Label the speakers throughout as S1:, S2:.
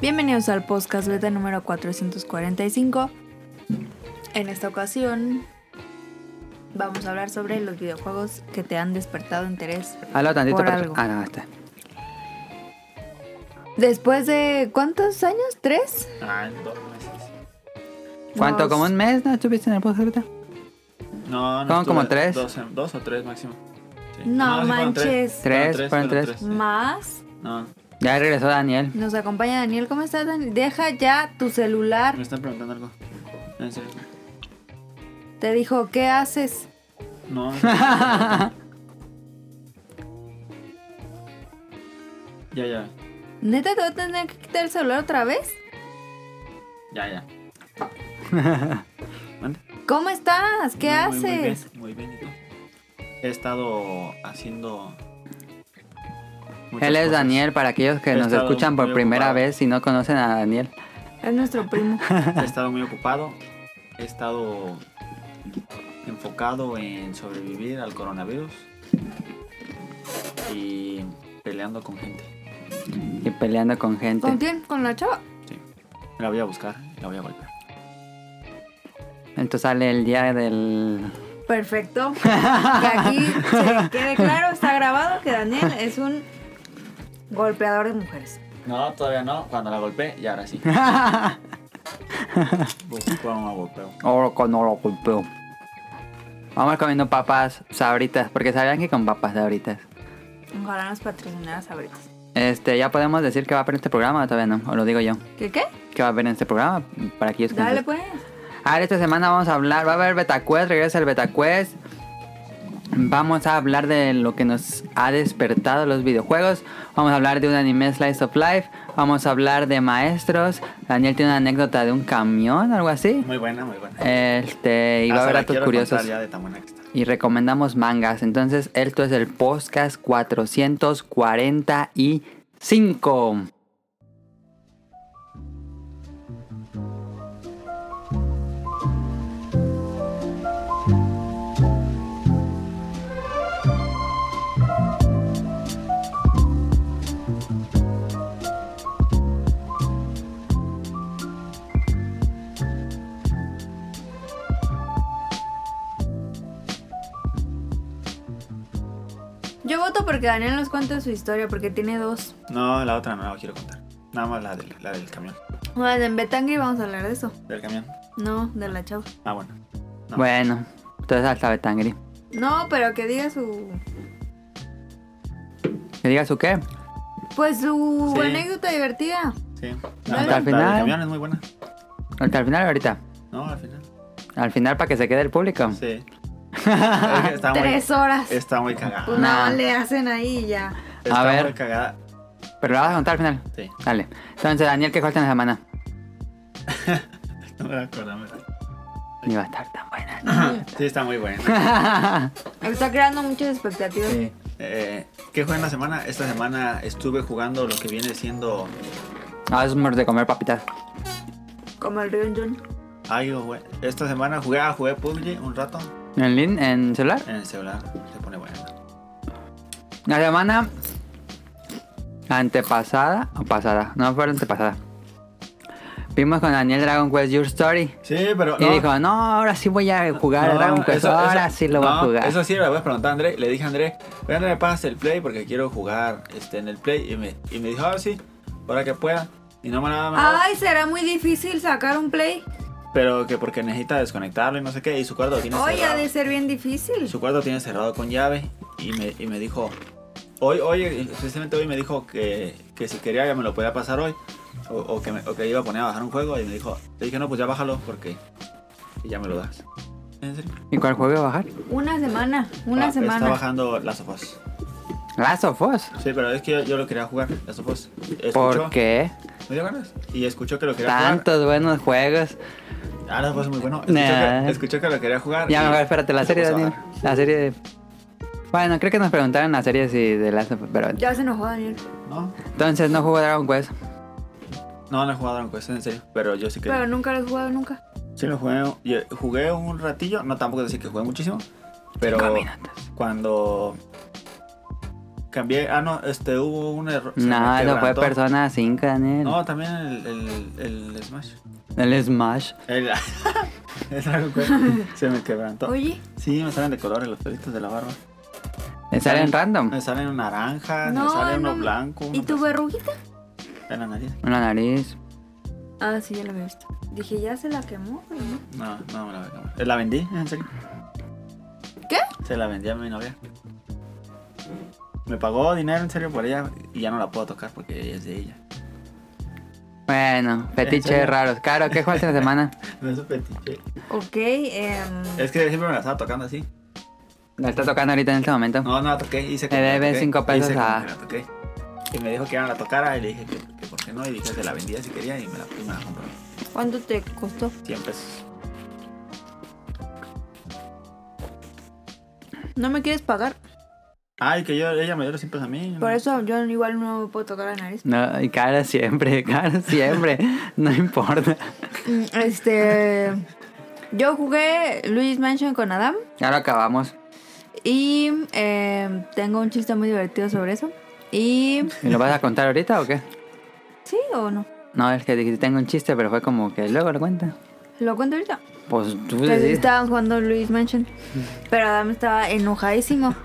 S1: Bienvenidos al podcast beta número 445. En esta ocasión vamos a hablar sobre los videojuegos que te han despertado interés.
S2: Habla tantito
S1: Por
S2: para
S1: algo.
S2: Ah, no, está.
S1: Después de ¿cuántos años? ¿Tres?
S3: Ah, en dos meses.
S2: ¿Cuánto?
S1: Dos.
S2: ¿Como un mes? ¿No estuviste en el podcast ahorita?
S3: No, no.
S2: Fueron como
S3: estuve-
S2: tres.
S3: Dos, en- dos o tres máximo. Sí.
S1: No
S3: sí fueron
S1: manches.
S2: Tres, fueron tres.
S3: sí.
S1: Más.
S3: No,
S2: Ya regresó Daniel.
S1: Nos acompaña Daniel. ¿Cómo estás, Daniel? Deja ya tu celular.
S3: me están preguntando algo. En serio.
S1: Te dijo, ¿qué haces?
S3: No. ya, ya.
S1: ¿Neta te voy a tener que quitar el celular otra vez?
S3: Ya, ya. Mande.
S1: ¿Cómo estás? ¿Qué
S3: Muy, muy, muy
S1: haces?
S3: bien, Muy bien, ¿y tú? He estado haciendo. muchas
S2: Él es
S3: cosas.
S2: Daniel, para aquellos que
S3: He
S2: nos
S3: estado
S2: escuchan por
S3: muy
S2: primera
S3: ocupado.
S2: vez y no conocen a Daniel.
S1: es nuestro primo.
S3: He estado muy ocupado. He estado enfocado en sobrevivir al coronavirus. Y peleando con gente.
S2: Y peleando con gente.
S1: ¿Con quién? ¿Con la chava?
S3: Sí. La voy a buscar, la voy a golpear.
S2: Entonces sale el día del...
S1: Perfecto. Que aquí se quede claro, está grabado que Daniel es un golpeador de mujeres.
S3: No, todavía no. Cuando la golpeé, y ahora sí. Bueno, la golpeo.
S2: Oro con oro culpeo. Vamos comiendo papas sabritas, porque sabían que con papas sabritas.
S1: Ojalá nos patrocinaras ahorita.
S2: Este, ya podemos decir que va a haber en este programa, o todavía no, o lo digo yo.
S1: ¿Qué qué?
S2: ¿Qué va a haber en este programa? Para aquellos que nos
S1: Dale pues.
S2: Ahora esta semana vamos a hablar, va a haber Betacuest, regresa el Betacuest. Vamos a hablar de lo que nos ha despertado los videojuegos. Vamos a hablar de un anime Slice of Life. Vamos a hablar de maestros. Daniel tiene una anécdota de un camión, algo así.
S3: Muy buena, muy buena.
S2: Este, y va a
S3: Hasta
S2: haber
S3: Ah, la
S2: datos
S3: quiero
S2: curiosos.
S3: contar ya de tan buena que está.
S2: Y recomendamos mangas. Entonces, esto es el podcast 445.
S1: Yo voto porque Daniel nos cuente su historia porque tiene dos.
S3: No, la otra no la quiero contar. Nada más la del, la del camión.
S1: Bueno, en Betangri vamos a hablar de eso.
S3: Del camión.
S1: No, de la chava.
S3: Ah, bueno. No.
S2: Bueno, entonces hasta Betangri.
S1: No, pero que diga su.
S2: ¿Que digas su qué?
S1: Pues su
S3: Sí.
S1: anécdota divertida.
S3: Sí.
S1: Hasta
S3: la-
S2: el
S3: La
S2: final.
S3: del camión es muy buena.
S2: Hasta el final ahorita.
S3: No, al final.
S2: Al final para que se quede el público.
S3: Sí. Es que está, muy,
S1: Tres horas.
S3: está muy cagada.
S1: Pues nada más
S2: Nah.
S1: le hacen ahí y ya.
S3: Está
S2: ver.
S3: muy cagada.
S2: Pero la vas a contar al final.
S3: Sí.
S2: Dale. Entonces, Daniel, ¿qué falta en la semana?
S3: No me acuerdo. me acuerdo.
S2: Ni va a estar tan buena.
S3: Sí, está muy buena.
S1: Está creando muchas expectativas.
S3: Eh, ¿Qué jugué en la semana? Esta semana estuve jugando lo que viene siendo
S2: Ah, es humor de comer papitas.
S1: Como el río John.
S3: algo, güey. Esta semana jugué, ah, jugué PUBG un rato
S2: ¿En lin? ¿En celular?
S3: en el celular. Se pone bueno.
S2: La semana antepasada o pasada. No, fue antepasada. Vimos con Daniel Dragon Quest Your Story.
S3: Sí, pero
S2: Y
S3: no.
S2: dijo, no, ahora sí voy a jugar a
S3: No,
S2: Dragon Quest.
S3: eso-
S2: ahora
S3: eso-
S2: sí lo voy a
S3: no,
S2: jugar.
S3: Eso sí, le voy a preguntar a André. Le dije a André, "Oye, André, me pasas el play porque quiero jugar este, en el play. Y me, y me dijo, ah, sí, ahora que pueda. Y no me la me
S2: Ah,
S3: la-
S1: Ay, será muy difícil sacar un play.
S3: Pero que porque necesita desconectarlo y no sé qué. Y su cuarto lo tiene
S1: Oye, ha
S3: cerrado.
S1: de ser bien difícil.
S3: Su cuarto lo tiene cerrado con llave. Y me, y me dijo. Hoy, hoy, precisamente hoy me dijo que, que si quería ya me lo podía pasar hoy. O, o que me- o que iba a poner a bajar un juego. Y me dijo. Le dije, no, pues ya bájalo porque. Y ya me lo das. ¿En serio?
S2: ¿Y cuál juego iba a bajar?
S1: Una semana,
S3: Ah,
S1: una
S3: Está
S1: semana.
S3: bajando las ofas.
S2: Last of Us.
S3: Sí, pero es que yo, yo lo quería jugar. Las ofas.
S2: ¿Por qué?
S3: Me dio ganas. Y escuchó que lo quería jugar.
S2: Tantos buenos juegos.
S3: Ah, las ofas es muy bueno. Escuchó,
S2: Nah.
S3: que, escuchó que lo quería jugar.
S2: Ya,
S3: y-
S2: mejor espérate, la
S3: y
S2: serie,
S3: se puso a
S2: Daniel.
S3: bajar.
S2: La serie de... Bueno, creo que nos preguntaron la serie si de Last of Us, pero...
S1: Ya se enojó Daniel.
S3: No,
S2: Entonces no jugó Dragon Quest.
S3: no, no he jugado en Quest, en serio. Pero yo sí que.
S1: Pero nunca lo he jugado nunca.
S3: Sí, lo jugué, yo jugué un ratillo, no tampoco decir que jugué muchísimo, pero
S2: Cinco minutos.
S3: cuando Cambié. Ah, no, este hubo un error. se me
S2: No, no fue
S3: quebrantó.
S2: Persona 5, Daniel.
S3: No, también el, el, el Smash.
S2: El Smash.
S3: El, el Dragon Quest se me quebrantó.
S1: Oye,
S3: Sí, me salen de colores los pelitos de la barba.
S2: ¿Le salen random?
S3: Me salen naranja, Ah, me
S1: Mm. No,
S3: sale uno
S1: no.
S3: blanco.
S1: ¿y
S3: uno
S1: tu verruguita?
S3: En la nariz.
S2: En la nariz.
S1: Ah, sí, ya la había visto. Dije, ya se la quemó, pero no.
S3: No, no me la vendí. Eh, ¿La vendí? ¿En serio?
S1: ¿Qué?
S3: Se la vendí a mi novia. Me pagó dinero en serio por ella y ya no la puedo tocar porque ella es de ella.
S2: Bueno,
S3: serio?
S2: fetiches raros. Caro, ¿qué jugaste la semana?
S3: No es un fetiche.
S1: Ok, em,
S3: Es que siempre me la estaba tocando así.
S2: La está tocando ahorita en este momento.
S3: No, no la toqué. Hice
S2: Le
S3: la
S2: debes
S3: toqué,
S2: cinco pesos
S3: hice como
S2: a-
S3: que la toqué. Y me dijo que ya no la tocara y le dije que, que por qué no. Y dije que la vendía si quería y me la, y me la compró.
S1: ¿cuánto te costó?
S3: 100 pesos.
S1: No me quieres pagar.
S3: Ay, que yo, ella me dio los 100 pesos a mí.
S1: Por eso yo igual no puedo tocar la nariz.
S2: No, y cara siempre, cara siempre. No importa.
S1: Mm, Este. Yo jugué Luis Mansion con Adam
S2: Ya lo acabamos.
S1: y em, tengo un chiste muy divertido sobre eso. Y.
S2: ¿Y lo vas a contar ahorita o qué?
S1: ¿Sí o no?
S2: No, es que dijiste, tengo un chiste, pero fue como que luego lo cuenta.
S1: Lo cuento ahorita.
S2: Pues tú
S1: Pues
S2: decís.
S1: estaban jugando Luis Mansion. Pero Adam estaba enojadísimo.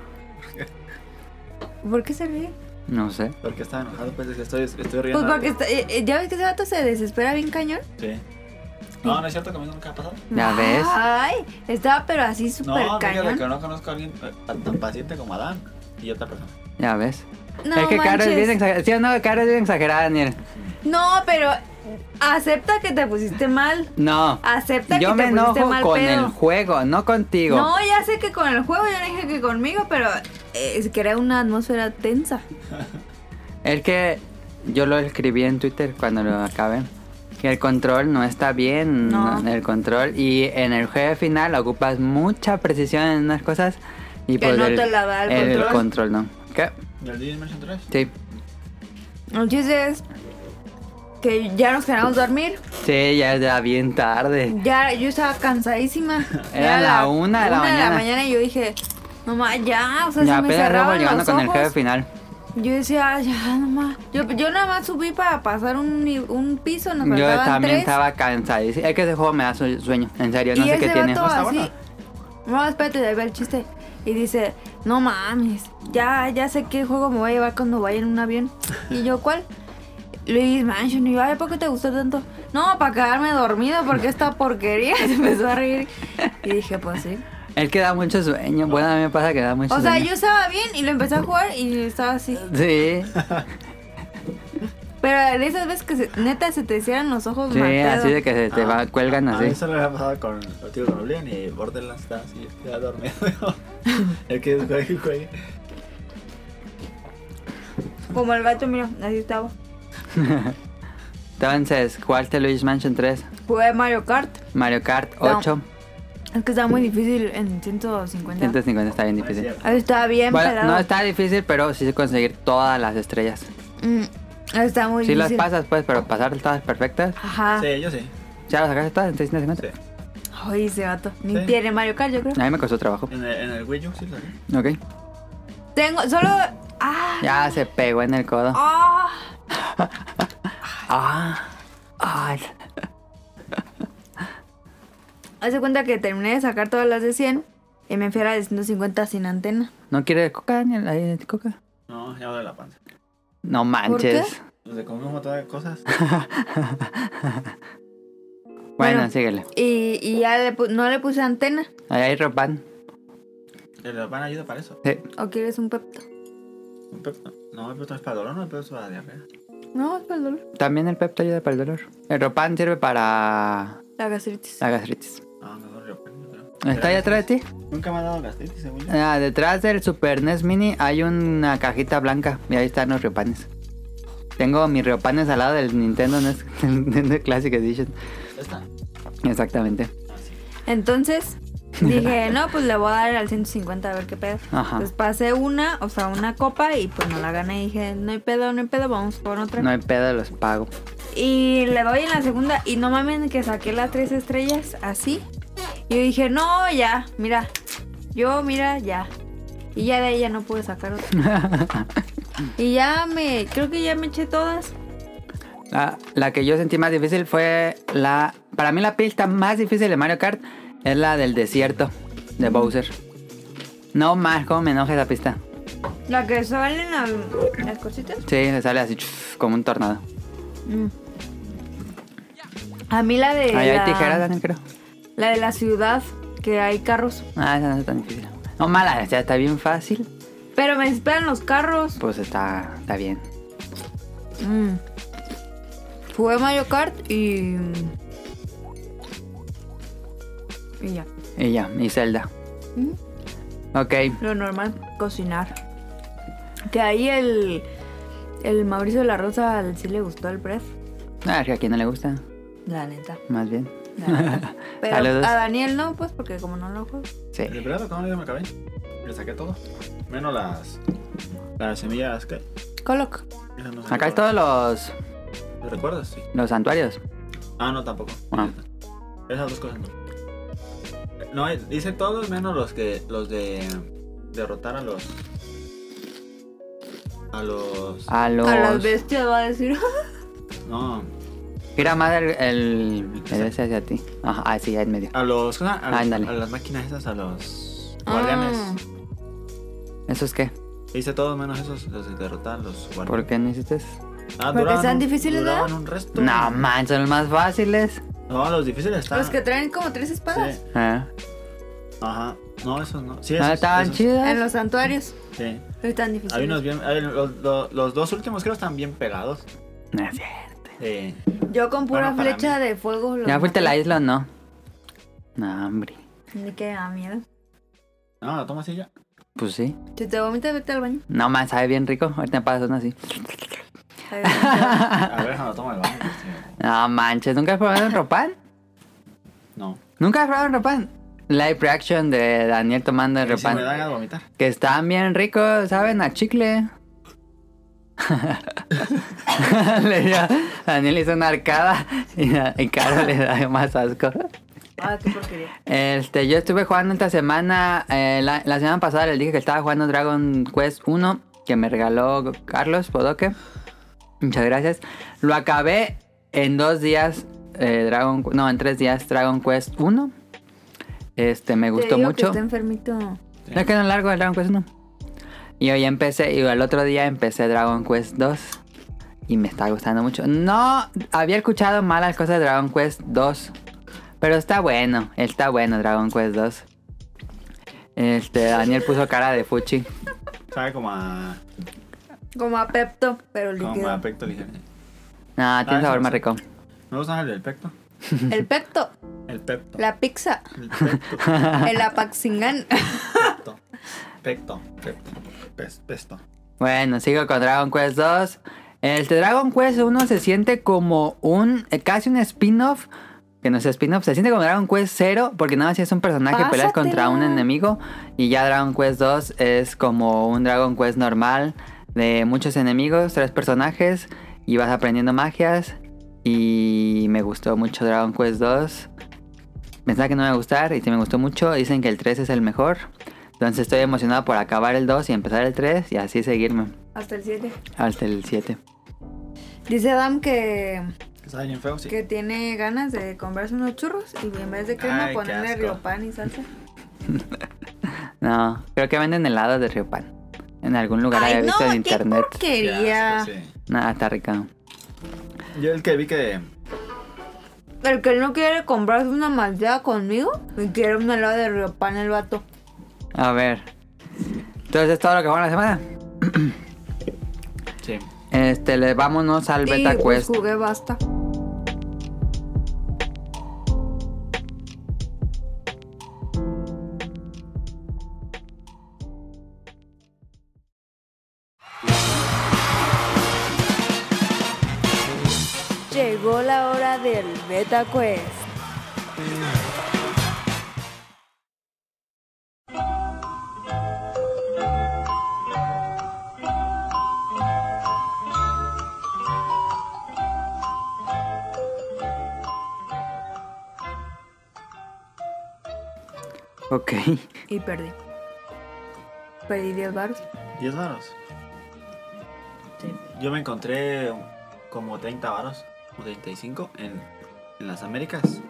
S1: ¿Por qué se ríe?
S2: No sé.
S3: Porque estaba enojado, pues es que estoy, estoy riendo.
S1: Pues porque está- eh, eh, ya ves que ese vato se desespera bien cañón.
S3: Sí. No, no es cierto que a mí nunca ha pasado.
S2: ¿Ya ves?
S1: Ay, estaba pero así
S3: No,
S1: súper
S3: no, fíjate
S1: cañón.
S3: que no conozco a alguien eh, tan, tan paciente como Adán y otra persona.
S2: Ya ves.
S1: No,
S2: es que Caro es bien
S1: manches.
S2: exagerada. Sí o no, Caro es bien exagerada, Daniel.
S1: No, pero acepta que te pusiste mal.
S2: No.
S1: Acepta Ah,
S2: Yo
S1: que
S2: me
S1: te pusiste
S2: enojo
S1: mal
S2: con
S1: pedo.
S2: el juego, no contigo.
S1: No, ya sé que con el juego, yo no dije que conmigo, pero eh, se crea una atmósfera tensa.
S2: Es que yo lo escribí en Twitter cuando lo acabé. Que el control no está bien.
S1: No.
S2: El control. Y en el juego final ocupas mucha precisión en unas cosas. Y
S1: Que
S2: pues
S1: no
S2: el,
S1: te la da el
S2: El
S1: control.
S2: control no. ¿Qué?
S3: ¿Y el Dimension 3?
S2: Sí.
S1: El chiste es que ya nos quedamos dormir.
S2: Sí, ya era bien tarde.
S1: Ya yo estaba cansadísima.
S2: Era la una de la mañana.
S1: y yo dije, mamá, ya, o sea,
S2: Y
S1: se me
S2: apenas
S1: cerraban
S2: estamos llegando
S1: los
S2: con el
S1: ojos.
S2: jefe final.
S1: Yo decía, "Ay, ya, nomás. Yo, yo nada más subí para pasar un, ni- un piso, nos
S2: Yo
S1: faltaban
S2: también
S1: tres.
S2: estaba cansada. Es que ese juego me da su- sueño. En serio, no
S1: y
S2: sé
S1: ese
S2: qué tiene.
S1: vato
S3: está
S1: así.
S3: bueno.
S1: No, espérate, ahí va el chiste. Y dice, no mames, ya, ya sé qué juego me voy a llevar cuando vaya en un avión. Y yo, ¿cuál? Luis Mansion. Y yo, ay, ¿por qué te gustó tanto? No, para quedarme dormido porque esta porquería se empezó a reír. Y dije, pues sí.
S2: Es que da mucho sueño. Bueno, a mí me pasa que da mucho
S1: O
S2: sueño.
S1: sea, yo estaba bien y lo empecé a jugar y estaba así.
S2: Sí,
S1: Pero de esas veces que se- neta se te cierran los ojos,
S2: sí,
S1: mal pedo.
S2: así de que se te va- cuelgan
S3: A mí
S2: así.
S3: Ah, eso me había pasado con los tíos con Oblivion y Borderlands está así, ya dormido. el que juegue y juegue.
S1: Como el vato, mira, así estaba.
S2: Entonces, jugaste Luis Mansion 3,
S1: Jugué Mario Kart.
S2: Mario Kart
S1: No.
S2: 8,
S1: Es que estaba muy difícil en 150.
S2: 150 está bien
S3: No es
S2: difícil.
S3: cierto.
S1: Ahí Ah, estaba bien
S2: Bueno,
S1: pelado.
S2: no está difícil, pero sí conseguir todas las estrellas.
S1: Mm, está muy
S2: Sí las
S1: difícil.
S2: pasas, pues, pero pasar todas perfectas.
S1: Ajá.
S3: Sí, yo sí.
S2: ¿Ya las sacaste todas en
S3: sí.
S2: 650?
S1: Oye, ese vato. Ni
S3: Sí.
S1: tiene Mario Kart, yo creo.
S2: A mí me costó trabajo.
S3: En el, en el Wii U sí lo saqué.
S2: Ok.
S1: Tengo, solo. ¡Ah!
S2: Ya se pegó en el codo.
S1: ¡Ah!
S2: Ah. Ay.
S1: Hace cuenta que terminé de sacar todas las de 100 y me fui a la de 150 sin antena.
S2: ¿No quiere coca, Daniel? Ahí, coca.
S3: No, ya me duele la panza.
S2: No manches.
S3: Pues de comer un montón de cosas.
S2: Bueno,
S1: Bueno.
S2: síguele.
S1: Y, y ya le pu- no le puse antena.
S2: Ahí hay ropan.
S3: El pan ayuda para eso.
S1: ¿O quieres un pepto?
S3: Un pep- No, el pepto es para el dolor, no, el pepto es para la diarrea.
S1: No, es para el dolor.
S2: También el pepto ayuda para el dolor. El ropan sirve para
S1: La gastritis.
S2: la gastritis.
S3: Ah, mejor el pan, yo creo.
S2: ¿Está ahí atrás de ti?
S3: Nunca me ha dado gastritis, según yo.
S2: Ah, detrás del Super NES Mini hay una cajita blanca y ahí están los riopanes. Tengo mis riopanes al lado del Nintendo NES, Nintendo Classic Edition.
S3: ¿Esta?
S2: Exactamente.
S3: Ah, sí.
S1: Entonces dije, no, pues le voy a dar al 150 a ver qué pedo.
S2: Ajá.
S1: Entonces pasé una, o sea, una copa y pues no la gané. Y dije, no hay pedo, no hay pedo, vamos por otra.
S2: No hay pedo, los pago.
S1: Y le doy en la segunda y no mames que saqué las tres estrellas así. Y yo dije, no, ya, mira, yo, mira, ya. Y ya de ahí ya no pude sacar otra. y ya me, creo que ya me eché todas.
S2: La, Ah, la que yo sentí más difícil fue la. Para mí, la pista más difícil de Mario Kart es la del desierto de Bowser. No más, cómo me enoja esa pista.
S1: La que salen las, las cositas.
S2: Sí, se sale así chuf, como un tornado.
S1: Mm. A mí la de
S2: Ahí
S1: la,
S2: hay tijeras, Daniel, creo.
S1: la de la ciudad, que hay carros.
S2: Ah, esa no es tan difícil. No, mala, ya está bien fácil.
S1: Pero me esperan los carros.
S2: Pues está, está bien.
S1: Mm. Jugué Mario Kart y... Y ya.
S2: Y ya, y Zelda.
S1: Mm.
S2: Ok,
S1: Lo normal, cocinar. Que ahí el, el Mauricio de la Rosa al- sí le gustó el pref.
S2: ah, es que a quien no le gusta,
S1: La neta.
S2: más bien.
S1: la neta. Pero
S2: Saludos.
S1: a Daniel no, pues porque como no lo juego.
S2: Sí.
S3: ¿El verdad cómo ya me acabé? Le saqué todo. Menos las. Las semillas que.
S1: Coloc.
S3: esas no sé
S2: Acá
S3: qué
S2: hay todos los,
S3: fueron. ¿Te recuerdas? Sí.
S2: los santuarios.
S3: Ah, no, tampoco.
S2: Ah.
S3: Esas dos cosas no. No, eh, dice todos menos los que. Los de. Derrotar a los. A los.
S2: A los.
S1: A las bestias va a decir.
S3: No.
S2: Gira más el. el, el ese hacia ti. Ajá, ah, sí, ahí en medio.
S3: A los. ¿cómo se llama? A, los-
S2: Ándale.
S3: a las máquinas esas, a los. Guardianes.
S1: Ah.
S2: ¿Eso es qué?
S3: Hice todos menos esos, los de derrotar a los guardianes.
S2: ¿Por qué no hiciste eso?
S3: Ah,
S1: Porque
S3: duraban
S1: están
S3: un-
S1: difíciles, ¿verdad?
S3: duraban un resto.
S2: No, man, son los más fáciles.
S3: No, los difíciles
S1: Ah,
S3: están.
S1: los que traen como tres espadas.
S3: Sí.
S2: Ah,
S3: Ajá. No, esos no. Sí, esos,
S2: ah, estaban
S3: esos,
S1: En
S2: chidas.
S1: los santuarios.
S3: Sí.
S1: No es tan
S3: Hay
S1: difícil.
S3: unos bien. hay los, los- los dos últimos creo están bien pegados.
S2: No es cierto.
S3: Sí.
S1: Yo con pura
S3: Bueno, para
S1: flecha de fuego. los
S2: ¿Ya fuiste a la
S1: maté.
S2: isla o no? No, hombre.
S1: Ni que da miedo.
S3: No, la toma así ya.
S2: Pues sí.
S1: Si te vomitas, vete al baño.
S2: No, man, sabe bien rico. Ahorita me pasas una así.
S1: Ay, Dios.
S3: A ver, no, toma el baño. pues, sí.
S2: No manches, ¿nunca has probado en Ropan?
S3: No.
S2: ¿Nunca has probado en Ropan? Live reaction de Daniel tomando el
S3: Y Si me dan
S2: Ropan.
S3: a vomitar.
S2: Que están bien ricos, ¿saben? A chicle. le dio, Daniel hizo una arcada y, a- y Caro le da más asco.
S1: Ah, qué porquería.
S2: Este, yo estuve jugando esta semana, eh, la, la semana pasada les dije que estaba jugando Dragon Quest 1, que me regaló Carlos Podoque. Muchas gracias. Lo acabé en dos días, eh, Dragon, no, en tres días Dragon Quest 1. Este, me
S1: Te
S2: gustó
S1: digo Que
S2: mucho.
S1: está enfermito.
S2: No es que no largo el Dragon Quest 1. Y hoy empecé, y al otro día empecé Dragon Quest 2. Y me está gustando mucho. No había escuchado malas cosas de Dragon Quest 2. Pero está bueno, está bueno Dragon Quest 2. Este, Daniel puso cara de Fuchi.
S3: Sabe como a.
S1: Como a Pepto, pero
S3: Como a
S1: líquido.
S3: pecto ligero.
S2: Ah, tiene
S3: Ah,
S2: un sabor
S3: eso
S2: más
S3: sí.
S2: rico.
S3: ¿No gustan el del pecto?
S1: El Pepto,
S3: El pepto.
S1: la pizza,
S3: El pecto.
S1: el Apaxingán.
S3: Pecto. Pecto. Pecto. Pes- pesto.
S2: Bueno, sigo con Dragon Quest 2. Este Dragon Quest 1 se siente como un. eh, casi un spin-off. Que no es spin-off, se siente como Dragon Quest 0. Porque nada más es un personaje, peleas contra un
S1: Pásatela.
S2: enemigo. Y ya Dragon Quest 2 es como un Dragon Quest normal. De muchos enemigos, tres personajes. Y vas aprendiendo magias. Y me gustó mucho Dragon Quest 2. Pensaba que no me iba a gustar y sí me gustó mucho. Dicen que el 3 es el mejor. Entonces estoy emocionado por acabar el 2 y empezar el 3 y así seguirme.
S1: Hasta el 7.
S2: Hasta el 7.
S1: Dice Adam que,
S3: Que sabe bien feo, sí.
S1: que tiene ganas de comprarse unos churros y en vez de crema
S3: Ay, qué
S1: ponerle
S3: asco.
S1: riopan y salsa.
S2: No, creo que venden helados de Riopan. En algún lugar había visto en internet.
S3: Qué
S1: porquería.
S3: asco, sí.
S2: Nada, está rica.
S3: Yo el que vi que.
S1: El que no quiere comprarse una malteada conmigo y quiere un helado de riopan el vato.
S2: A ver. Entonces es todo lo que fue en la semana.
S3: Sí.
S2: Este, le, vámonos al
S1: y
S2: Beta
S1: pues
S2: Quest.
S1: jugué basta. Llegó la hora del Beta Quest.
S2: Ok.
S1: Y perdí. Perdí 10 baros.
S3: 10 varos.
S4: Sí.
S3: Yo me encontré como 30 varos o 35 en, en las Américas.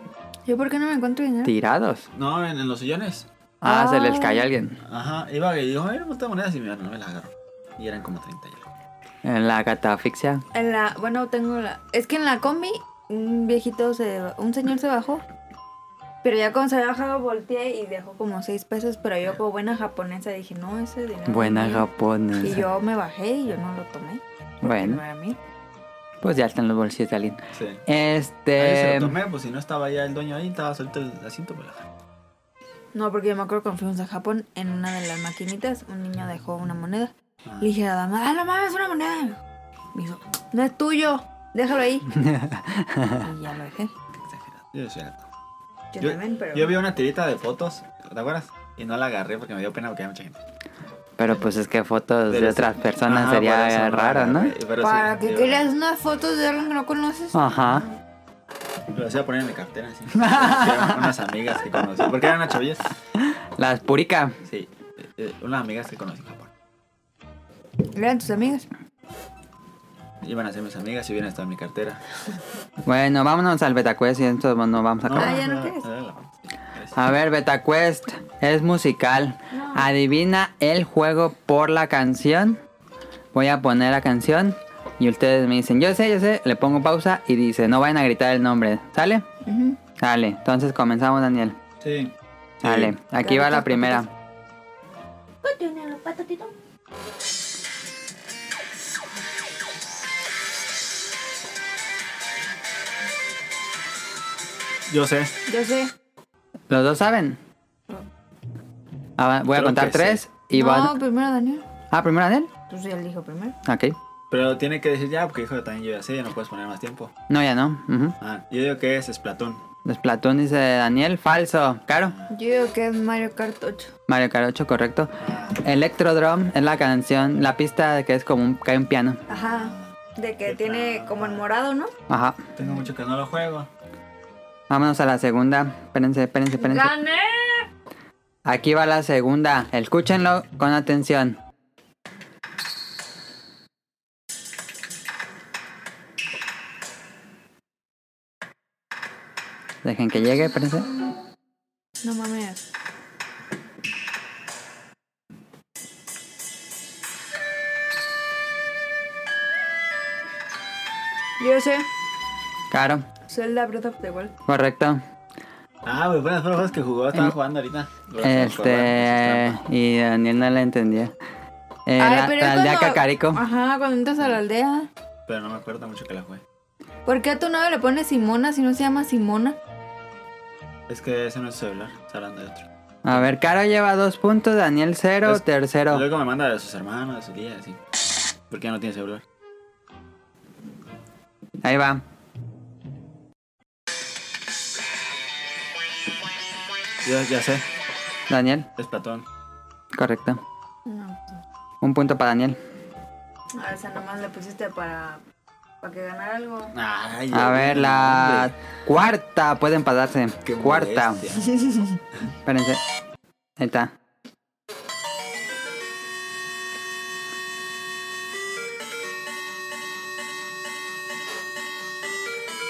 S1: ¿Yo por qué no me encuentro dinero?
S2: Tirados.
S3: No, en, en los sillones.
S2: Ah, se les
S1: Ay.
S2: cayó a alguien.
S3: Ajá, iba y dijo, mira, monta monedas y mira, no me las agarro. Y eran como 30 ya.
S2: En la catafixia.
S1: En la, bueno, tengo la. Es que en la combi, un viejito se. Un señor se bajó. Pero ya cuando se había bajado, volteé y dejó como 6 pesos. Pero yo, como buena japonesa, dije, no, ese dinero. es
S2: Buena
S1: mío".
S2: japonesa.
S1: Y yo me bajé y yo no lo tomé. porque No
S2: Bueno,
S1: era mío.
S2: pues ya están los bolsillos de alguien.
S3: Sí. Ahí se
S2: Este.
S3: lo tomé, pues si no estaba ya el dueño ahí, estaba solito el asiento, pues la agarré.
S1: No, porque yo me acuerdo cuando fuimos a Japón, en una de las maquinitas, un niño dejó una moneda. Le dije a la dama, ah, no mames, una moneda. Me dijo, no es tuyo, déjalo ahí. y ya lo dejé.
S3: Qué exagerado. Yo soy alto.
S1: Yo,
S3: Yo-
S1: también, pero.
S3: Yo vi una tirita de fotos, ¿te acuerdas? Y no la agarré porque me dio pena porque había mucha gente.
S2: Pero pues es que fotos
S3: Pero
S2: de
S3: sí.
S2: otras personas
S3: Ajá, por eso
S2: sería
S3: la
S2: raro, ¿no?
S3: agarré, pero sí,
S1: Para que
S3: digo,
S1: quieras unas fotos de alguien que no conoces.
S2: Ajá.
S3: Lo hacía poner en mi cartera, así. Eran unas amigas que conocí. Porque eran chavillas.
S2: Las purica.
S3: Sí, eh, eh, unas amigas que conocí en Japón.
S1: Eran tus amigas.
S3: Iban a ser mis amigas y hubieran estado en mi cartera.
S2: Bueno, vámonos al Betacuest y entonces no vamos a acabar.
S1: Ah, ya no quieres.
S3: quieres.
S2: A ver, BetaQuest es musical. Adivina el juego por la canción. Voy a poner la canción y ustedes me dicen, yo sé, yo sé, le pongo pausa y dice, no vayan a gritar el nombre. ¿Sale?
S1: Ujú.
S2: Sale. Entonces comenzamos, Daniel.
S3: Sí.
S2: Sale. Aquí va la primera.
S3: Yo sé.
S1: Yo sé.
S2: ¿Los dos saben? Ah, voy a
S3: Creo
S2: contar
S3: que
S2: tres y
S1: no,
S2: van...
S1: primero Daniel.
S2: Ah, primero Daniel.
S1: Tú sí, él dijo primero.
S2: Ok.
S3: Pero tiene que decir ya, porque dijo que también yo ya sé, ya no puedes poner más tiempo.
S2: No, ya no. Ujú.
S3: Ah, yo digo que es Splatoon.
S2: Los Platón dice Daniel. Falso. Claro.
S1: Yo digo que es Mario Kart 8.
S2: Mario Carocho, correcto.
S3: Ah,
S2: Electrodrum es la canción, la pista que es como un, que hay un piano.
S1: Ajá. De que tiene como en morado, ¿no?
S2: Ajá.
S3: Tengo mucho que no lo juego.
S2: Vámonos a la segunda. Espérense, espérense, espérense.
S1: ¡Gané!
S2: Aquí va la segunda. Escúchenlo con atención. Dejen que llegue, espérense.
S1: No mames. Yo sé.
S2: Claro,
S1: Zelda Breath of the Wild.
S2: correcto.
S3: Ah, pues buenas pruebas que jugó, estaba jugando ahorita.
S2: Este. Y Daniel no la entendía. Eh, la,
S1: pero
S2: la
S1: es
S2: aldea
S1: cuando-
S2: Cacarico.
S1: Ajá, cuando entras a la aldea.
S3: Pero no me acuerdo mucho que la jugué.
S1: ¿Por qué a tu novio le pones Simona si no se llama Simona?
S3: Es que ese no es su celular, está hablando de otro.
S2: A ver, Caro lleva dos puntos, Daniel cero,
S3: Es-
S2: tercero.
S3: Luego me manda de sus hermanos, de sus tías, así. Porque ya no tiene celular.
S2: Ahí va.
S3: Yo ya sé,
S2: Daniel,
S3: es Platón.
S2: correcto.
S1: No.
S2: Un punto para Daniel.
S1: A esa Ah, nomás le pusiste para, para que ganara algo.
S3: Ay,
S2: A ver, la cuarta. Pueden pasarse.
S3: Qué
S2: Cuarta.
S3: molestia.
S2: Espérense. Ahí está.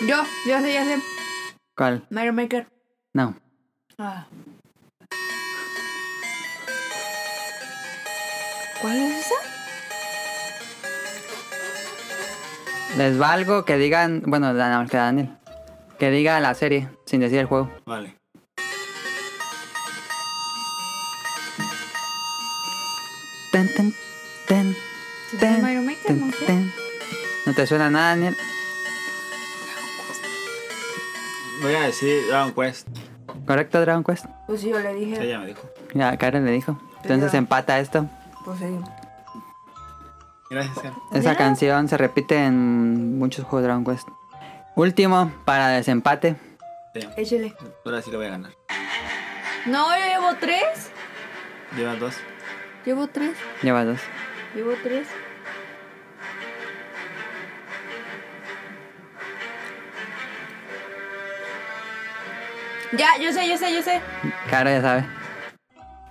S1: Yo, yo sé, yo sé.
S2: ¿Cuál?
S1: Mario Maker.
S2: No.
S1: Ah. ¿Cuál es esa?
S2: Les valgo que digan. Bueno, nada más que Daniel. Que diga la serie, sin decir el juego.
S3: Vale.
S2: Ten, ten, ten,
S1: ¿Sí
S2: ten,
S1: es Mario Maker?
S2: ten,
S1: No sé.
S2: ten. ¿No te suena nada, Daniel?
S3: Voy a decir Dragon Quest.
S2: ¿Correcto, Dragon Quest?
S1: Pues sí, yo le dije.
S3: Ella me dijo.
S2: Ya, Karen le dijo. Entonces
S1: Pero-
S2: empata esto.
S1: Pues sí.
S3: Gracias, Karen.
S2: Esa
S1: Ya.
S2: canción se repite en muchos juegos de Dragon Quest. Último para desempate.
S3: Sí,
S1: Échale.
S3: ahora sí lo voy a ganar.
S1: No, yo llevo tres.
S3: Llevas dos.
S1: Llevo tres.
S2: Lleva dos.
S1: Llevo tres. Ya, yo sé, yo sé, yo sé.
S2: Cara ya sabe.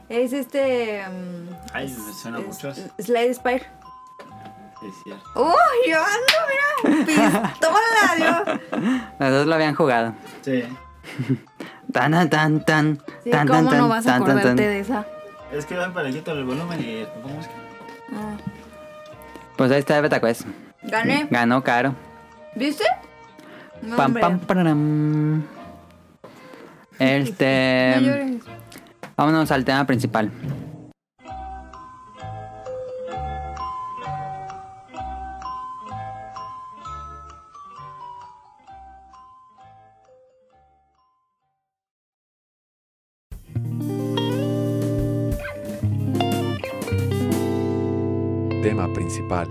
S1: Es este. mm,
S3: Ay, me suena
S1: Es-
S3: muchos.
S1: Slade Spire.
S3: Sí, es cierto.
S1: ¡Uy, yo ando, mira! ¡Pistola, yo!
S2: Las dos lo habían jugado.
S3: Sí.
S2: Tan, tan, tan, tan,
S1: Sí,
S2: tan,
S1: ¿Cómo
S2: tan,
S1: no vas a
S2: tan, tan,
S1: acordarte
S2: tan.
S1: de esa?
S3: Es que dan para le quito el volumen y pongo música.
S1: Ah,
S2: Pues ahí está el Betacuest.
S1: Gané.
S2: Ganó caro.
S1: ¿Viste? No,
S2: Pam,
S1: hombre,
S2: pam, pararam.
S1: no
S2: Este.
S1: llores.
S2: Vámonos al tema principal.
S5: Tema principal.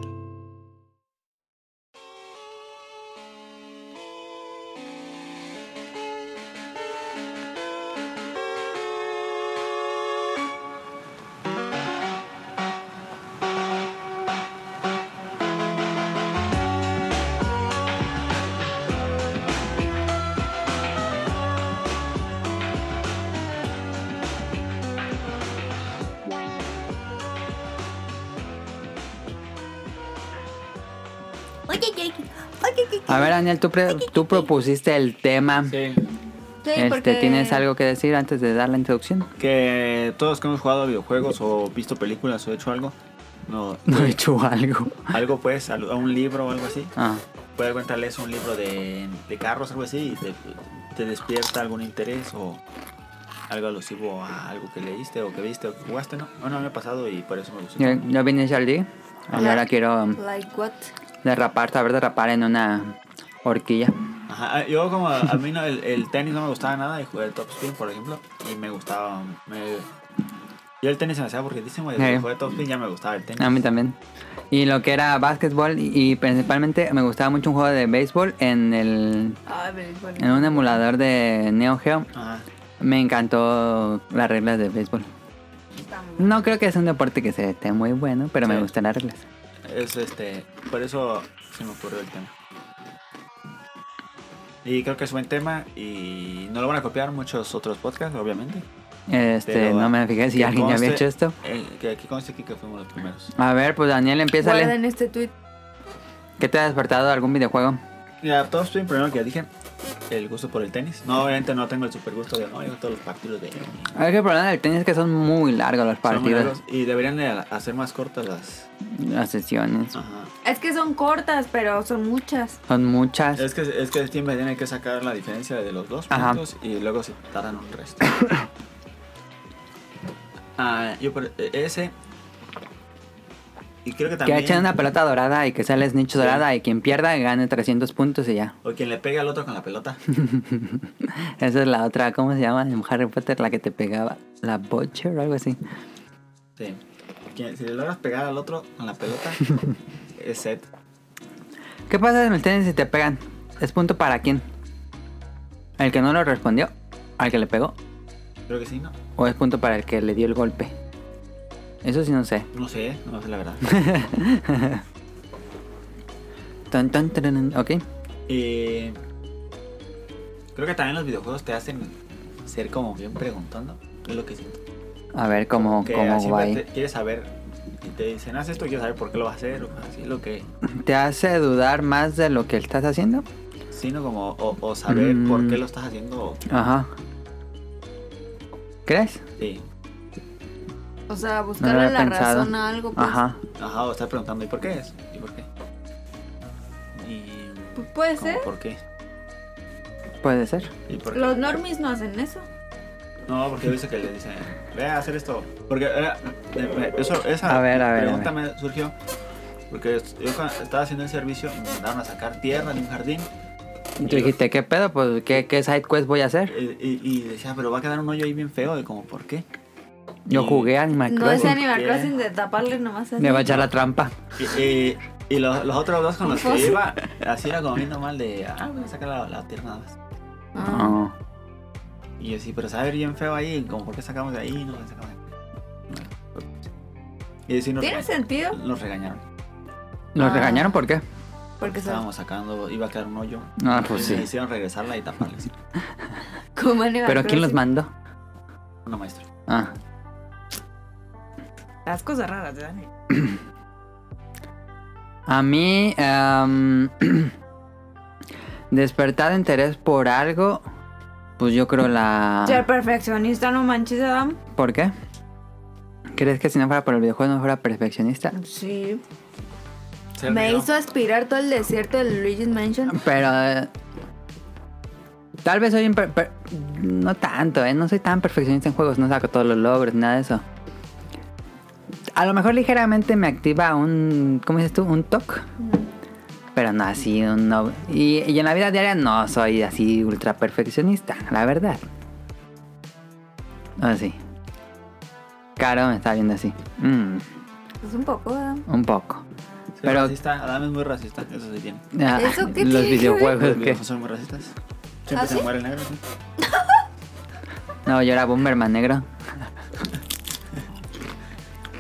S1: Oye, Jake. Oye, Jake.
S2: A ver, Daniel, tú, pre- tú propusiste el tema.
S3: Sí.
S1: Sí,
S2: Este,
S1: porque-
S2: ¿Tienes algo que decir antes de dar la introducción?
S3: Que todos que hemos jugado videojuegos o visto películas o hecho algo, no,
S2: No he hecho algo.
S3: algo pues, a a un libro o algo así,
S2: Ah,
S3: puede contarles un libro de, de carros algo así y te, te despierta algún interés o algo alusivo a algo que leíste o que viste o que jugaste, ¿no? Bueno, a mí me ha pasado y por eso me gustó.
S2: yo, yo vine Charlie. Y ahora quiero um,
S1: Like what?
S2: derrapar, saber derrapar en una horquilla.
S3: Ajá, ah, yo como a, a mí no- el, el tenis no me gustaba nada y jugué el top spin, por ejemplo, y me gustaba... Me, yo el tenis se me hacía aburridísimo y desde
S2: Sí.
S3: que jugué top spin ya me gustaba el tenis.
S2: A mí también. Y lo que era básquetbol y, y principalmente me gustaba mucho un juego de béisbol en el
S1: Ay, béisbol.
S2: en un emulador de Neo Geo.
S3: Ajá.
S2: Me encantó las reglas de béisbol. No creo que es un deporte que se esté muy bueno, pero me
S3: Sí.
S2: gustan las reglas.
S3: Es este, por eso se me ocurrió el tema. Y creo que es buen tema y no lo van a copiar muchos otros podcasts, obviamente.
S2: Este,
S3: Pero,
S2: no me fijé si
S3: que
S2: alguien ya había
S3: conste-
S2: hecho esto.
S3: eh, que aquí conste aquí que fuimos los primeros.
S2: A ver, pues Daniel, empieza.
S1: Guarden este tweet.
S2: ¿Qué te ha despertado algún videojuego?
S3: Ya, Top Spin, primero que dije, el gusto por el tenis. No, obviamente no tengo el super gusto de, no, yo todos los partidos de... son
S2: Es que el problema del tenis es que son muy largos los
S3: muy
S2: partidos,
S3: largos y deberían de hacer más cortas las...
S2: las sesiones.
S3: Ajá.
S1: Es que son cortas, pero son muchas.
S2: Son muchas.
S3: Es que es que siempre tiene que sacar la diferencia de los dos
S2: Ajá.
S3: puntos y luego se tardan un resto. ah, yo por- eh, ese y creo que
S2: Que
S3: también
S2: echen una pelota dorada y que sale snitch dorada y quien pierda gane 300 puntos y ya.
S3: o quien le pega al otro con la pelota.
S2: Esa es la otra, ¿cómo se llama? En Harry Potter, la que te pegaba. La Butcher o algo así.
S3: Sí. Quien- si le logras pegar al otro con la pelota es set.
S2: ¿Qué pasa en el tenis si te pegan? ¿Es punto para quién? ¿El que no lo respondió? ¿Al que le pegó?
S3: Creo que sí, ¿no?
S2: ¿O es punto para el que le dio el golpe? Eso sí no sé.
S3: No sé, no sé la verdad.
S2: Tan, tan, tararán, ok.
S3: y creo que también los videojuegos te hacen ser como bien preguntando. Es lo que siento.
S2: A ver cómo,
S3: que
S2: cómo
S3: así
S2: va
S3: te-
S2: ahí.
S3: te- quieres saber y te dicen haz esto quieres saber por qué lo vas a hacer o cosas así lo que
S2: ¿Te hace dudar más de lo que estás haciendo?
S3: sino como o, o saber
S2: Mm.
S3: por qué lo estás haciendo o-
S2: Ajá. ¿Crees?
S3: sí
S1: O sea,
S2: No lo
S1: buscarle
S2: había
S1: la
S2: pensado.
S1: razón a algo. Pues,
S2: Ajá.
S3: ajá o estás preguntando y por qué es y por qué y
S1: Pues puede
S3: como,
S1: ser.
S3: por qué
S2: Puede ser.
S3: y por qué
S1: Los normies no hacen eso.
S3: no porque dice que le dicen ve a hacer esto porque era- de- de- eso esa
S2: A ver, a ver,
S3: pregunta
S2: a
S3: me surgió porque es- yo cuando estaba haciendo el servicio y me mandaron a sacar tierra de un jardín
S2: Y tú dijiste, ¿qué pedo? Pues, ¿qué, qué side quest voy a hacer?
S3: y, y- y decía pero va a quedar un hoyo ahí bien feo y como por qué
S2: Yo
S3: Y-
S2: jugué Animal
S1: No es
S2: Crossing.
S1: Animal
S3: ¿Qué?
S1: Crossing de taparle nomás así.
S2: Me va a echar la trampa.
S3: Y, y- y los, los otros dos con los que
S1: Pues-
S3: iba, así era como viendo mal de, ah, voy a sacar la, la tierra nada más.
S1: Ah.
S2: No.
S3: Y yo sí, pero sabe bien feo ahí, como por qué sacamos de ahí, no sacamos de Y sí nos,
S1: ¿Tiene
S3: rega-
S1: sentido?
S3: nos regañaron.
S2: ¿Los
S1: Ah.
S2: regañaron por qué?
S1: Porque son
S3: Estábamos sacando, iba a quedar un hoyo.
S2: Ah, pues
S3: Y me
S2: sí.
S3: hicieron regresarla y taparla. así.
S1: como Animal
S2: ¿Pero quién los Ah.
S1: Crossing.
S2: mandó?
S3: Una maestra.
S2: Ah.
S4: Las cosas raras, Dani.
S2: A mí, em, despertar interés por algo, pues yo creo la...
S1: Ser perfeccionista, no manches, Adam.
S2: ¿Por qué? ¿Crees que si no fuera por el videojuego no fuera perfeccionista?
S1: Sí.
S3: Ser
S1: Me
S3: negro.
S1: hizo aspirar todo el desierto del Luigi's Mansion.
S2: Pero... eh, tal vez soy... imper- per- no tanto, ¿eh? No soy tan perfeccionista en juegos, no saco todos los logros, nada de eso. A lo mejor ligeramente me activa un... ¿Cómo dices tú? Un toque. Pero no así, un no... Y, y en la vida diaria no soy así ultra perfeccionista, la verdad. Así. Caro me está viendo así. Mm,
S1: Pues un poco, Adam.
S2: un poco.
S3: Sí,
S2: Pero-
S3: racista. Adam es muy racista, eso sí tiene.
S2: Ah,
S1: ¿Eso qué tiene
S2: los
S1: que
S2: videojuegos
S3: Los
S2: que...
S3: viejos son muy racistas. Siempre
S1: ¿Ah,
S3: se
S1: sí?
S3: muere el negro. ¿sí?
S2: No, yo era Bomberman negro.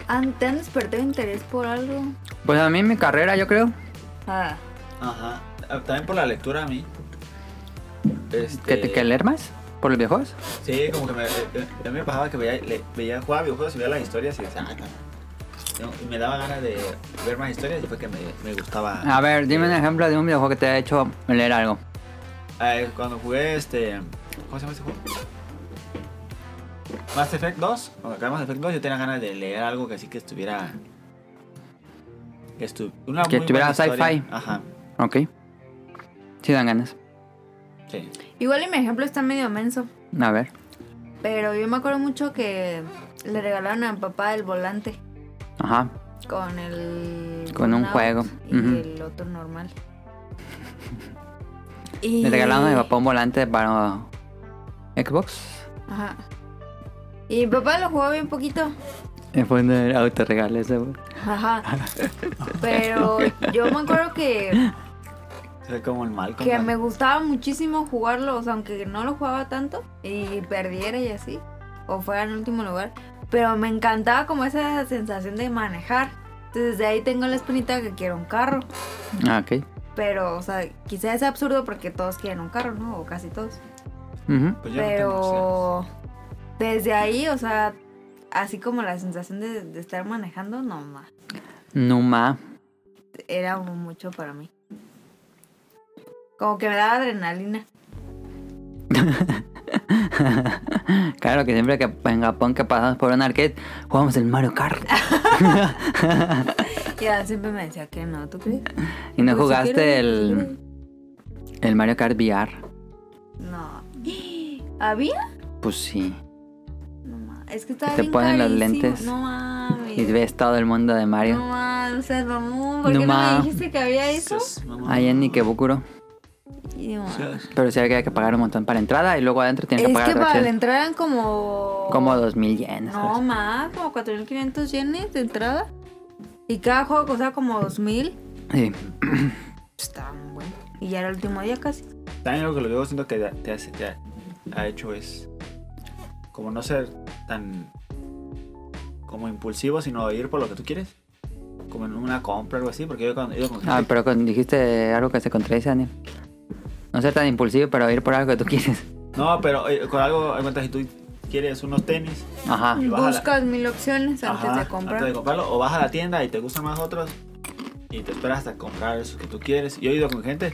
S1: An- Ah, ¿Te han despertado interés por algo?
S2: Pues a mí mi carrera, yo creo,
S1: Ah.
S3: Ajá. Ah, También por la lectura a mí. Este,
S2: que, te- que leer más por los viejos.
S3: Sí, como que me, eh, a mí me pasaba que veía, le- veía jugaba videojuegos y veía las historias y decía, ah, no. No, y me daba ganas de ver más historias y fue que me, me gustaba.
S2: A ver, dime un ejemplo de un videojuego que te ha hecho leer algo.
S3: Eh, cuando jugué este. ¿Cómo se llama este juego? Mass Effect 2. Cuando acabé Mass Effect 2, yo tenía ganas de leer algo que así que estuviera. Que, estu- una
S2: Que
S3: muy
S2: tuviera
S3: buena historia.
S2: sci-fi.
S3: Ajá,
S2: Ok. Sí dan ganas.
S3: sí.
S1: Igual y mi ejemplo está medio menso.
S2: A ver.
S1: Pero yo me acuerdo mucho que le regalaron a mi papá el volante
S2: Ajá.
S1: con el.
S2: Con un
S1: Burnout
S2: juego.
S1: Y
S2: Ujú.
S1: el otro normal. Y...
S2: Le regalaron a mi papá un volante para Xbox.
S1: Ajá. Y mi papá lo jugó bien poquito.
S2: Y Eh, Fue un autorregalo ese. güey.
S1: Ajá.
S3: Ah,
S1: Pero yo me acuerdo que
S3: Soy como el mal.
S1: que me gustaba muchísimo jugarlo, o sea, aunque no lo jugaba tanto y perdiera y así, o fuera en último lugar, pero me encantaba como esa sensación de manejar. Entonces desde ahí tengo la espinita que quiero un carro,
S2: Ah, ok.
S1: pero, o sea, quizás es absurdo porque todos quieren un carro, ¿no? O casi todos.
S2: Ujú.
S3: Pues yo no tengo opciones.
S1: Pero desde ahí, o sea, así como la sensación de, de estar manejando, no más.
S2: Numa.
S1: Era mucho para mí. Como que me daba adrenalina.
S2: Claro que siempre que en Japón que pasamos por un arcade, jugamos el Mario Kart.
S1: Y Adán siempre me decía que no, ¿tú crees?
S2: Y no
S1: Pues, si
S2: jugaste
S1: quieres,
S2: el, el Mario Kart VR.
S1: No. ¿Había?
S2: Pues sí.
S1: No ma- Es que estaba
S2: te
S1: bien
S2: ponen los
S1: carísimo.
S2: lentes.
S1: No mames.
S2: Y ves todo el mundo de Mario.
S1: No mames, o sea, mamón, ¿por
S2: No
S1: qué no
S2: ma-
S1: me dijiste que había eso?
S3: Sus- no, no,
S2: Ahí en
S3: no.
S2: Ikebukuro.
S1: Y no mames.
S3: Sí.
S2: Pero sí había que pagar un montón para entrada y luego adentro tienes que
S1: Es
S2: pagar
S1: que para la
S2: atracción.
S1: entrada eran como...
S2: Como 2000 yenes.
S1: No, más, como 4.500 yenes de entrada. Y cada juego costaba como 2.000.
S2: Sí.
S1: Pues, Estaba muy bueno. Y ya era el último día casi.
S3: También lo que lo digo siento que te, hace- te ha- ha hecho es como no ser tan como impulsivo, sino ir por lo que tú quieres. Como en una compra o algo así, porque yo cuando he ido con gente
S2: Ah, pero con- dijiste algo que se contradice, Daniel. No ser tan impulsivo, pero ir por algo que tú quieres.
S3: No, pero eh, con algo, en cuenta, si tú quieres unos tenis,
S2: Ajá.
S3: Y bájala.
S1: Buscas mil opciones antes
S3: ajá,
S1: de comprar.
S3: antes de comprarlo, o vas a la tienda y te gustan más otros, y te esperas hasta comprar esos que tú quieres. Yo he ido con gente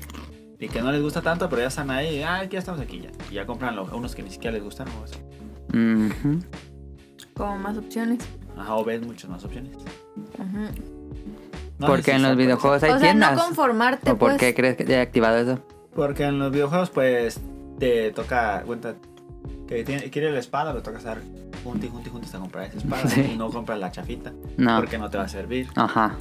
S3: y que no les gusta tanto, pero ya están ahí, y, ah, ya estamos aquí ya. Y ya compran lo- unos que ni siquiera les gustan. O, así.
S1: Mm.
S2: Ujú.
S1: Como más opciones.
S3: ajá, o ves muchas más opciones.
S1: Ajá.
S3: No,
S2: porque
S3: sí,
S2: en
S3: sí,
S2: los
S3: sí,
S2: videojuegos hay
S1: O sea,
S2: tiendas.
S1: no conformarte,
S2: ¿O por
S1: pues.
S2: qué crees que te he activado eso?
S3: Porque en los videojuegos, pues, te toca, cuenta, que tiene- quiere la espada, lo toca estar junti, junti, junti hasta comprar esa espada.
S2: Sí. Ah.
S3: Y no compras la chafita,
S2: No.
S3: porque no te va a servir.
S2: Ajá.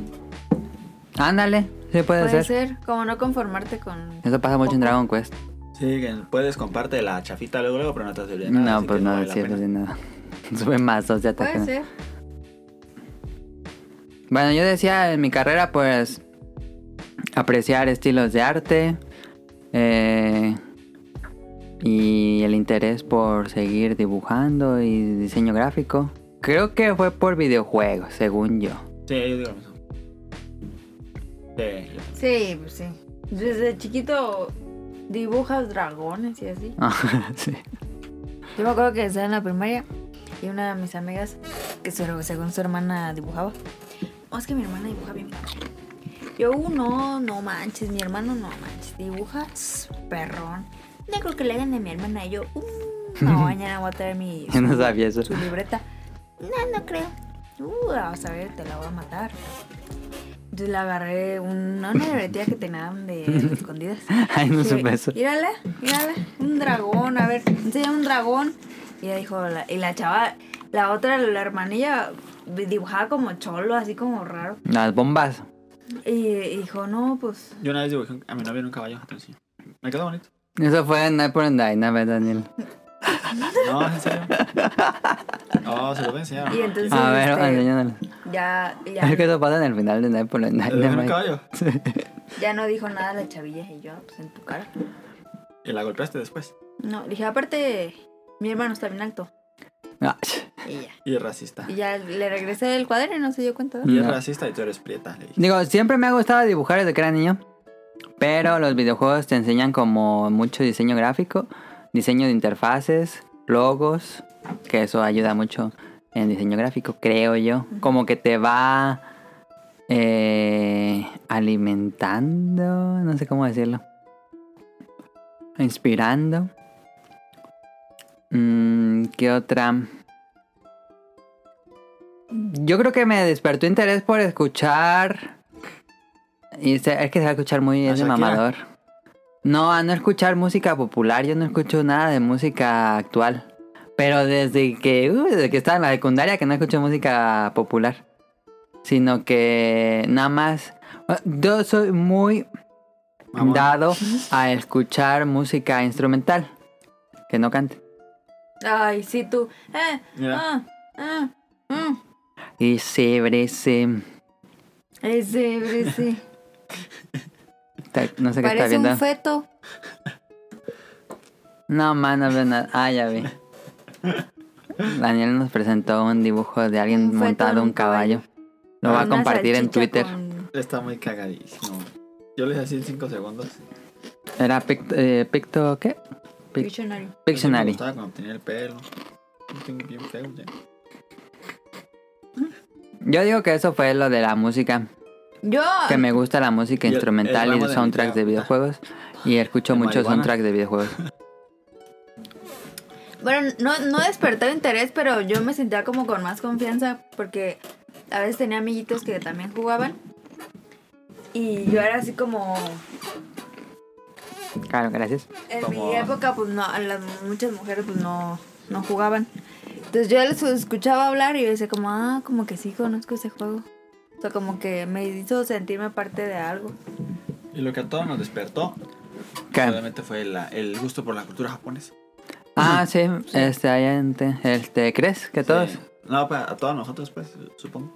S2: Ándale, sí puede,
S1: Puede
S2: ser.
S1: ser, como no conformarte con...
S2: Eso pasa mucho en Dragon Quest.
S3: Sí, que puedes comprarte la chafita luego, luego, pero no te has de nada.
S2: No,
S3: así
S2: pues
S3: que
S2: no,
S3: vale la
S2: sí,
S3: pena.
S2: pues, sí, nada. Sube más dos de ataque.
S1: Puede ser.
S2: Bueno, yo decía en mi carrera, pues, apreciar estilos de arte eh, y el interés por seguir dibujando y diseño gráfico. Creo que fue por videojuegos, según yo.
S3: Sí, yo digo lo mismo. Sí, yo también.
S1: Sí, pues sí. Desde chiquito dibujas dragones y así.
S2: Ah, sí.
S1: Yo me acuerdo que estaba en la primaria y una de mis amigas que que su- según su hermana dibujaba. No, es que mi hermana dibuja bien. padre. Yo, uh, no, no manches, mi hermano no manches, dibuja tss, perrón. No creo que le hagan de mi hermana y yo, uh, no, mañana voy a traer mi
S2: Yo no sabía eso.
S1: su libreta. No, no creo. Uh, vamos a ver, te la voy a matar. Entonces le agarré una, una libretilla que tenían de, de escondidas.
S2: Ay, no
S1: Dije,
S2: supe eso.
S1: Mírala, mírala, un dragón, a ver, enseña un dragón. Y ella dijo, la- y la chava, la otra, la hermanilla, dibujaba como cholo, así como raro.
S2: Las bombas.
S1: Y, y dijo, no, pues,
S3: Yo una vez dibujé un- a mi novia en un caballo. te lo enseño. Me quedó bonito.
S2: Eso fue en Night por and Die, ¿no, Daniel?
S3: No, es en serio. No, se lo voy a enseñar.
S1: Y entonces-
S2: A ver,
S1: este-
S2: enséñanos.
S1: ya, ya,
S2: Es que eso pasa en el final de Night por and Die.
S3: Lo dibujé en
S2: no
S3: un caballo.
S1: ya no dijo nada la chavilla. Y yo, pues, en tu cara.
S3: Y la golpeaste después.
S1: No, dije, aparte, mi hermano está bien alto.
S2: Ah, ch.
S1: Y ya.
S3: Y es racista.
S1: Y ya le regresé el cuaderno y no se dio cuenta. ¿verdad?
S3: Y es
S2: No.
S3: racista y tú eres prieta. Le dije.
S2: Digo, siempre me ha gustado dibujar desde que era niño. Pero los videojuegos te enseñan como mucho diseño gráfico, diseño de interfaces, logos, que eso ayuda mucho en diseño gráfico, creo yo. Como que te va eh, alimentando, no sé cómo decirlo. Inspirando. Mm, ¿Qué otra? Yo creo que me despertó interés por escuchar. Y se- es que se va a escuchar muy
S3: ¿A
S2: es de
S3: Shakira?
S2: mamador. No, a no escuchar música popular. Yo no escucho nada de música actual. Pero desde que, uh, desde que estaba en la secundaria que no escucho música popular. Sino que nada más. Yo soy muy
S3: Mamón.
S2: dado a escuchar música instrumental. Que no cante.
S1: Ay, sí, tú. Eh,
S3: Mira.
S1: ah, ah, ah.
S2: Y se brece.
S1: Ese, ese.
S2: Está- No sé qué está
S1: Parece
S2: viendo.
S1: un feto.
S2: No, man, no veo nada. Ah, ya vi. Daniel nos presentó un dibujo de alguien
S1: Un feto
S2: montado en
S1: en
S2: un
S1: un caballo.
S2: caballo. Lo va a
S1: Una
S2: compartir en
S1: salchicha
S2: Twitter.
S1: con-
S3: Está muy cagadísimo. Yo les hacía en 5 segundos.
S2: Era Pict- eh, Picto, ¿qué? Pic-
S1: Pictionary.
S3: Me
S2: Pictionary.
S3: gustaba cuando tenía el pelo. Yo tengo bien feo ya.
S2: Yo digo que eso fue lo de la música.
S1: Yo.
S2: Que me gusta la música
S3: Y el- el
S2: instrumental y
S3: ramo
S2: los
S3: de
S2: soundtracks de
S3: Nintendo.
S2: videojuegos. Y escucho
S3: De
S2: muchos
S3: marihuana.
S2: soundtracks de videojuegos.
S1: Bueno, no, no despertó interés, pero yo me sentía como con más confianza porque a veces tenía amiguitos que también jugaban. Y yo era así como.
S2: Claro, gracias.
S1: En
S3: Como-
S1: mi época, pues no, las, muchas mujeres pues no, no jugaban. Entonces yo les escuchaba hablar y yo decía como, ah, como que sí conozco ese juego. O sea, como que me hizo sentirme parte de algo.
S3: Y lo que a todos nos despertó,
S2: ¿Qué?
S3: realmente fue la- el gusto por la cultura japonesa.
S2: Ah, sí, este, ahí en te- este, ¿crees que todos?
S3: Sí. No, pues, a todos nosotros, pues, supongo.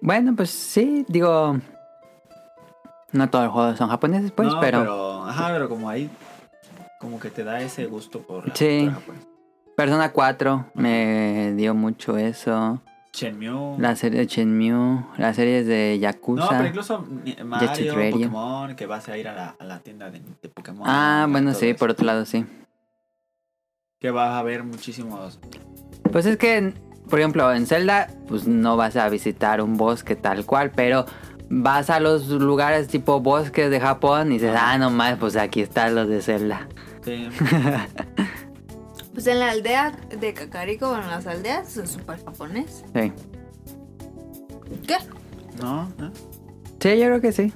S2: Bueno, pues sí, digo, no todos los juegos son japoneses, pues,
S3: No,
S2: pero,
S3: Ajá, pero como ahí. Como que te da ese gusto por la
S2: Sí.
S3: cultura japonesa.
S2: Persona 4 me dio mucho eso,
S3: Shenmue.
S2: la serie de Shenmue, las series de Yakuza.
S3: No, pero incluso ni- Mario,
S2: Radio.
S3: Pokémon, que vas a ir a la, a la tienda de, de Pokémon.
S2: ah,
S3: y
S2: bueno,
S3: todo
S2: sí,
S3: eso.
S2: por otro lado, sí.
S3: Que vas a ver muchísimos.
S2: Pues es que, por ejemplo, en Zelda, pues no vas a visitar un bosque tal cual, pero vas a los lugares tipo bosques de Japón y dices, ah, nomás, pues aquí están los de Zelda.
S3: Sí.
S1: Pues en la aldea de Kakariko, bueno, las aldeas son súper japonés.
S2: Sí.
S1: ¿Qué?
S3: ¿No? ¿No?
S2: Sí, yo creo que sí.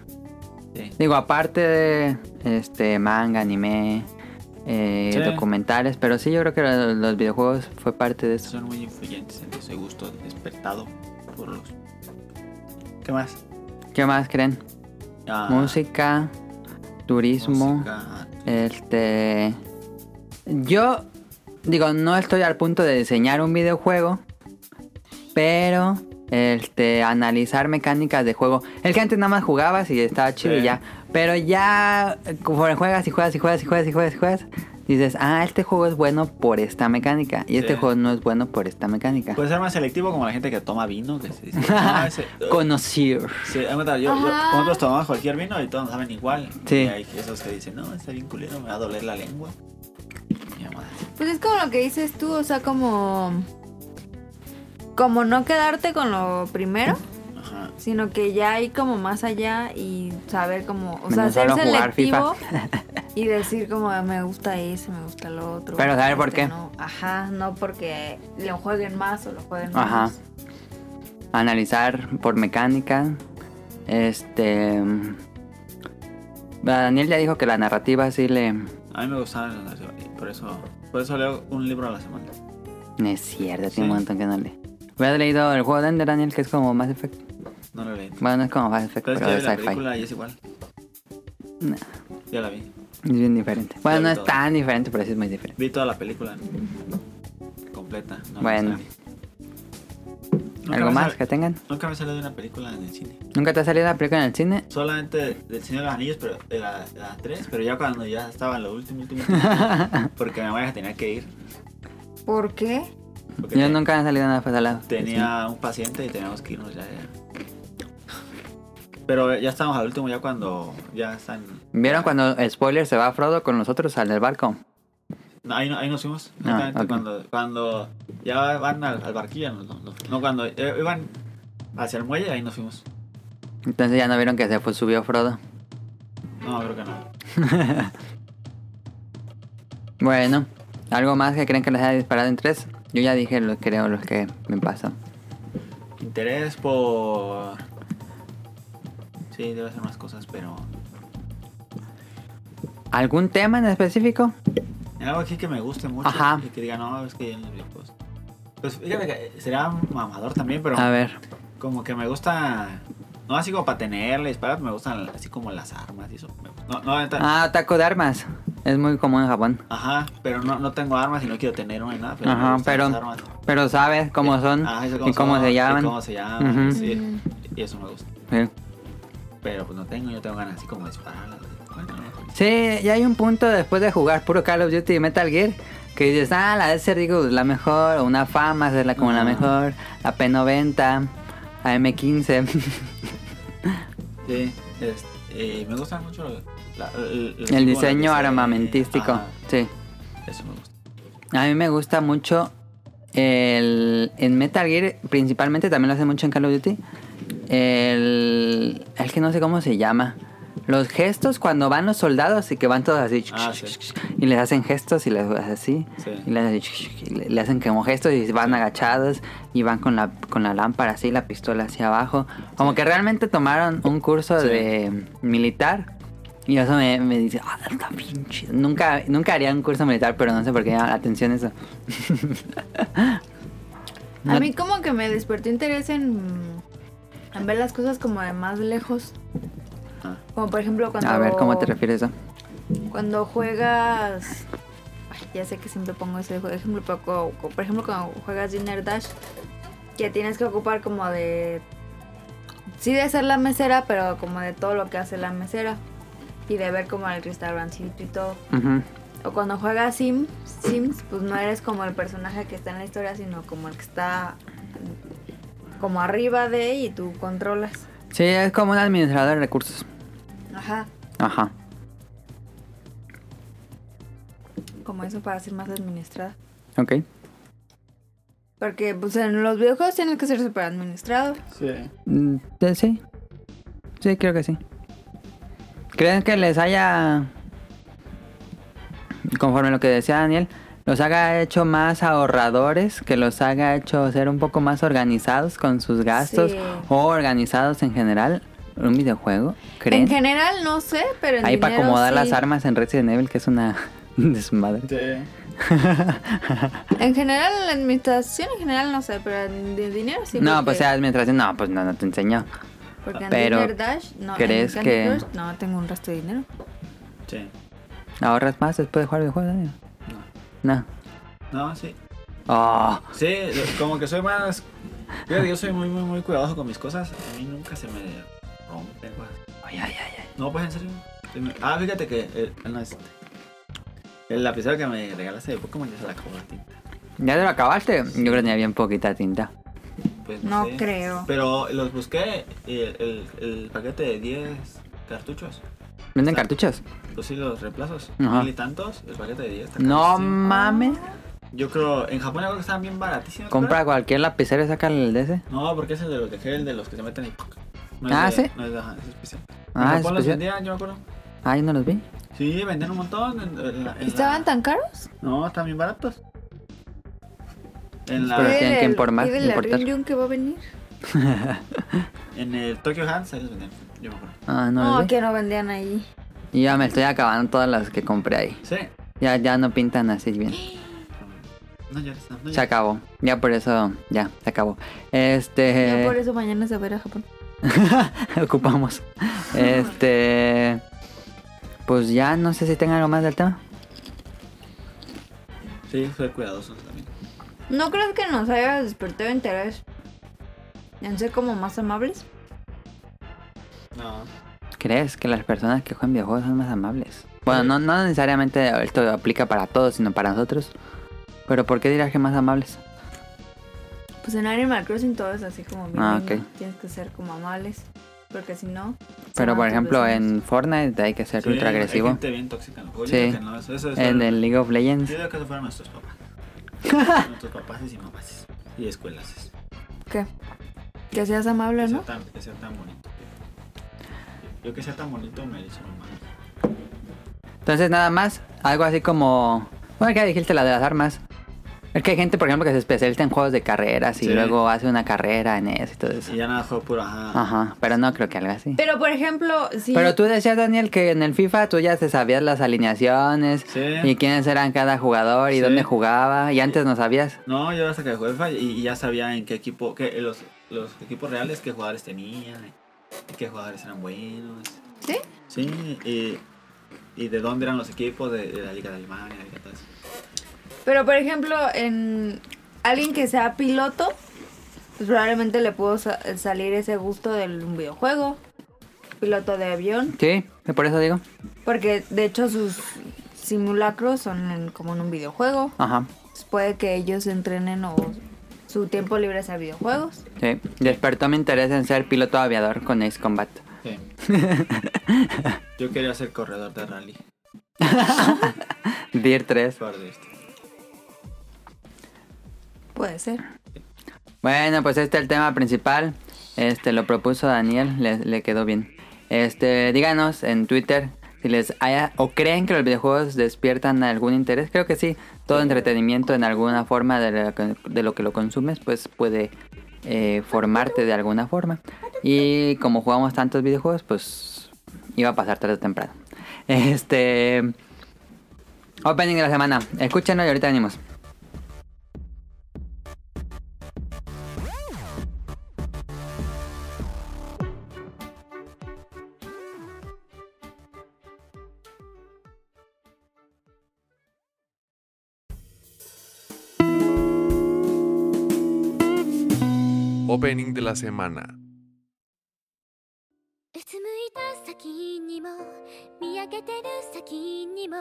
S3: Sí.
S2: Digo, aparte de este manga, anime, eh,
S3: Sí.
S2: documentales, pero sí, yo creo que lo- los, videojuegos fue parte de eso.
S3: Son muy influyentes en ese gusto despertado por los. ¿Qué más?
S2: ¿Qué más creen?
S3: Ah,
S2: Música, turismo,
S3: música.
S2: este... Yo, digo, no estoy al punto de diseñar un videojuego, pero... Este, analizar mecánicas de juego. El que antes nada más jugabas y estaba chido y
S3: Sí.
S2: ya. Pero ya, eh, conforme juegas y juegas y juegas y juegas y juegas y juegas, dices, ah, este juego es bueno por esta mecánica. Y este
S3: Sí. Pues,
S2: juego no es bueno por esta mecánica.
S3: Puede ser más selectivo como la gente que toma vino. Que se dice, "No, ese-
S2: Conocer.
S3: Sí, haz cuenta, yo, yo-
S1: Ajá.
S3: nosotros tomamos cualquier vino y todos nos saben igual.
S2: Sí.
S3: Y hay esos que dicen, no, está bien culero, me va a doler la lengua. Mi mamá.
S1: Pues es como lo que dices tú, o sea, como... como no quedarte con lo primero,
S3: Ajá.
S1: sino que ya ir como más allá y saber como, o sea,
S2: Menos
S1: ser
S2: solo jugar
S1: selectivo y decir como me gusta ese, me gusta el otro.
S2: Pero saber por
S1: este
S2: qué.
S1: no". Ajá, no porque lo jueguen más o lo jueguen
S2: Ajá.
S1: menos.
S2: Analizar por mecánica. Este. mm, Daniel ya dijo que la narrativa sí le.
S3: A mí me gustaba la narrativa, y por eso, por eso leo un libro a la semana.
S2: No es cierto,
S3: Sí.
S2: tiene un montón que no le. Hubieras leído el juego de Ender, Daniel, que es como Mass Effect.
S3: No lo leí.
S2: Bueno, no es como Mass Effect,
S3: Pero es
S2: pero
S3: que ya
S2: de
S3: vi la
S2: sci-fi.
S3: película y es igual.
S2: Nah,
S3: Ya la vi.
S2: es bien diferente. Bueno, no es
S3: todo.
S2: tan diferente, pero sí es muy diferente.
S3: Vi toda la película completa. no la
S2: Bueno.
S3: serie. Nunca
S2: ¿Algo
S3: me
S2: más
S3: sal-
S2: que tengan?
S3: Nunca me salió de una película en el cine.
S2: ¿Nunca te ha salido la película en el cine?
S3: Solamente del Señor de los Anillos, pero de la, de las tres, pero ya cuando ya estaba en lo último, último, porque mi mamá ya tenía que ir.
S1: ¿Por qué?
S3: Porque
S2: Yo
S3: te-
S2: nunca han salido nada pasada.
S3: Tenía un paciente y teníamos que irnos ya. ya. Pero ya estábamos al último, ya cuando ya están.
S2: ¿Vieron cuando spoiler se va Frodo con nosotros al del barco?
S3: No, ahí, no- ahí nos fuimos.
S2: Ah,
S3: exactamente,
S2: ok.
S3: cuando, cuando ya van al, al barquillo, no, no, no. No, cuando eh, iban hacia el muelle, ahí nos fuimos.
S2: Entonces ya no vieron que se fue, subió Frodo.
S3: No, creo que no.
S2: Bueno, ¿algo más que creen que les haya disparado en tres? Yo ya dije, lo, creo, los que me pasó.
S3: Interés por. Sí, debe ser más cosas, pero.
S2: ¿Algún tema en específico?
S3: En algo aquí que me guste mucho.
S2: Ajá.
S3: Y que diga, no, es que yo en los videojuegos. Pues fíjate que será mamador también, pero.
S2: A ver,
S3: Como que me gusta. No así como para tenerle disparar, me gustan así como las armas y eso. Me gusta. No, no, neta,
S2: Ah, taco de armas. Es muy común en Japón.
S3: Ajá, pero no, no tengo armas y no quiero tener una ni nada. Pero me
S2: Ajá,
S3: gustan
S2: pero,
S3: las armas.
S2: pero sabes cómo son
S3: Eh, Ajá, eso
S2: y cómo
S3: son,
S2: se
S3: y
S2: llaman.
S3: cómo se llaman,
S2: Ujú.
S3: sí. Y eso me gusta.
S2: Sí.
S3: Pero pues no tengo, yo tengo ganas así como de dispararlas. Bueno, no.
S2: Sí, ya hay un punto después de jugar puro Call of Duty y Metal Gear que dices, ah, la de Ser Eagle es la mejor, o una fama es la como la
S3: Ajá.
S2: mejor, la P90, la M15,
S3: Sí, es- eh, me gustan mucho la- la- los
S2: el
S3: tipos
S2: diseño
S3: de-
S2: armamentístico.
S3: Ajá,
S2: Sí,
S3: eso me gusta.
S2: a mí me gusta mucho el, en Metal Gear, principalmente también lo hace mucho en Call of Duty, el, el que no sé cómo se llama. Los gestos cuando van los soldados y que van todos así
S3: Ah, sí.
S2: y les hacen gestos y les hacen así.
S3: Sí.
S2: Y le, le- le hacen como gestos y van agachados y van con la, con la lámpara así, la pistola hacia abajo. Como que realmente tomaron un curso
S3: Sí.
S2: de militar. Y eso me, me dice, ah, está bien chido". Nunca, nunca haría un curso militar, pero no sé por qué me llama la atención eso.
S1: A mí como que me despertó interés en, en ver las cosas como de más lejos.
S3: Ajá.
S1: Como por ejemplo cuando...
S2: Ah. A ver, ¿cómo te refieres a eso?
S1: Cuando juegas... Ay, ya sé que siempre pongo ese jue- ejemplo, pero co- co- por ejemplo cuando juegas Dinner Dash, que tienes que ocupar como de... Sí de ser la mesera, pero como de todo lo que hace la mesera. Y de ver como el restaurancito y todo.
S2: Ujú.
S1: O cuando juegas Sims, Sims, pues no eres como el personaje que está en la historia, sino como el que está como arriba de y tú controlas.
S2: Sí, es como un administrador de recursos.
S1: Ajá.
S2: Ajá.
S1: Como eso para ser más administrado.
S2: Ok.
S1: Porque pues en los videojuegos tienes que ser súper administrado.
S3: Sí.
S2: Mm, eh, Sí. Sí, creo que sí. ¿Creen que les haya, conforme a lo que decía Daniel, los haga hecho más ahorradores, que los haga hecho ser un poco más organizados con sus gastos
S1: Sí.
S2: o organizados en general? ¿Un videojuego?
S1: En
S2: ¿Creen?
S1: general no sé, pero en
S2: Ahí para
S1: dinero
S2: acomodar
S1: sí.
S2: las armas en Resident Evil, que es una desmadre.
S1: En general, en la administración en general no sé, pero en de dinero sí.
S2: no,
S1: porque-
S2: pues sea administración, no, pues no, no te enseñó.
S1: Porque en
S2: pero,
S1: Dinner Dash, no, en
S2: ¿crees
S1: Candy
S2: que-
S1: Crush, no tengo un resto de dinero.
S3: Sí.
S2: ¿Ahorras más después de jugar videojuegos? Daniel? No.
S3: No, sí.
S2: Oh,
S3: Sí, lo- como que soy más. Yo, yo soy muy, muy, muy cuidadoso con mis cosas. A mí nunca se me rompen cosas.
S2: ay, ay, ay, ay.
S3: No, pues en serio. Se me- Ah, fíjate que el, el, este, el lapicero que me regalaste de Pokémon ya se la acabó la tinta.
S2: ¿Ya te lo acabaste? Yo creo que tenía bien poquita tinta.
S3: Pues
S1: No
S3: no, sé.
S1: creo.
S3: Pero los busqué, el, el, el paquete de 10 cartuchos.
S2: ¿Venden
S3: Está-
S2: cartuchos?
S3: Pues sí, los reemplazos.
S2: Ajá.
S3: Mil y tantos, el paquete de 10. está
S2: No mm.
S3: carísimo.
S2: mames.
S3: Yo creo, en Japón yo creo que estaban bien baratísimos.
S2: Compra cualquier lapicero y saca el de ese.
S3: No, porque ese es de los de gel, de los que se meten y... No
S2: Ah,
S3: es de-
S2: ¿sí?
S3: No es de, ajá, es especial. en
S2: Ah,
S3: Japón
S2: es
S3: los
S2: especial.
S3: vendían, yo me acuerdo.
S2: Ah, yo no los vi.
S3: Sí, vendían un montón. en- en la- en la-
S1: ¿Estaban tan caros?
S3: No, están bien baratos.
S2: Ah,
S3: En,
S2: Pero
S3: la,
S2: Espérate. tienen que
S1: Pídele-
S2: informar,
S1: pídele a
S2: importar.
S1: Ryun que va a venir.
S3: en el Tokyo Hands, ahí los vendían, yo me acuerdo.
S2: Ah, no
S1: No,
S2: los vi.
S1: que no vendían ahí.
S2: Y ya me estoy acabando todas las que compré ahí.
S3: Sí.
S2: Ya, ya no pintan así bien.
S3: No llores, no, no
S2: Se
S3: llores.
S2: acabó. Ya por eso, ya, se acabó.
S1: Yo por
S2: Este.
S1: eso mañana se va a ir a Japón.
S2: ocupamos. Este. Pues ya no sé si tengan algo más del tema.
S3: Sí, soy cuidadoso también.
S1: ¿No crees que nos haya despertado interés en ser como más amables?
S3: No.
S2: ¿Crees que las personas que juegan videojuegos son más amables? Bueno, no, no necesariamente esto aplica para todos, sino para nosotros. Pero ¿por qué dirás que más amables?
S1: Pues en Animal Crossing todo es así como bien,
S2: Ah,
S1: bien,
S2: ok.
S1: Tienes que ser como amables. Porque si no. se
S2: Pero
S1: van
S2: por
S1: tus
S2: ejemplo,
S1: vecinos.
S2: en Fortnite hay que ser
S3: Sí,
S2: ultra
S3: Hay
S2: agresivo.
S3: gente bien tóxica en el juego. Yo
S2: Sí.
S3: creo que no, eso, eso, eso
S2: En
S3: era-
S2: el League of
S3: Yo
S2: Legends.
S3: digo que eso fueron nuestros papás. nuestros papás y mamás. Y escuelas.
S1: ¿Qué? Que seas amable,
S3: Que sea,
S1: ¿no?
S3: tan, que sea tan bonito. Yo que sea tan bonito me hizo mamá.
S2: Entonces nada más, algo así como... Bueno, que dijiste la de las armas. Es que hay gente, por ejemplo, que se especializa en juegos de carreras y
S3: Sí.
S2: luego hace una carrera en eso y todo eso.
S3: Y ya nada, fue puro ajá.
S2: Ajá, pero no creo que algo así.
S1: Pero por ejemplo, si.
S2: Pero tú decías, Daniel, que en el FIFA tú ya te sabías las alineaciones
S3: Sí.
S2: y quiénes eran cada jugador y
S3: Sí.
S2: dónde jugaba. Y antes no sabías.
S3: No, yo hasta que jugué FIFA y, y ya sabía en qué equipo, que los, los equipos reales, qué jugadores tenían, y qué jugadores eran buenos.
S1: ¿Sí?
S3: Sí, y, y de dónde eran los equipos, de, de la Liga de Alemania, de todo eso.
S1: Pero por ejemplo, en alguien que sea piloto, pues probablemente le pudo sa- salir ese gusto del videojuego. Piloto de avión.
S2: Sí, por eso digo.
S1: Porque de hecho sus simulacros son en- como en un videojuego.
S2: Ajá,
S1: Pues puede que ellos entrenen o su tiempo libre sea videojuegos.
S2: sí. Despertó mi interés en ser piloto aviador con Ace Combat.
S3: Sí. Yo quería ser corredor de rally.
S2: Dir 3.
S3: jugador de este.
S1: Puede ser.
S2: Bueno, pues este es el tema principal. Este lo propuso Daniel, le, le quedó bien. Este, díganos en Twitter si les haya o creen que los videojuegos despiertan algún interés. Creo que sí. Todo entretenimiento en alguna forma de lo que, de lo, que lo consumes, pues puede eh, formarte de alguna forma. Y como jugamos tantos videojuegos, pues iba a pasar tarde o temprano. Este. Opening de la semana. Escúchenlo y ahorita venimos.
S5: Opening de la semana.
S6: うつむいた先にも見上げてる先にも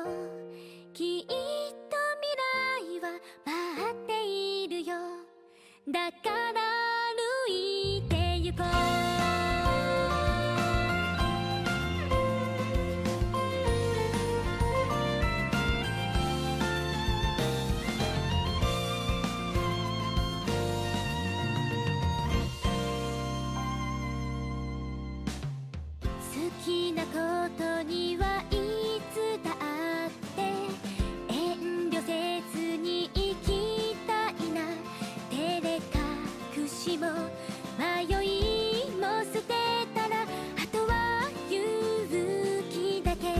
S6: きっと未来は待っているよだから歩いてゆこう好きなことにはいつだって遠慮せずに生きたいな照れ隠しも迷いも捨てたらあとは勇気だけ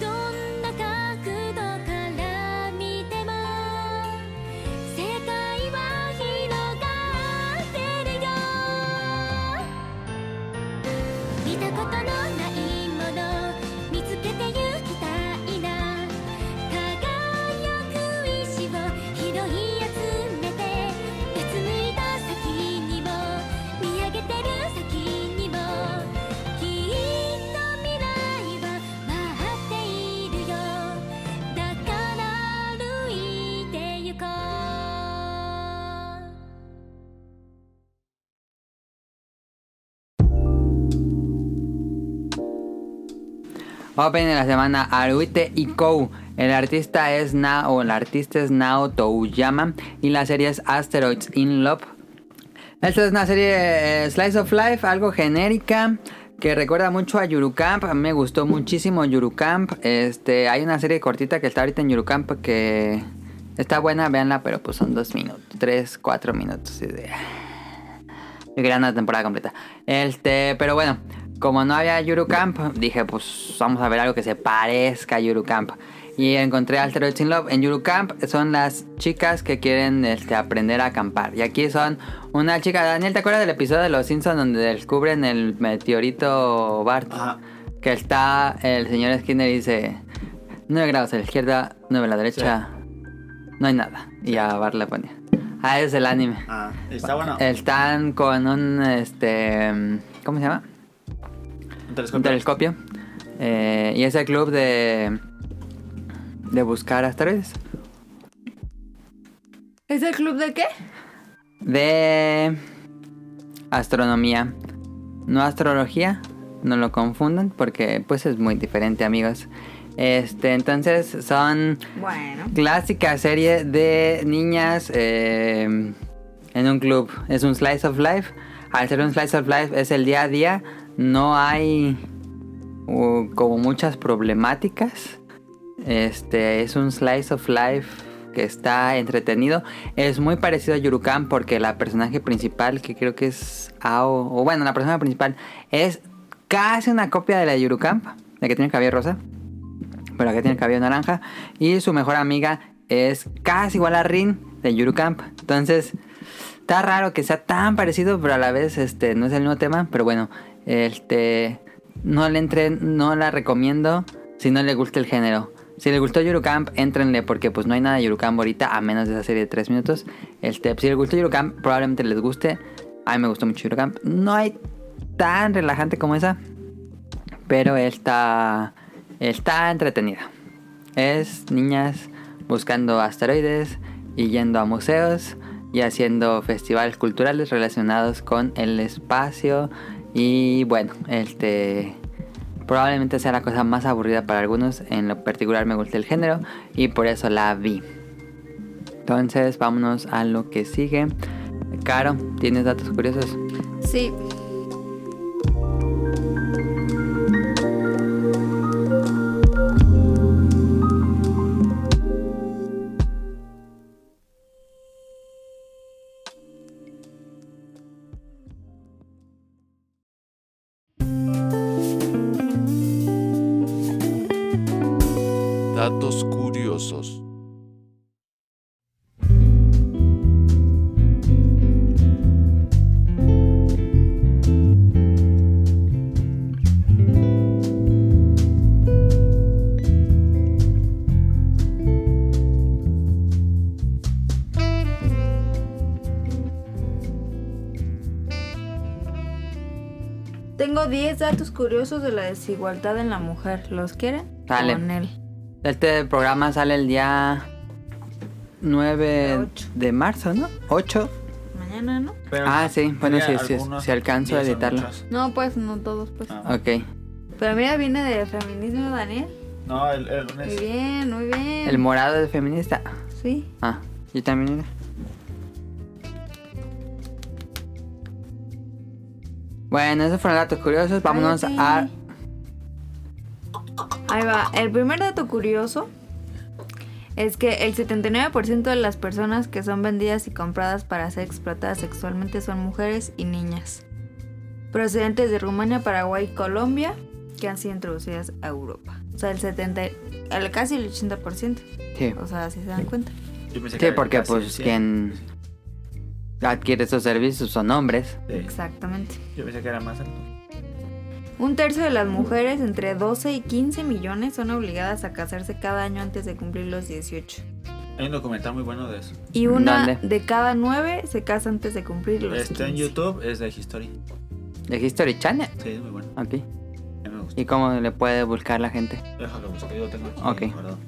S6: どんな角度から見ても世界は広がってるよ見たことのないもの見つけてゆきたいな輝く石を拾い集めてうつむいた先にも見上げてる先にもきっと未来は待っているよだから歩いてゆこう
S2: Open de la semana, Aruite y Kou. El artista es Nao, o el artista es Nao Touyama y la serie es Asteroids in Love. Esta es una serie eh, Slice of Life, algo genérica. Que recuerda mucho a Yurukamp, a mí me gustó muchísimo Yurukamp. Este, hay una serie cortita que está ahorita en Yurukamp que está buena, véanla, pero pues son dos minutos, tres, cuatro minutos. y de- Yo quería una temporada completa. Este, pero bueno, como no había Yurukamp, dije, pues vamos a ver algo que se parezca a Yurukamp. Y encontré Altered in Love. En Yurukamp son las chicas que quieren este, aprender a acampar. Y aquí son una chica. Daniel, ¿te acuerdas del episodio de Los Simpsons donde descubren el meteorito Bart?
S3: Ajá.
S2: Que está el señor Skinner y dice: 9 grados a la izquierda, 9 a la derecha. No hay nada. Y a Bart le ponía. Ah, es el anime.
S3: Ah, está bueno.
S2: eh, Están con un este ¿cómo se llama?
S3: Un
S2: Un
S3: telescopio.
S2: telescopio. Eh, y es el club de de buscar asteroides.
S1: ¿Es el club de qué?
S2: De astronomía. No astrología. No lo confundan porque pues es muy diferente, amigos. Este, entonces son
S1: Bueno.
S2: clásica serie de niñas eh, en un club. Es un slice of life. Al ser un slice of life es el día a día. No hay uh, como muchas problemáticas. Este es un slice of life que está entretenido. Es muy parecido a Yurukan porque la personaje principal, que creo que es Ao, o bueno, la persona principal es casi una copia de la de Yurukan, la que tiene el cabello rosa pero que tiene el cabello naranja. Y su mejor amiga es casi igual a Rin de Yurukamp. Entonces, está raro que sea tan parecido, pero a la vez este, no es el mismo tema. Pero bueno, este, no le entren, no la recomiendo si no le gusta el género. Si les gustó Yurukamp, éntrenle porque pues no hay nada de Yurukamp ahorita, a menos de esa serie de 3 minutos. Este, si les gustó Yurukamp, probablemente les guste. A mí me gustó mucho Yurukamp. No hay tan relajante como esa, pero está. Está entretenida. Es niñas buscando asteroides y yendo a museos y haciendo festivales culturales relacionados con el espacio. Y bueno, este. Probablemente sea la cosa más aburrida para algunos. En lo particular me gusta el género y por eso la vi. Entonces, vámonos a lo que sigue. Caro, ¿tienes datos curiosos?
S1: Sí.
S5: Datos curiosos.
S1: Tengo 10 datos curiosos de la desigualdad en la mujer. ¿Los quieren?
S2: Dale.
S1: Con él.
S2: Este programa sale el día 9
S1: Ocho.
S2: de marzo, ¿no? 8.
S1: Mañana, ¿no?
S3: Pero
S2: Ah, sí, bueno,
S3: sería
S2: sí, sí,
S3: algunos
S2: sí alcanzo a
S3: días o
S2: editarlo.
S3: muchos.
S1: No, pues no todos, pues.
S3: Ah.
S2: Ok.
S1: Pero mira, viene del feminismo, Daniel.
S3: No, el, el
S1: Muy
S3: lunes.
S1: bien, muy bien.
S2: El morado es feminista.
S1: Sí.
S2: Ah, yo también. era. Bueno, esos fueron datos curiosos. Vámonos
S1: Cállate.
S2: a.
S1: Ahí va. El primer dato curioso es que el 79% de las personas que son vendidas y compradas para ser explotadas sexualmente son mujeres y niñas, procedentes de Rumania, Paraguay y Colombia, que han sido introducidas a Europa. O sea, el 70, el casi el 80%.
S2: Sí,
S1: O sea, si se dan cuenta.
S3: Yo pensé
S2: Sí,
S3: que era
S2: porque
S3: casi
S2: pues
S3: 100.
S2: quien adquiere esos servicios son hombres.
S3: Sí,
S1: Exactamente.
S3: Yo pensé que era más alto.
S1: Un tercio de las mujeres entre 12 y 15 millones son obligadas a casarse cada año antes de cumplir los 18.
S3: Hay un documental muy bueno de eso.
S1: Y una
S2: ¿Dónde?
S1: de cada nueve se casa antes de cumplir los
S3: Está en
S1: 15.
S3: YouTube, es de History.
S2: De History Channel.
S3: Sí, es muy bueno.
S2: Ok.
S3: A mí me gusta.
S2: ¿Y cómo le puede buscar la gente?
S3: Déjalo buscar, yo lo tengo aquí.
S2: Ok.
S3: guardado.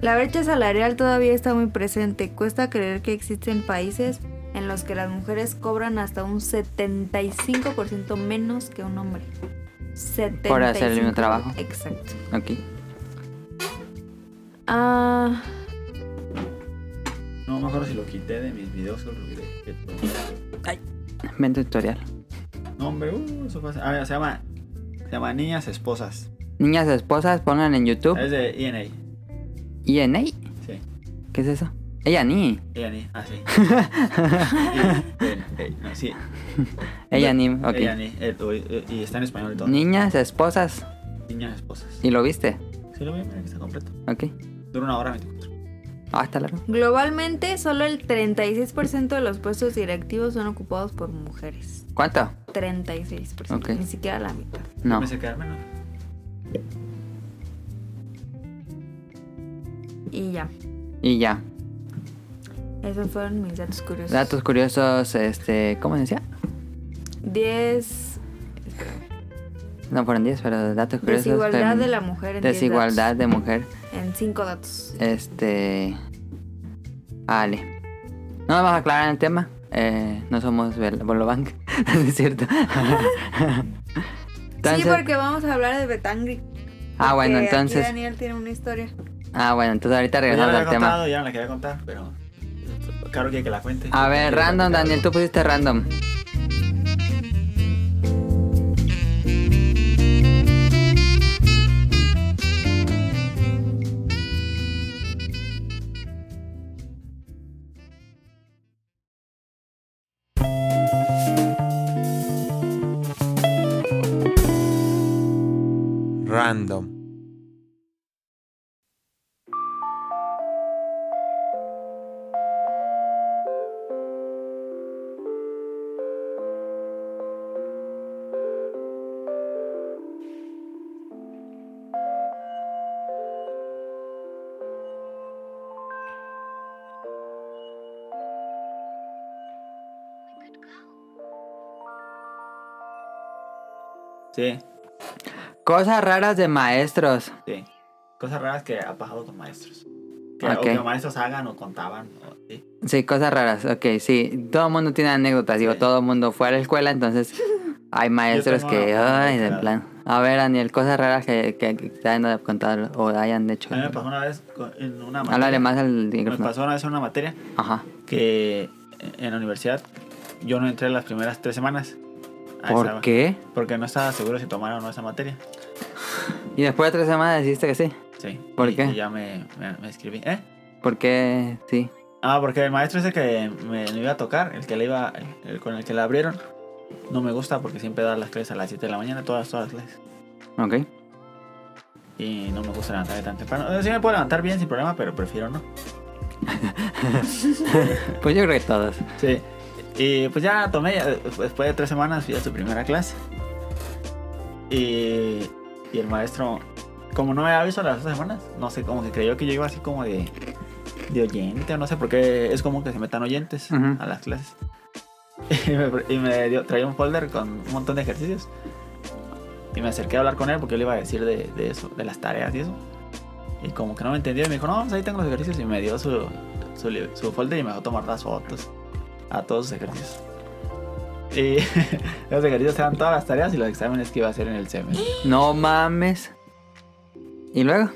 S1: La brecha salarial todavía está muy presente. Cuesta creer que existen países en los que las mujeres cobran hasta un 75% menos que un hombre. 75%.
S2: Por hacer el mismo trabajo.
S1: Exacto.
S2: Ok.
S1: Ah,
S3: No me acuerdo si lo quité de mis videos o lo quité.
S2: Ven tutorial.
S3: No, hombre, uh, eso pasa. Ah, mira, se llama. Se llama Niñas Esposas.
S2: Niñas esposas, pongan en YouTube.
S3: Es de ENA.
S2: ¿INA?
S3: Sí.
S2: ¿Qué es eso? Ella ni.
S3: ENA, ah, sí. Y- eh, no, sí.
S2: Ella ni, ok.
S3: ENA, eh, o- eh, y está en español y todo.
S2: Niñas esposas.
S3: Niñas Esposas.
S2: ¿Y lo viste?
S3: Sí, lo voy a poner que está completo.
S2: Ok.
S3: Dura una hora 24.
S2: Ah, está largo.
S1: globalmente, solo el 36% de los puestos directivos son ocupados por mujeres.
S2: ¿Cuánto?
S1: 36%.
S2: Ok.
S1: Ni siquiera la mitad.
S2: No.
S3: Me sé quedarme, ¿no?
S1: Y ya.
S2: Y ya.
S1: Esos fueron mis datos curiosos.
S2: Datos curiosos, este, ¿cómo se decía?
S1: 10.
S2: No fueron 10, pero datos curiosos.
S1: Desigualdad
S2: fem-
S1: de la mujer en 10
S2: Desigualdad de mujer.
S1: datos. En 5 datos.
S2: Este. Vale. No vamos a aclarar el tema. Eh, no somos Bel- Bolobank. No es cierto. Entonces-
S1: sí, porque vamos a hablar de Betangri.
S2: Ah, bueno,
S1: porque aquí
S2: entonces.
S1: Daniel tiene una historia.
S2: Ah, bueno, entonces ahorita
S3: Ya la
S2: regresamos
S3: había
S2: al tema.
S3: contado, ya no la quería contar, pero. Claro que que la cuente.
S2: A ver, random, Daniel, tú pusiste random.
S7: Random.
S3: Sí,
S2: Cosas raras de maestros.
S3: sí. Cosas raras que ha pasado con maestros. Que,
S2: Ok.
S3: O que maestros hagan o contaban. o- sí.
S2: Sí, cosas raras. Ok, sí. Todo el mundo tiene anécdotas. Digo,
S3: Sí.
S2: todo el mundo fue a la escuela, entonces hay maestros
S3: tengo
S2: que.
S3: una- una
S2: Ay, de
S3: anécdota.
S2: plan. A ver, Daniel, cosas raras que, que, que te hayan contado o hayan hecho.
S3: A mí me pasó una vez con- en una materia.
S2: Háblale más al
S3: Me
S2: micrófono.
S3: pasó una vez en una materia
S2: Ajá.
S3: que en la universidad yo no entré las primeras tres semanas. A
S2: ¿Por
S3: esa-
S2: qué?
S3: Porque no estaba seguro si tomara o no esa materia.
S2: Y después de tres semanas dijiste que sí.
S3: Sí.
S2: ¿Por
S3: Y-
S2: qué?
S3: y ya me, me, me escribí. ¿Eh?
S2: ¿Por qué sí?
S3: Ah, porque el maestro ese que me, me iba a tocar, el que le iba, el con el que le abrieron, no me gusta porque siempre da las clases a las 7 de la mañana, todas, todas las clases.
S2: Ok.
S3: Y no me gusta levantarme tan temprano. Eh, Sí me puedo levantar bien sin problema, pero prefiero no.
S2: Pues yo creo que todos.
S3: Sí. Y pues ya tomé, eh, después de tres semanas fui a su primera clase. Y, y el maestro, como no me había visto las otras semanas, no sé, como que creyó que yo iba así como de, de oyente, o no sé por qué es como que se metan oyentes
S2: Ujú.
S3: a las clases. Y me, pre- y me dio, traía un folder con un montón de ejercicios. Y me acerqué a hablar con él porque yo le iba a decir de, de eso, de las tareas y eso. Y como que no me entendió y me dijo, no, pues ahí tengo los ejercicios. Y me dio su, su, li- su folder y me dejó tomar las fotos a todos sus ejercicios. Y los ejercicios eran todas las tareas y los exámenes que iba a hacer en el semestre.
S2: No mames. ¿Y luego?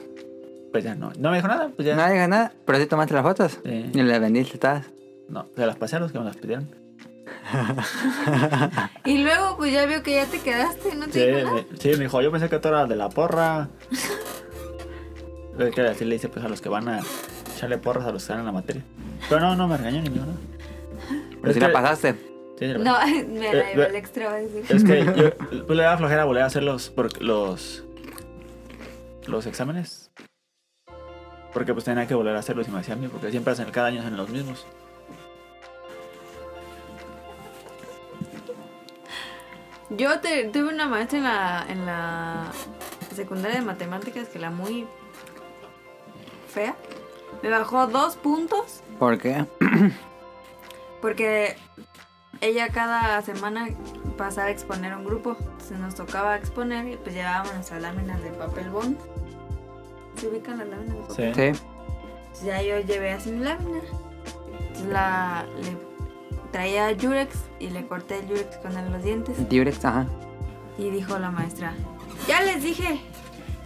S3: Pues ya no, no me dijo nada, pues ya.
S2: No digas nada, pero sí tomaste las fotos.
S3: Sí.
S2: Y le vendiste todas.
S3: No, se las pasé a los que me las pidieron.
S1: Y luego, pues ya vio que ya te quedaste, ¿no te
S3: Sí,
S1: dijo nada?
S3: me, sí, me dijo, yo pensé que tú eras de la porra. Es que así le dice pues a los que van a echarle porras a los que están en la materia. Pero no, no me regañó ni me dijo nada.
S2: Pero
S3: Es
S2: si
S3: que-
S2: la pasaste.
S3: Sí, se la
S1: No, me la
S3: Eh,
S1: llevé
S3: ve-
S1: al extra, va a decir.
S3: Es que yo pues, le daba flojera volver a hacer los, por- los, los exámenes. Porque pues tenía que volver a hacerlos y me hacían bien, porque siempre hacen cada año hacen los mismos.
S1: Yo te- tuve una maestra en la, en la secundaria de matemáticas que la muy fea me bajó dos puntos
S2: ¿Por qué?
S1: porque ella cada semana pasaba a exponer un grupo. Entonces nos tocaba exponer y pues llevábamos nuestras láminas de papel bond. ¿Se ubican las láminas de papel?
S3: Sí.
S2: Sí.
S1: Entonces ya yo llevé así mi lámina. Entonces la, le traía Yurex y le corté el Yurex con el- los dientes.
S2: Durex, ajá.
S1: Y dijo la maestra, ya les dije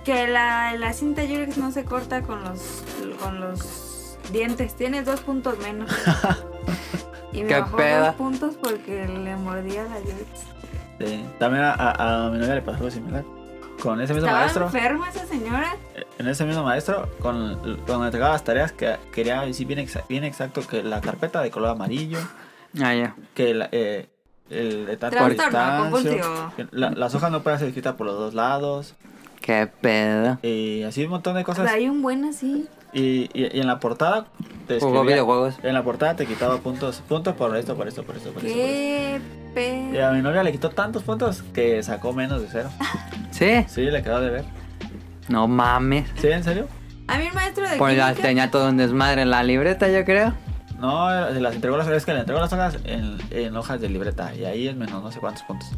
S1: que la, la cinta Yurex no se corta con los, con los dientes. Tienes dos puntos menos. y me
S2: Qué
S1: bajó
S2: peda.
S1: dos puntos porque le mordía la lluvia.
S3: Sí. También a, a- a mi novia le pasó algo similar. Con ese mismo
S1: Estaba
S3: maestro, eh,
S1: enferma esa señora.
S3: en ese mismo maestro, con, cuando entregaba las tareas, que quería decir bien, exa- bien exacto que la carpeta de color amarillo,
S2: Ah, ya.
S3: que la- eh, el de tanto
S1: Trastorno
S3: distancio,
S1: compulsivo.
S3: que la- las hojas no pueden ser escritas por los dos lados,
S2: Qué pedo.
S3: y así un montón de cosas.
S1: Hay un buen así.
S3: Y, y- y en la portada te
S2: Jugó
S3: escribía-
S2: videojuegos.
S3: En la portada te quitaba puntos, puntos por esto, por esto, por esto, por esto. por esto.
S1: Qué
S3: Y a
S1: pedo.
S3: mi novia le quitó tantos puntos que sacó menos de cero.
S2: ¿Sí?
S3: Sí, le quedó de ver.
S2: No mames.
S3: ¿Sí, en serio?
S1: A mí el maestro de
S2: Pues la
S1: química-
S2: tenía todo un desmadre en la libreta, yo creo.
S3: No, se las entregó las hojas, es que le entregó las hojas en, en hojas de libreta y ahí es menos no sé cuántos puntos.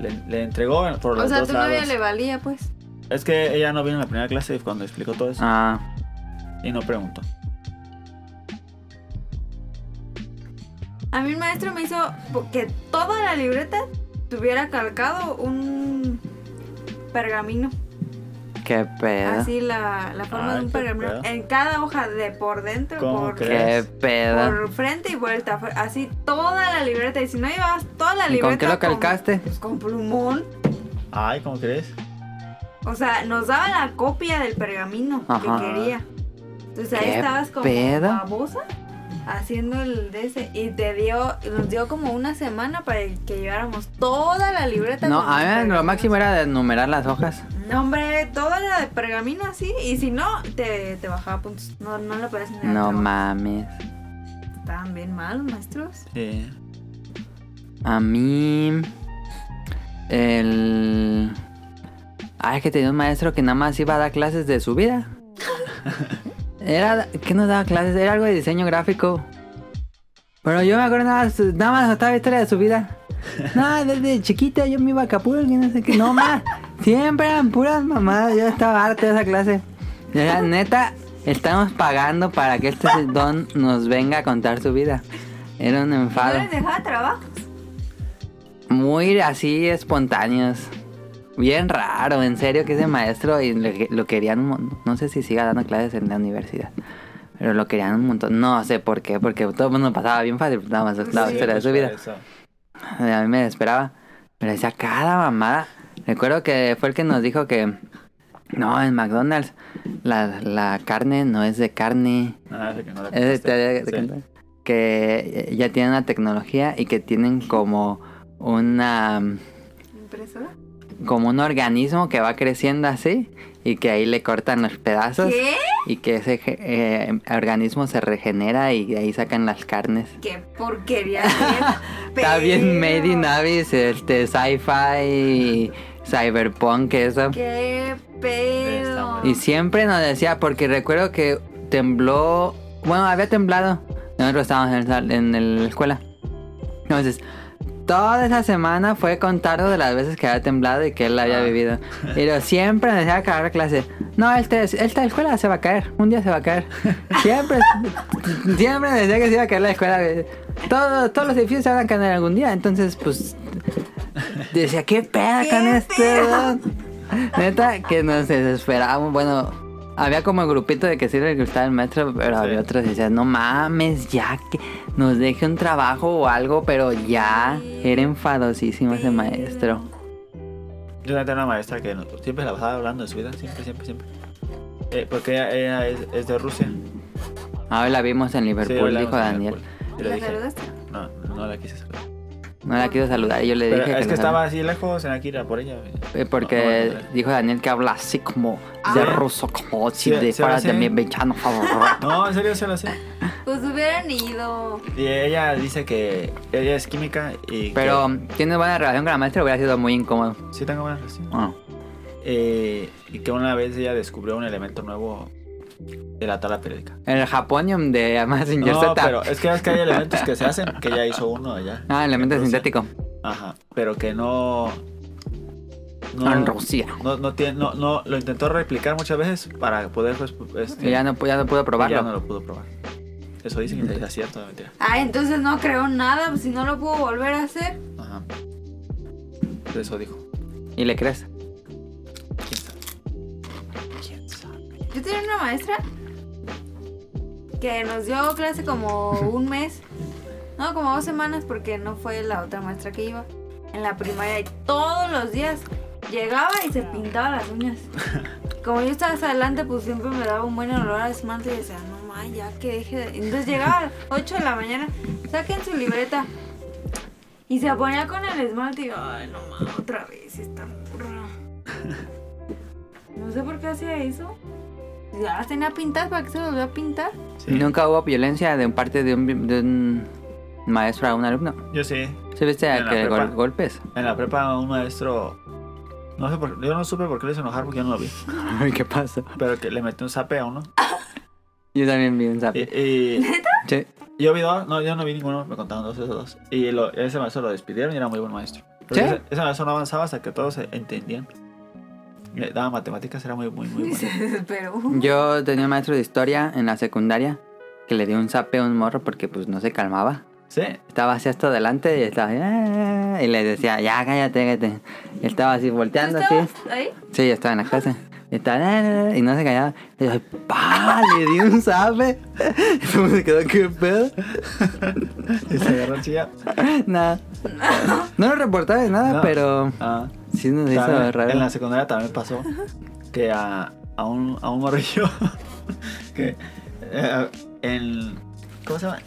S3: Le, le entregó en- por los
S1: O sea,
S3: dos
S1: tu novia
S3: lados.
S1: le valía, pues.
S3: Es que ella no vino en la primera clase cuando explicó todo eso
S2: Ah,
S3: y no preguntó.
S1: A mí el maestro me hizo po- que toda la libreta tuviera calcado un pergamino.
S2: qué pedo.
S1: Así Ah, la, la forma
S3: Ay,
S1: de un
S3: qué
S1: pergamino.
S3: pedo.
S1: En cada hoja de por dentro,
S3: ¿Cómo
S1: por,
S3: crees?
S2: Qué pedo.
S1: por frente y vuelta. Fue Así toda la libreta. Y si no llevabas toda la
S2: ¿Y
S1: libreta.
S2: con qué lo calcaste?
S1: pues con plumón.
S3: Ay, ¿cómo crees?
S1: O sea, nos daba la copia del pergamino
S2: Ajá.
S1: que quería. Entonces ahí
S2: ¿Qué
S1: estabas como
S2: pedo?
S1: babosa haciendo el de ese. Y te dio, nos dio como una semana para que lleváramos toda la libreta. Ah,
S2: No,
S1: con los
S2: a mí lo
S1: pergaminos.
S2: máximo era de numerar las hojas.
S1: No, hombre, toda la de pergamino así. Y si no, te, te bajaba puntos. No, no lo podías negar.
S2: No
S1: pero
S2: mames.
S1: Estaban bien malos, maestros.
S3: Sí.
S2: A mí. El. Ah, es que tenía un maestro que nada más iba a dar clases de su vida. Era. ¿Qué nos daba clases? Era algo de diseño gráfico. Pero yo me acuerdo nada más, nada más estaba historia de su vida. Nada, desde chiquita yo me iba a Acapulco y no sé qué. No más. Siempre eran puras mamadas. Yo estaba harto de esa clase. Y La neta, estamos pagando para que este don nos venga a contar su vida. Era un
S1: ¿No
S2: enfado
S1: les dejaba trabajo?
S2: muy así espontáneos. Bien raro, en serio, que ese maestro y lo, que- lo querían un montón. No sé si siga dando clases en la universidad, pero lo querían un montón. No sé por qué, porque todo el mundo pasaba bien fácil, nada más la
S1: Sí,
S2: historia de
S3: pues,
S2: su vida.
S3: por eso.
S2: A mí me desesperaba. Pero decía cada mamada. Recuerdo que fue el que nos dijo que no, en McDonald's la, la carne no es de carne.
S3: Ah, ese que no la
S2: Es de- de-
S3: contaste.
S2: de-
S3: Sí.
S2: Que ya tienen la tecnología y que tienen como una
S1: ¿Impresora?
S2: como un organismo que va creciendo así y que ahí le cortan los pedazos
S1: ¿Qué?
S2: y que ese ge- eh, organismo se regenera y de ahí sacan las carnes.
S1: ¿Qué porquería? qué
S2: Está bien
S1: pedo.
S2: Made in Abyss, este sci-fi, cyberpunk, eso.
S1: ¿Qué
S3: Está
S1: pedo?
S3: bueno.
S2: Y siempre nos decía, porque recuerdo que tembló, bueno, había temblado. Nosotros estábamos en, el sal- en el- la escuela. Entonces, toda esa semana fue contarnos de las veces que había temblado y que él la había
S3: Ah.
S2: vivido. Y lo- siempre nos decía cada clase, no, esta, esta escuela se va a caer, un día se va a caer. Siempre, siempre nos decía que se iba a caer la escuela. Todos, todos los edificios se van a caer algún día, entonces, pues, decía, ¿qué pedo
S1: ¿Qué
S2: con este?
S1: pedo?
S2: don?" Neta, que nos desesperábamos. Bueno, había como el grupito de que sí le gustaba el maestro, pero
S3: Sí.
S2: había otros que decían, no mames, ya que nos deje un trabajo o algo, pero ya era enfadosísimo ese maestro.
S3: Yo tenía una maestra que no- siempre la pasaba hablando de su vida, siempre, siempre, siempre. Eh, porque ella, ella es, es de Rusia.
S2: Ahora Ah, la vimos en
S3: Sí,
S2: Liverpool,
S3: hablamos
S2: pues, dijo
S3: en
S2: Daniel.
S3: Liverpool. Y le
S1: ¿La
S3: dije,
S1: saludaste?
S3: no, no la quise saludar.
S2: No la quiero saludar, y yo le
S3: Pero
S2: dije
S3: es que
S2: no
S3: estaba así lejos en Akira por ella. güey.
S2: saludara. Eh,
S3: No, no
S2: Porque
S3: la saludé.
S2: dijo Daniel que habla así como de
S3: Ah.
S2: ruso, como si
S3: Sí,
S2: de
S3: sí,
S2: fuera
S3: ahora
S2: de
S3: sí.
S2: mi vecino favorito.
S3: No, en serio, se lo hacía.
S1: Pues hubieran ido.
S3: Y ella dice que ella es química y. que-
S2: Pero tiene buena relación con la maestra, hubiera sido muy incómodo.
S3: sí, tengo buena relación.
S2: Ah.
S3: Eh, y que una vez ella descubrió un elemento nuevo de la tabla periódica.
S2: El Japonium de Mazinger
S3: No,
S2: Z.
S3: pero es que es que hay elementos que se hacen, que ella hizo uno allá.
S2: Ah, elemento
S3: en Rusia.
S2: sintético.
S3: Ajá, pero que no.
S2: En Rusia.
S3: No, no tiene, no, no, lo intentó replicar muchas veces para poder, pues, este,
S2: Y ya no, pu- ya no pudo probarlo.
S3: ya no lo pudo probar. Eso dice que es cierto, no, mentira.
S1: Ah, entonces no creo nada, pues, si no lo puedo volver a hacer.
S3: Ajá. Eso dijo.
S2: Y le crees.
S3: ¿Quién sabe? ¿Quién sabe?
S1: Yo tenía una maestra que nos dio clase como un mes, no, como dos semanas, porque no fue la otra maestra que iba en la primaria y todos los días llegaba y se pintaba las uñas. Como yo estaba hasta adelante, pues siempre me daba un buen olor a esmalte y decía, no ma, ya que deje de... Entonces llegaba a las 8 de la mañana, saquen su libreta y se ponía con el esmalte y yo, ay, no ma, otra vez esta burra. No sé por qué hacía eso. Ya las tenía pintadas, ¿para qué se los voy a pintar?
S3: Sí.
S2: Nunca hubo violencia de parte de un, de un maestro a un alumno.
S3: Yo sí.
S2: ¿Se viste
S3: En
S2: a
S3: la
S2: que
S3: prepa.
S2: gol- golpes?
S3: En la prepa un maestro... No sé por, yo no supe por qué le hizo enojar porque yo no lo vi.
S2: Ay, ¿Qué pasa?
S3: Pero que le metió un zape a uno.
S2: Yo también vi un
S3: Y,
S2: zape.
S3: y
S2: Sí.
S3: yo vi dos. No, yo no vi ninguno. Me contaron dos esos dos. Y lo- ese maestro lo despidieron y era muy buen maestro. Pero
S2: ¿Sí?
S3: Ese, ese maestro no avanzaba hasta que todos se entendían. Le Daba matemáticas, era muy, muy, muy
S1: Y se
S3: bueno.
S1: desesperó.
S2: Yo tenía un maestro de historia en la secundaria que le dio un zape a un morro porque pues no se calmaba.
S3: Sí.
S2: Estaba así hasta adelante y estaba así, "Ah", y le decía, ya cállate, cállate. Y estaba así volteando así.
S1: estabas ahí?
S2: Sí, yo estaba en la clase. Y estaba, "Ah, ah, ah", y no se callaba. Y yo, pa, le di un zape. Y todo el mundo se quedó, qué pedo.
S3: Y se agarró chilla.
S2: Nada. No lo reportaba de nada,
S3: No.
S2: pero
S3: Ah.
S2: sí nos hizo
S3: También,
S2: raro.
S3: En la secundaria también pasó que a, a un, a un morrillo que eh, en. ¿Cómo se llama?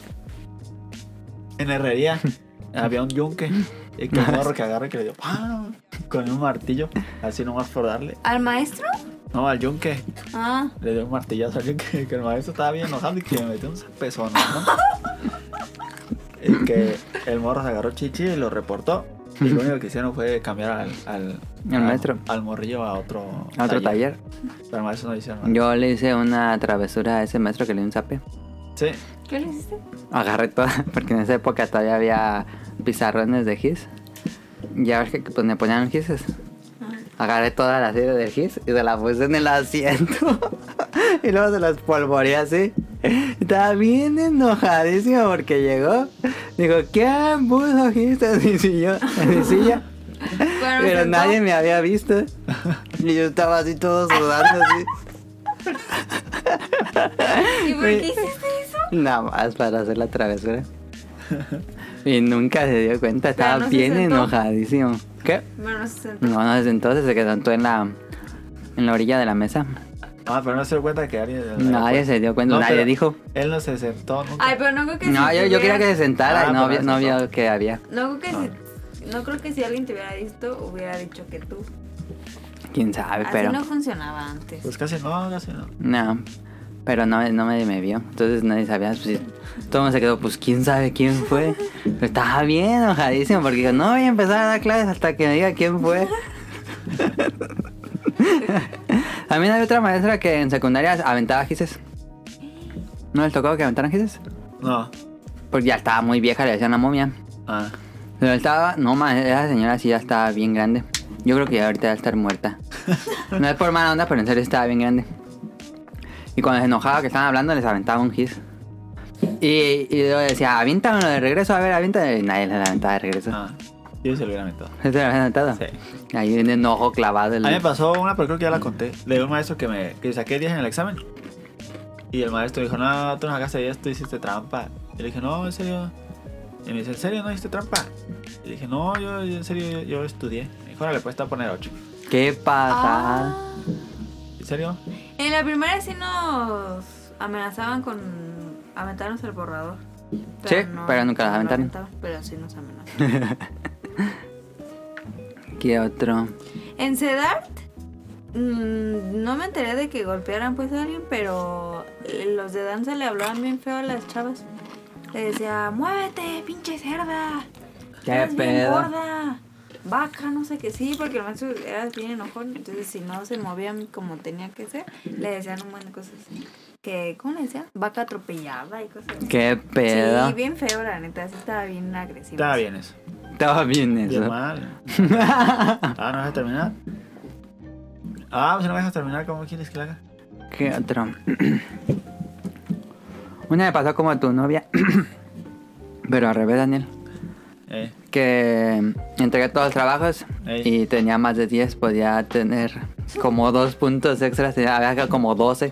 S3: En herrería había un yunque y que un morro que agarra y que le dio ¡pam! con un martillo, así nomás por darle.
S1: ¿Al maestro?
S3: No, al yunque,
S1: Ah,
S3: le dio un martillazo al yunque, que el maestro estaba bien enojado y que le metió un zapezón. Y que el morro se agarró chichi y lo reportó. Y lo único que hicieron fue cambiar al, al,
S2: Al
S3: a-
S2: maestro.
S3: al morrillo a otro,
S2: A otro taller.
S3: Pero al maestro no le hicieron nada.
S2: Yo le hice una travesura a ese maestro que le dio un zape.
S3: Sí,
S1: ¿qué le hiciste?
S2: agarré toda, porque en esa época todavía había pizarrones de GIS. Ya ves que pues, me ponían GISes. Agarré toda la serie del GIS y se la puse en el asiento. y luego se las polvoreé así. Estaba bien enojadísimo porque llegó. Digo, ¿quién puso GIS en mi silla? En mi silla?
S1: Bueno,
S2: Pero
S1: sentó.
S2: nadie me había visto. Y yo estaba así todo sudando así.
S1: ¿Y por qué hiciste eso?
S2: Nada más para hacer la travesura. Y nunca se dio cuenta,
S1: Pero
S2: estaba
S1: no se
S2: bien
S1: sentó.
S2: enojadísimo. ¿Qué?
S1: Bueno, se sentó.
S2: No, no, desde entonces se quedó en la, en la orilla de la mesa.
S3: ah, pero no se dio cuenta que alguien.
S2: Nadie se dio cuenta,
S3: No,
S2: nadie
S3: pero
S2: dijo.
S3: Él no se sentó nunca.
S1: Ay, pero no creo que
S2: No,
S1: si
S2: yo, yo quería que se
S1: tuviera-
S2: sentara
S3: Ah,
S2: y no,
S3: pero
S2: vi- no
S3: se sentó.
S2: vio que había.
S1: No creo que si... No creo que si alguien te hubiera visto, hubiera dicho que tú.
S2: Quién sabe,
S1: Así
S2: pero.
S1: no funcionaba antes.
S3: Pues casi no, casi no.
S2: No, pero no, no me, me vio. Entonces nadie sabía. Pues, sí. todo el mundo se quedó, pues quién sabe quién fue. Pero estaba bien enojadísimo porque dijo, no voy a empezar a dar clases hasta que me diga quién fue. También había otra maestra que en secundaria aventaba gises. ¿No les tocó que aventaran gises?
S3: No.
S2: Porque ya estaba muy vieja, le decían la momia.
S3: Ah,
S2: Pero estaba, no más, esa señora sí ya estaba bien grande. Yo creo que ya ahorita va a estar muerta. No es por mala onda, pero en serio estaba bien grande. Y cuando se enojaba que estaban hablando, les aventaba un gis. Y, y yo decía, aviéntamelo de regreso, a ver, aviéntamelo. Y nadie le aventaba de regreso.
S3: ah. Yo se lo hubiera metido.
S2: ¿Se lo habían aventado?
S3: Sí.
S2: Ahí un enojo clavado. en
S3: A mí me
S2: el-
S3: pasó una, pero creo que ya la conté, de un maestro que me que saqué 10 en el examen. Y el maestro dijo, no, tú no sacaste 10, tú hiciste trampa. Y le dije, no, en serio. Y me dice, ¿en serio no hiciste trampa? Y le dije, no, yo, yo en serio, yo, yo estudié. Me dijo, pues, le puedes poner 8.
S2: ¿Qué pasa?
S1: Ah.
S3: ¿En serio?
S1: En la primera sí nos amenazaban con aventarnos el borrador.
S2: Sí, pero nunca
S1: no
S2: las
S1: lo
S2: aventaron.
S1: Pero sí nos amenazaron.
S2: ¿Qué otro?
S1: en Sedart mm, no me enteré de que golpearan pues a alguien, pero eh, los de danza le hablaban bien feo a las chavas. Le decía, muévete, pinche cerda.
S2: ¿Qué
S1: Eres bien
S2: pedo?
S1: gorda. Vaca, no sé qué, sí, porque el maestro era bien enojón, entonces si no se movían como tenía que ser, le decían un montón de cosas. Que, ¿Cómo le decían? Vaca atropellada y cosas así.
S2: ¿Qué pedo?
S1: Sí, bien feo, la neta, sí estaba bien agresivo.
S3: Estaba bien eso.
S2: Estaba bien
S3: Bien
S2: eso.
S3: mal. Ah, ¿no me dejas terminar? Ah, si no me dejas terminar, ¿cómo quieres que la haga?
S2: ¿Qué otro? Una me pasó como a tu novia. Pero al revés, Daniel.
S3: Eh,
S2: que entregué todos los trabajos
S3: Ey.
S2: y tenía más de 10, podía tener como dos puntos extras, tenía había como 12.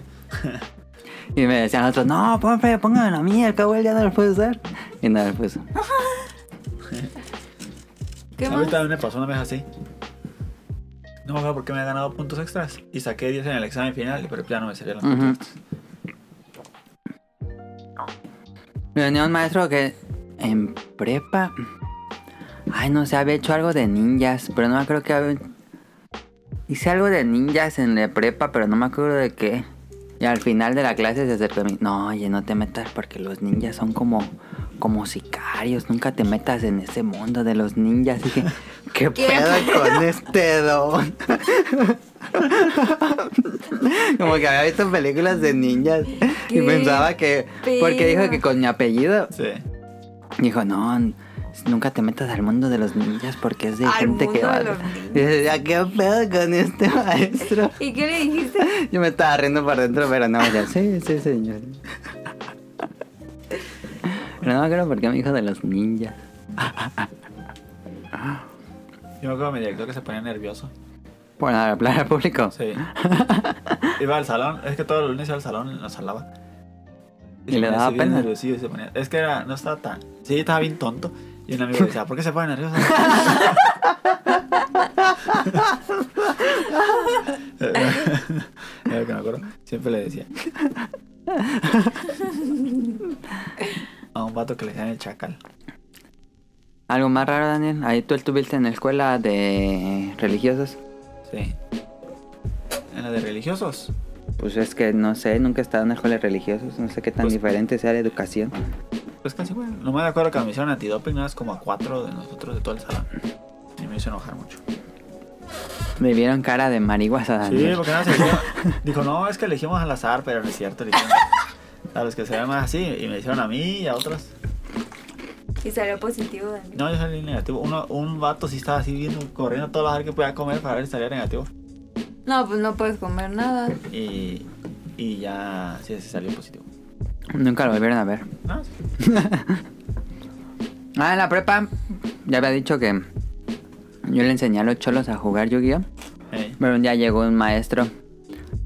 S2: Y me decían los otros, no, profe, pónganmelo a mí, al cabo él ya no lo puede usar. Y no lo puso.
S1: ¿Qué más?
S3: Ahorita me pasó una vez así. No me acuerdo por qué me he ganado puntos extras. Y saqué 10 en el examen final, pero ya no me salieron los
S2: Ujú.
S3: puntos extras.
S2: Me venía un maestro que en prepa. Ay, no sé, había hecho algo de ninjas, pero no me acuerdo que había. Hice algo de ninjas en la prepa, pero no me acuerdo de qué. Y al final de la clase se acercó a mí. No, oye, no te metas porque los ninjas son como, como sicarios. Nunca te metas en ese mundo de los ninjas. Y dije, ¿qué,
S1: ¿Qué
S2: pedo con este don? como que había visto películas de ninjas. Y
S1: ¿Qué?
S2: pensaba que. Porque dijo
S1: Pero-
S2: que con mi apellido.
S3: Sí.
S2: Dijo, no, n- nunca te metas al mundo de los ninjas porque es de
S1: Al
S2: gente que
S1: mundo
S2: va.
S1: de los ninjas.
S2: Y yo decía, ¿qué pedo con este maestro?
S1: ¿Y qué le dijiste?
S2: Yo me estaba riendo por dentro, pero no, ya, sí, sí, señor. Pero no me acuerdo por qué me dijo de los ninjas.
S3: Yo me acuerdo de mi director que se ponía nervioso.
S2: Por hablar al público.
S3: Sí. iba al salón, es que todos los lunes iba al salón y nos hablaba.
S2: Y le daba pena.
S3: Sí, se ponía. Es que era, no estaba tan. Sí, estaba bien tonto. Y un amigo le decía, ¿por qué se pone nervioso? Era lo que me acuerdo. Siempre le decía. A un vato que le decían el chacal.
S2: Algo más raro, Daniel. Ahí tú estuviste en la escuela de religiosos.
S3: Sí. En la de religiosos.
S2: Pues es que no sé, nunca he estado en la escuela de religiosos. No sé qué tan
S3: Pues-
S2: diferente sea la educación.
S3: Pues casi, güey. No me acuerdo que me hicieron antidoping, nada más como a cuatro de nosotros de todo el salón. Y me hizo enojar mucho.
S2: Me vieron cara de marihuas a
S3: Sí,
S2: Daniel.
S3: porque nada, se Dijo, no, es que elegimos al azar, pero no es cierto. Le dijeron, a los que se ven más así, y me hicieron a mí y a otros.
S1: Y salió positivo, Daniel.
S3: No, yo salí negativo. Uno, un vato sí estaba así viendo, corriendo a todas las áreas que podía comer para ver si salía negativo.
S1: No, pues no puedes comer nada.
S3: Y, y ya, sí, sí salió positivo.
S2: Nunca lo volvieron a ver.
S3: No, sí.
S2: Ah, en la prepa ya había dicho que yo le enseñé a los cholos a jugar Yu-Gi-Oh.
S3: Eh,
S2: Pero un día llegó un maestro,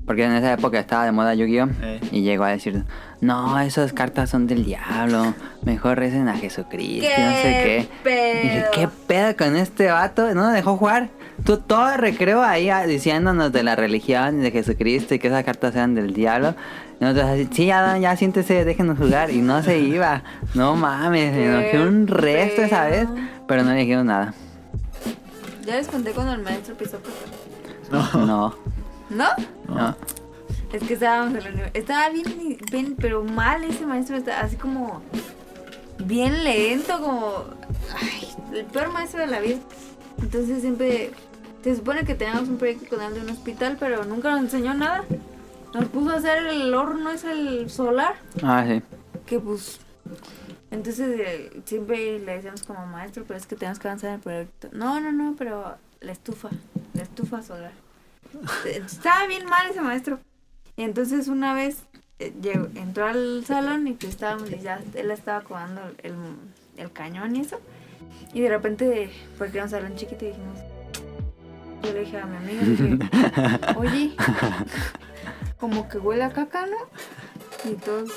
S2: porque en esa época estaba de moda Yu-Gi-Oh.
S3: Eh.
S2: Y llegó a decir, no, esas cartas son del diablo, mejor recen a Jesucristo, y no sé qué.
S1: ¿Qué
S2: Y dije,
S1: pedo?
S2: ¿qué pedo con este vato? No nos dejó jugar. Tú todo el recreo ahí ah, diciéndonos de la religión y de Jesucristo y que esas cartas eran del diablo. Y nosotros así, sí, ya, ya siéntese, déjenos jugar. Y no se iba. No mames, me
S1: Qué
S2: enojé un resto esa vez,
S1: pedo.
S2: pero no le dijeron nada.
S1: Ya les conté cuando el maestro pisó por-
S3: no.
S2: No,
S1: ¿No?
S2: no.
S1: Es que estábamos en la uni- Estaba bien, bien, pero mal ese maestro. Estaba así como. Bien lento, como. Ay, el peor maestro de la vida. Entonces siempre. Se supone que teníamos un proyecto con él de un hospital, pero nunca nos enseñó nada. Nos puso a hacer el horno, es el solar.
S2: Ah, sí.
S1: Que pues. Entonces eh, siempre le decíamos como maestro, pero es que tenemos que avanzar en el proyecto. No, no, no, pero la estufa, la estufa solar. Eh, Estaba bien mal ese maestro. Y entonces una vez eh, llegó- entró al salón y que estábamos y ya él estaba acomodando el, el cañón y eso. Y de repente, porque era un salón chiquito, y dijimos. Yo le dije a mi amiga, le dije, oye, como que huele a caca, ¿no? Y todos,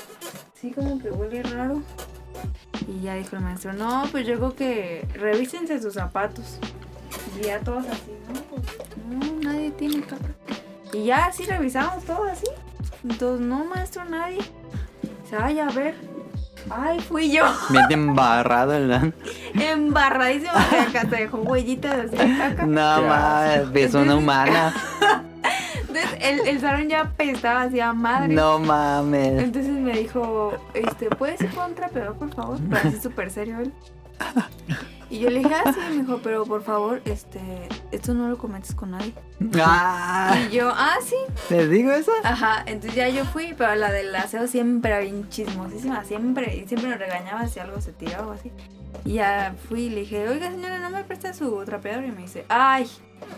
S1: sí, como que huele raro. Y ya dijo el maestro, no, pues yo creo que revísense sus zapatos. Y ya todos así, no, pues no, nadie tiene caca. Y ya así revisamos todo así. Entonces, no, maestro, nadie. Dice, ay, a ver. Ay, fui yo.
S2: Bien embarrado el Dan.
S1: Embarradísimo de caca, te dejó huellitas de caca.
S2: No
S3: Ya.
S2: mames, es una humana.
S1: Entonces el, el salón ya apestaba así a madre.
S2: No mames.
S1: Entonces me dijo, este, ¿puedes ir con un trapeador, por favor? Pero así súper serio él. Y yo le dije, ah, sí, me dijo, pero por favor, este, esto no lo comentes con nadie.
S2: Ah,
S1: Y yo, ah, sí.
S2: ¿Les digo eso?
S1: Ajá, entonces ya yo fui, pero la del aseo siempre era bien chismosísima, siempre, y siempre nos regañaba si algo se tiraba o así. Y ya fui y le dije, oiga señora, ¿no me presta su trapeador? Y me dice, ay,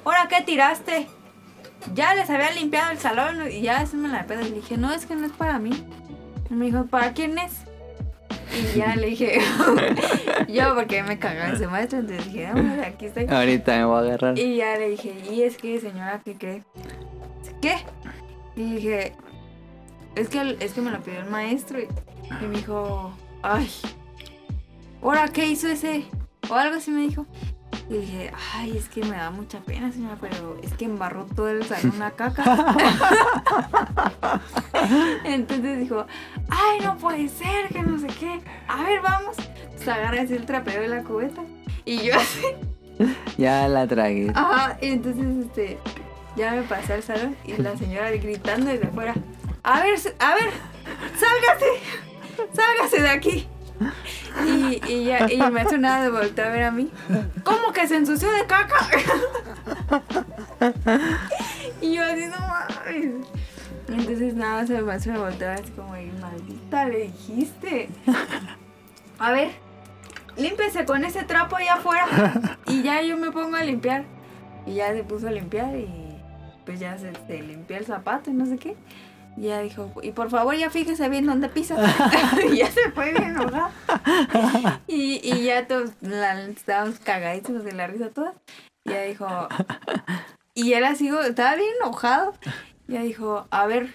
S1: ¿ahora qué tiraste? Ya les había limpiado el salón y ya se me la pedo. Y le dije, no, es que no es para mí. Y me dijo, ¿para quién es? Y ya le dije, yo porque me cagaba ese maestro, entonces dije, no, pues, aquí estoy.
S2: Ahorita me voy a agarrar.
S1: Y ya le dije, y es que señora, ¿qué cree? ¿Qué? Y dije, Es que, el- es que me lo pidió el maestro y, y me dijo, ay, ¿ahora qué hizo ese? O algo así me dijo. Y dije, ay, es que me da mucha pena, señora, pero es que embarró todo el salón la caca. Entonces dijo, ay, no puede ser, que no sé qué. A ver, vamos. Entonces agarra así el trapero de la cubeta. Y yo así,
S2: Ya la tragué.
S1: ajá, y entonces este, ya me pasé al salón y la señora gritando desde afuera, a ver, s- a ver, sálgase, sálgase de aquí. Y, y ya, y me hace nada de voltear a ver a mí. ¿Cómo que se ensució de caca? y yo así, no mames. Entonces nada, se me hace voltear así como, "Ey, maldita, le dijiste. A ver, límpiese con ese trapo allá afuera. Y ya yo me pongo a limpiar. Y ya se puso a limpiar y pues ya se, se limpió el zapato y no sé qué. Y ya dijo, y por favor ya fíjese bien dónde pisa. y ya se fue bien enojada. Y, y ya todos la, estábamos cagadísimos de la risa todas. Y ya dijo, y él así, estaba bien enojado. Y ya dijo, a ver,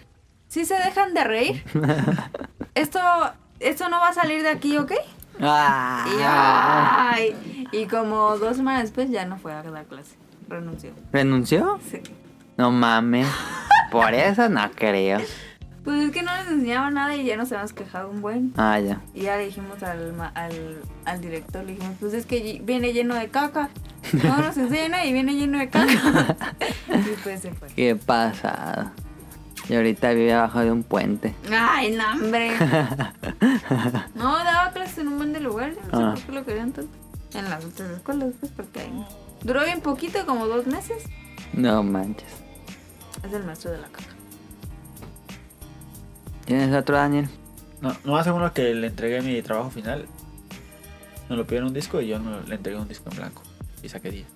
S1: si se dejan de reír, esto, esto no va a salir de aquí, ¿ok?
S2: Ah.
S1: Y, ay, y como dos semanas después ya no fue a la clase. Renunció.
S2: ¿Renunció?
S1: Sí.
S2: No mames. Por eso no creo.
S1: Pues es que no les enseñaba nada y ya nos habíamos quejado un buen.
S2: Ah, ya.
S1: Y ya le dijimos al, ma- al, al director, le dijimos, pues es que ll- viene lleno de caca. No nos enseña y viene lleno de caca. y pues se fue.
S2: Qué pasado. Y ahorita vive abajo de un puente.
S1: Ay, no, hombre. No, daba clases en un buen de lugar. No
S2: Ah.
S1: sé por qué lo querían tanto. En las otras escuelas, pues porque ahí- duró bien poquito, como dos meses.
S2: No manches.
S1: Es el maestro de la caca.
S2: ¿Tienes otro, Daniel?
S3: No, no hace uno que le entregué mi trabajo final. Me lo pidieron un disco y yo no- le entregué un disco en blanco. Y saqué 10.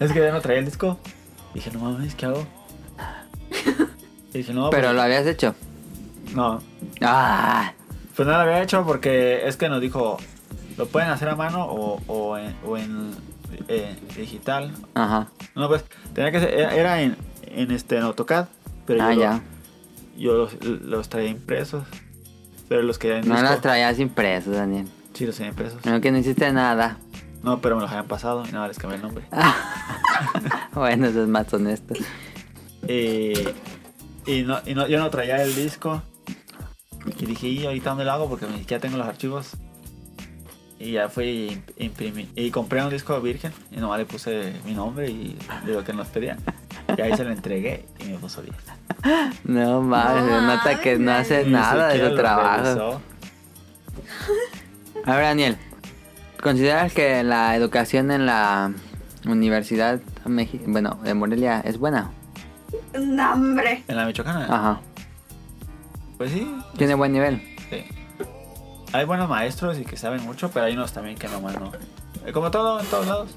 S3: es que ya no traía el disco. Dije, no mames, ¿qué hago? Y dije, no,
S2: Pero
S3: pues-
S2: lo habías hecho.
S3: no,
S2: Ah.
S3: pues no lo había hecho porque es que nos dijo, lo pueden hacer a mano o, o en, o en, eh, digital.
S2: Ajá.
S3: No, pues tenía que ser, era, era en, en este en AutoCAD, pero
S2: Ah,
S3: yo,
S2: ya.
S3: yo los, los traía impresos. Pero los que en
S2: No
S3: disco,
S2: las traías impresas, Daniel.
S3: sí los traía impresos.
S2: No que no hiciste nada.
S3: No, pero me los habían pasado y nada, les cambié el nombre.
S2: Bueno, eso es más honesto.
S3: Y, Eh, y no, y no- yo no traía el disco. Y dije, ¿y ahorita dónde lo hago? Porque ni siquiera tengo los archivos. Y ya fui y imp- imprimí. Y compré un disco virgen. Y nomás le puse mi nombre y de lo que nos pedían. Y ahí se lo entregué y me puso 10.
S2: No mames,
S1: No
S2: se nota que no
S1: mames.
S2: hace
S3: Ni
S2: nada de
S3: siquiera
S2: su
S3: lo
S2: trabajo.
S3: revisó.
S2: A ver, Daniel, ¿consideras que la educación en la Universidad Meji- bueno, de Morelia es buena?
S1: ¡No, hombre!
S3: En la Michoacana.
S2: Ajá.
S3: Pues sí,
S2: Tiene buen nivel.
S3: sí. Hay buenos maestros y que saben mucho, pero hay unos también que nomás no. Eh, Como todo, en todos lados.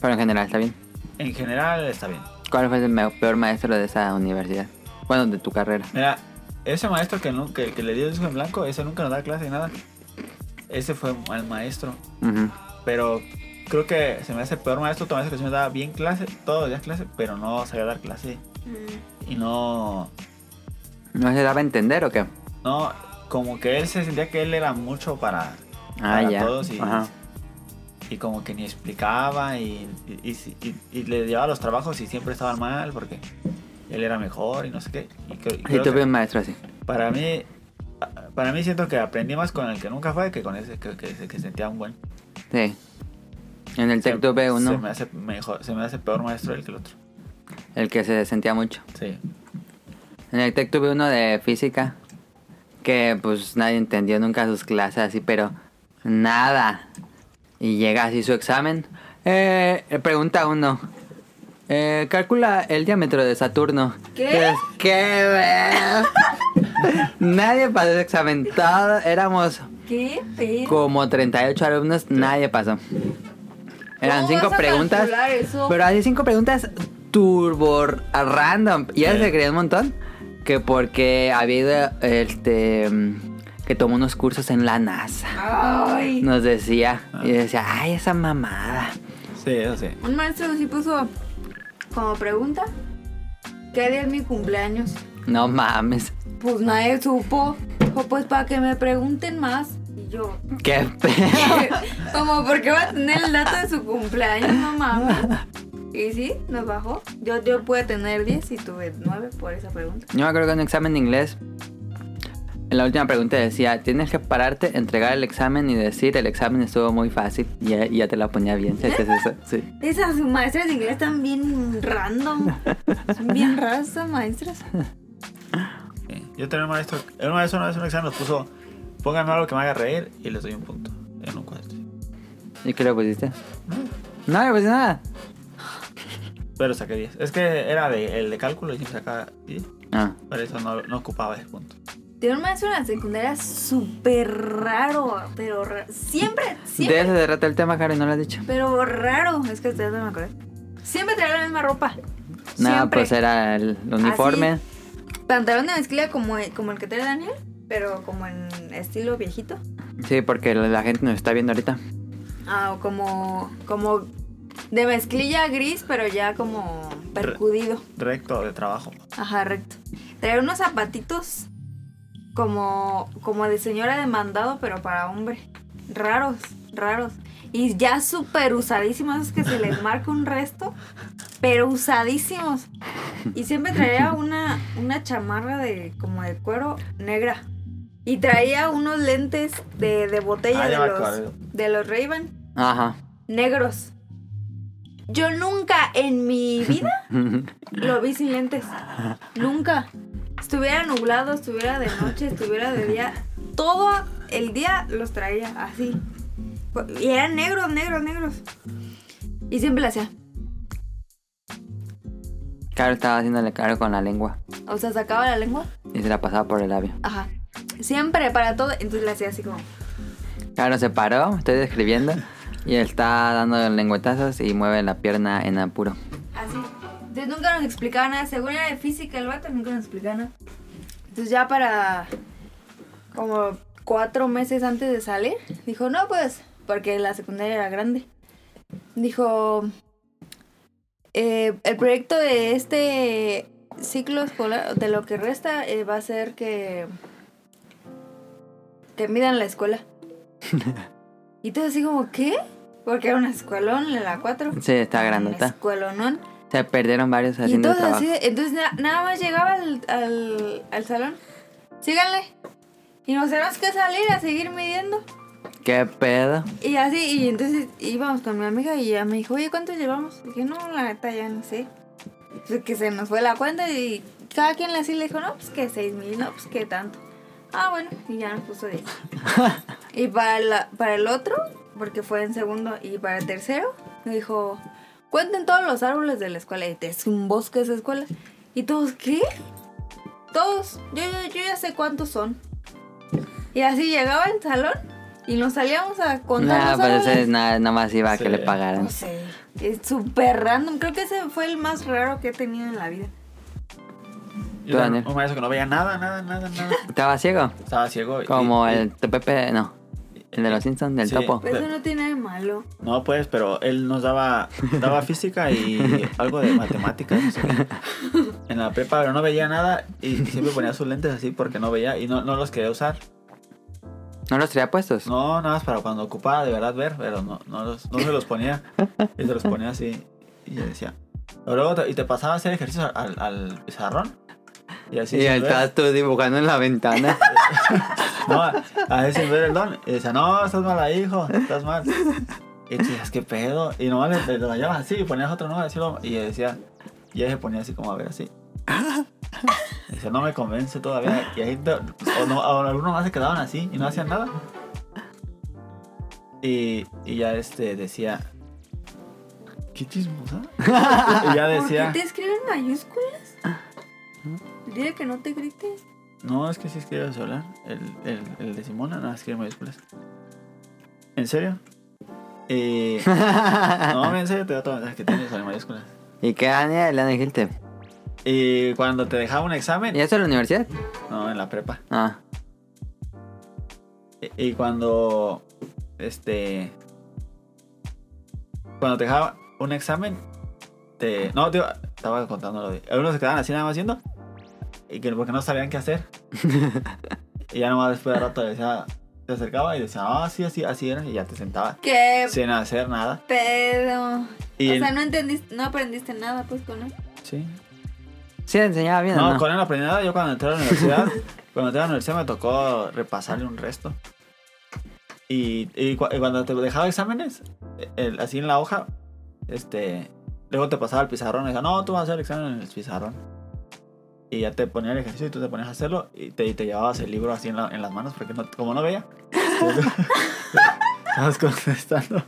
S2: Pero en general está bien.
S3: En general está bien.
S2: ¿Cuál fue el me- peor maestro de esa universidad? Bueno, de tu carrera.
S3: Mira, ese maestro que, nu- que, que le dio el disco en blanco, ese nunca nos da clase ni nada. Ese fue mal maestro.
S2: Ujú.
S3: Pero creo que se me hace peor maestro. Otro maestro que sí me daba bien clase, todos los días clase, pero no sabía dar clase. Y no.
S2: ¿No se daba a entender o qué?
S3: Ah,
S2: Ah,
S3: No, como que él se sentía que él era mucho para,
S2: Ah,
S3: para
S2: ya.
S3: todos y,
S2: Ajá.
S3: y como que ni explicaba y, y, y- y- y le llevaba los trabajos y siempre estaban mal porque él era mejor y no sé qué. Y creo- y
S2: Sí,
S3: creo que-
S2: tuve un maestro así.
S3: Para mí, para mí siento que aprendí más con el que nunca fue que con ese que, que, que sentía un buen.
S2: Sí. En el Tec
S3: Se-
S2: tuve
S3: Se
S2: uno,
S3: me hace mejor, se me hace peor maestro el que el otro.
S2: el que se sentía mucho.
S3: Sí.
S2: En el TEC tuve uno de física que pues nadie entendió nunca sus clases así, pero nada. Y llega así su examen. Eh, pregunta uno. Eh, calcula el diámetro de Saturno.
S1: ¿Qué?
S2: Dices, ¿Qué? ver? nadie pasó el examen. Todo- éramos
S1: ¿Qué pedo?
S2: como 38 alumnos, nadie pasó. Eran
S1: ¿Cómo
S2: cinco
S1: vas a
S2: preguntas.
S1: calcular eso?
S2: Pero así cinco preguntas turbo a random. Y él
S3: Sí.
S2: se creía un montón. Que porque había ido este mm, que tomó unos cursos en la NASA.
S1: Ay.
S2: Nos decía. Y decía, ay, esa mamada.
S3: Sí, eso sí.
S1: Un maestro sí puso como pregunta ¿Qué día es mi cumpleaños?
S2: No mames.
S1: Pues nadie supo. O pues para que me pregunten más. Y yo,
S2: Qué pedo.
S1: como, ¿por qué va a tener el dato de su cumpleaños, no mames? Y sí, nos bajó. Yo, yo pude tener 10 y tuve 9 por esa pregunta.
S2: Yo me acuerdo que en un examen de inglés, en la última pregunta decía, tienes que pararte, entregar el examen y decir, el examen estuvo muy fácil. Y ya, y ya te la ponía bien. ¿Sabes qué es eso? Sí.
S1: Esas maestras de inglés están bien random. Son bien raras esas maestras.
S3: Sí. Yo tenía un maestro, era un maestro una vez en un examen nos puso, pónganme algo que me haga reír y les doy un punto en un cuadro.
S2: ¿Y qué le pusiste? No le pusiste nada.
S3: Pero saqué 10. Es que era de, el de cálculo y siempre sacaba 10.
S2: Ah,
S3: Por eso no, no ocupaba ese punto.
S1: Tenía un maestro en la secundaria súper raro, pero ra- siempre,
S2: de
S1: siempre,
S2: eso se trata el tema, Karen, no lo has dicho.
S1: pero raro. Es que ustedes no me acuerdo. Siempre traía la misma ropa.
S2: Nada,
S1: Siempre. ¿Ah,
S2: pues era el uniforme.
S1: Pantalón de mezclilla como, como el que trae Daniel, pero como en estilo viejito.
S2: Sí, porque la- la gente nos está viendo ahorita.
S1: Ah, o como, como de mezclilla gris, pero ya como percudido.
S3: Recto de trabajo.
S1: Ajá, recto. Traía unos zapatitos como, como de señora demandado, pero para hombre. Raros, raros. Y ya súper usadísimos, esos que se les marca un resto, pero usadísimos. Y siempre traía una, una chamarra de como de cuero negra. Y traía unos lentes de, de botella
S3: Ah, ya me
S1: de, los,
S3: acuerdo.
S1: de los Ray-Ban
S2: Ajá.
S1: negros. Yo nunca en mi vida lo vi sin lentes. Nunca. Estuviera nublado, estuviera de noche, estuviera de día. Todo el día los traía así. Y eran negros, negros, negros. Y siempre lo hacía.
S2: Claro, estaba haciéndole claro con la lengua.
S1: O sea, sacaba la lengua.
S2: Y se la pasaba por el labio.
S1: Ajá. Siempre para todo. Entonces lo hacía así como.
S2: Claro, se paró, estoy describiendo. Y está dando lengüetazos y mueve la pierna en apuro.
S1: Así. Entonces nunca nos explicaba nada. Según era de física el vato, nunca nos explicaba nada. Entonces ya para como cuatro meses antes de salir, dijo, no, pues, porque la secundaria era grande. Dijo, "Eh, el proyecto de este ciclo escolar, de lo que resta, eh, va a ser que, que midan la escuela. y todo así como, ¿qué? Porque era una escuelón, la 4.
S2: Sí, está
S1: Un
S2: grandota.
S1: escuelonón.
S2: Se perdieron varios
S1: Y
S2: haciendo el
S1: entonces,
S2: trabajo.
S1: así, entonces na- nada más llegaba al, al, al salón. Síganle. Y nos tenemos que salir a seguir midiendo.
S2: ¿Qué pedo?
S1: Y así, y entonces íbamos con mi amiga y ella me dijo, oye, ¿cuántos llevamos? dije, no, la neta ya no sé. Pues que se nos fue la cuenta y cada quien así le dijo, no, pues que seis mil, no, pues que tanto. Ah, bueno, y ya nos puso 10. y para, la- para el otro, porque fue en segundo, y para el tercero, me dijo, cuenten todos los árboles de la escuela. Y es un bosque esa escuela. Y todos, ¿qué? Todos, yo, yo, yo ya sé cuántos son. Y así llegaba al salón y nos salíamos a contar
S2: Nada,
S1: los
S2: pues
S1: árboles.
S2: ese nada, nada más iba a que
S3: Sí.
S2: le pagaran.
S1: No sé. Es súper random. Creo que ese fue el más raro que he tenido en la vida.
S2: Tú,
S3: Yo era
S2: Daniel.
S3: un maestro que no veía nada, nada, nada, nada.
S2: ¿Estaba ciego?
S3: Estaba ciego. y-
S2: Como
S3: y-
S2: el Pepe, no. El de los Simpsons, del
S3: Sí.
S2: topo.
S1: Pero eso no tiene nada de malo.
S3: No, pues, pero él nos daba, daba física y algo de matemáticas. no sé qué. En la prepa, pero no veía nada y siempre ponía sus lentes así porque no veía y no, no los quería usar.
S2: ¿No los traía puestos?
S3: No, nada más para cuando ocupaba de verdad ver, pero no, no, los, no se los ponía. Y se los ponía así. Y yo decía. Pero luego te, y te pasaba a hacer ejercicio al, al pizarrón. Y así.
S2: y
S3: sin
S2: ahí
S3: ver.
S2: estabas tú dibujando en la ventana.
S3: No, a veces sin ver el don. Y decía, no, estás mal ahí, hijo, estás mal. Y tú decías, qué pedo. Y nomás le, le, le rayabas así y ponías otro número. Así lo- y decía, y ella se ponía así como a ver así. Y decía, no me convence todavía. Y ahí, te- o no, o algunos más se quedaban así y no hacían nada. Y, y ya este decía, ¿qué chismosa? Y ya
S1: ¿Por
S3: decía,
S1: qué te escriben mayúsculas? Dile que no te grites.
S3: no, es que sí escribe solar. El, el, el de Simona, nada, escribe mayúsculas. ¿En serio? Y. No, en serio, te da todas las que tienes en mayúsculas.
S2: ¿Y qué, Daniel? Le dijiste.
S3: Y cuando te dejaba un
S2: ¿Y
S3: examen,
S2: eso en la universidad?
S3: no, en la prepa.
S2: Ah,
S3: Y, y cuando, este, cuando te dejaba un examen, te, no, te, estaba contando lo de. Algunos se quedaban así nada más haciendo. Y que porque no sabían qué hacer. y ya nomás después de rato decía, te acercaba y decía, ah, sí, así, así era. Y ya te sentaba.
S1: Qué
S3: Sin hacer nada.
S1: pedo.
S3: Y
S1: o
S3: el-
S1: sea, no entendiste, no aprendiste nada pues con él.
S3: Sí.
S2: Sí, le enseñaba bien,
S3: No,
S2: ¿o no?
S3: con él no aprendí nada. Yo cuando entré a la universidad, cuando entré a la universidad me tocó repasarle un resto. Y, y cu- y cuando te dejaba exámenes, el- así en la hoja, este, luego te pasaba el pizarrón y decía, no, tú vas a hacer el examen en el pizarrón. Y ya te ponía el ejercicio y tú te ponías a hacerlo y te, y te llevabas el libro así en, la- en las manos porque no- como no veía, estabas contestando.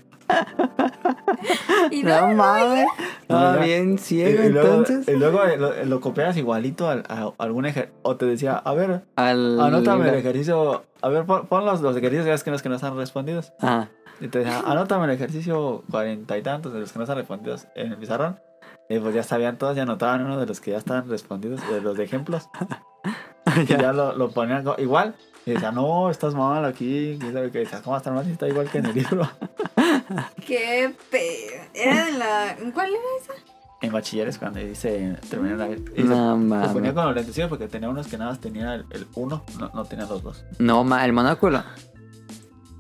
S1: Y
S2: No
S1: no,
S2: mames.
S3: No,
S2: Ah,
S3: ya.
S2: bien
S3: Y-
S2: ciego,
S3: y luego- eh,
S2: entonces.
S3: Y luego lo, lo copiabas igualito al- a, algún ejercicio. O te decía, a ver,
S2: Al
S3: Anótame el
S2: libro.
S3: ejercicio. A ver, pon, pon los, los ejercicios ya es que los que no están respondidos.
S2: Ah,
S3: Y te decían, anótame el ejercicio cuarenta y tantos de los que no están respondidos en el pizarrón. Y pues ya sabían todos, ya anotaban uno de los que ya estaban respondidos, de los de ejemplos. Y
S2: Ya.
S3: ya lo, lo ponían co- igual. Y decían, no, estás mal aquí. ¿Quién sabe qué? Decían, ¿Cómo estás mal? Si Está igual que en el libro.
S1: qué pedo. Era de la. ¿Cuál era esa?
S3: En bachilleres, cuando dice, terminé la. y se-
S2: no
S3: se ponía
S2: mames.
S3: con los lentecillos porque tenía unos que nada más tenía el, el uno, no, no tenía los dos.
S2: No mames, el monóculo.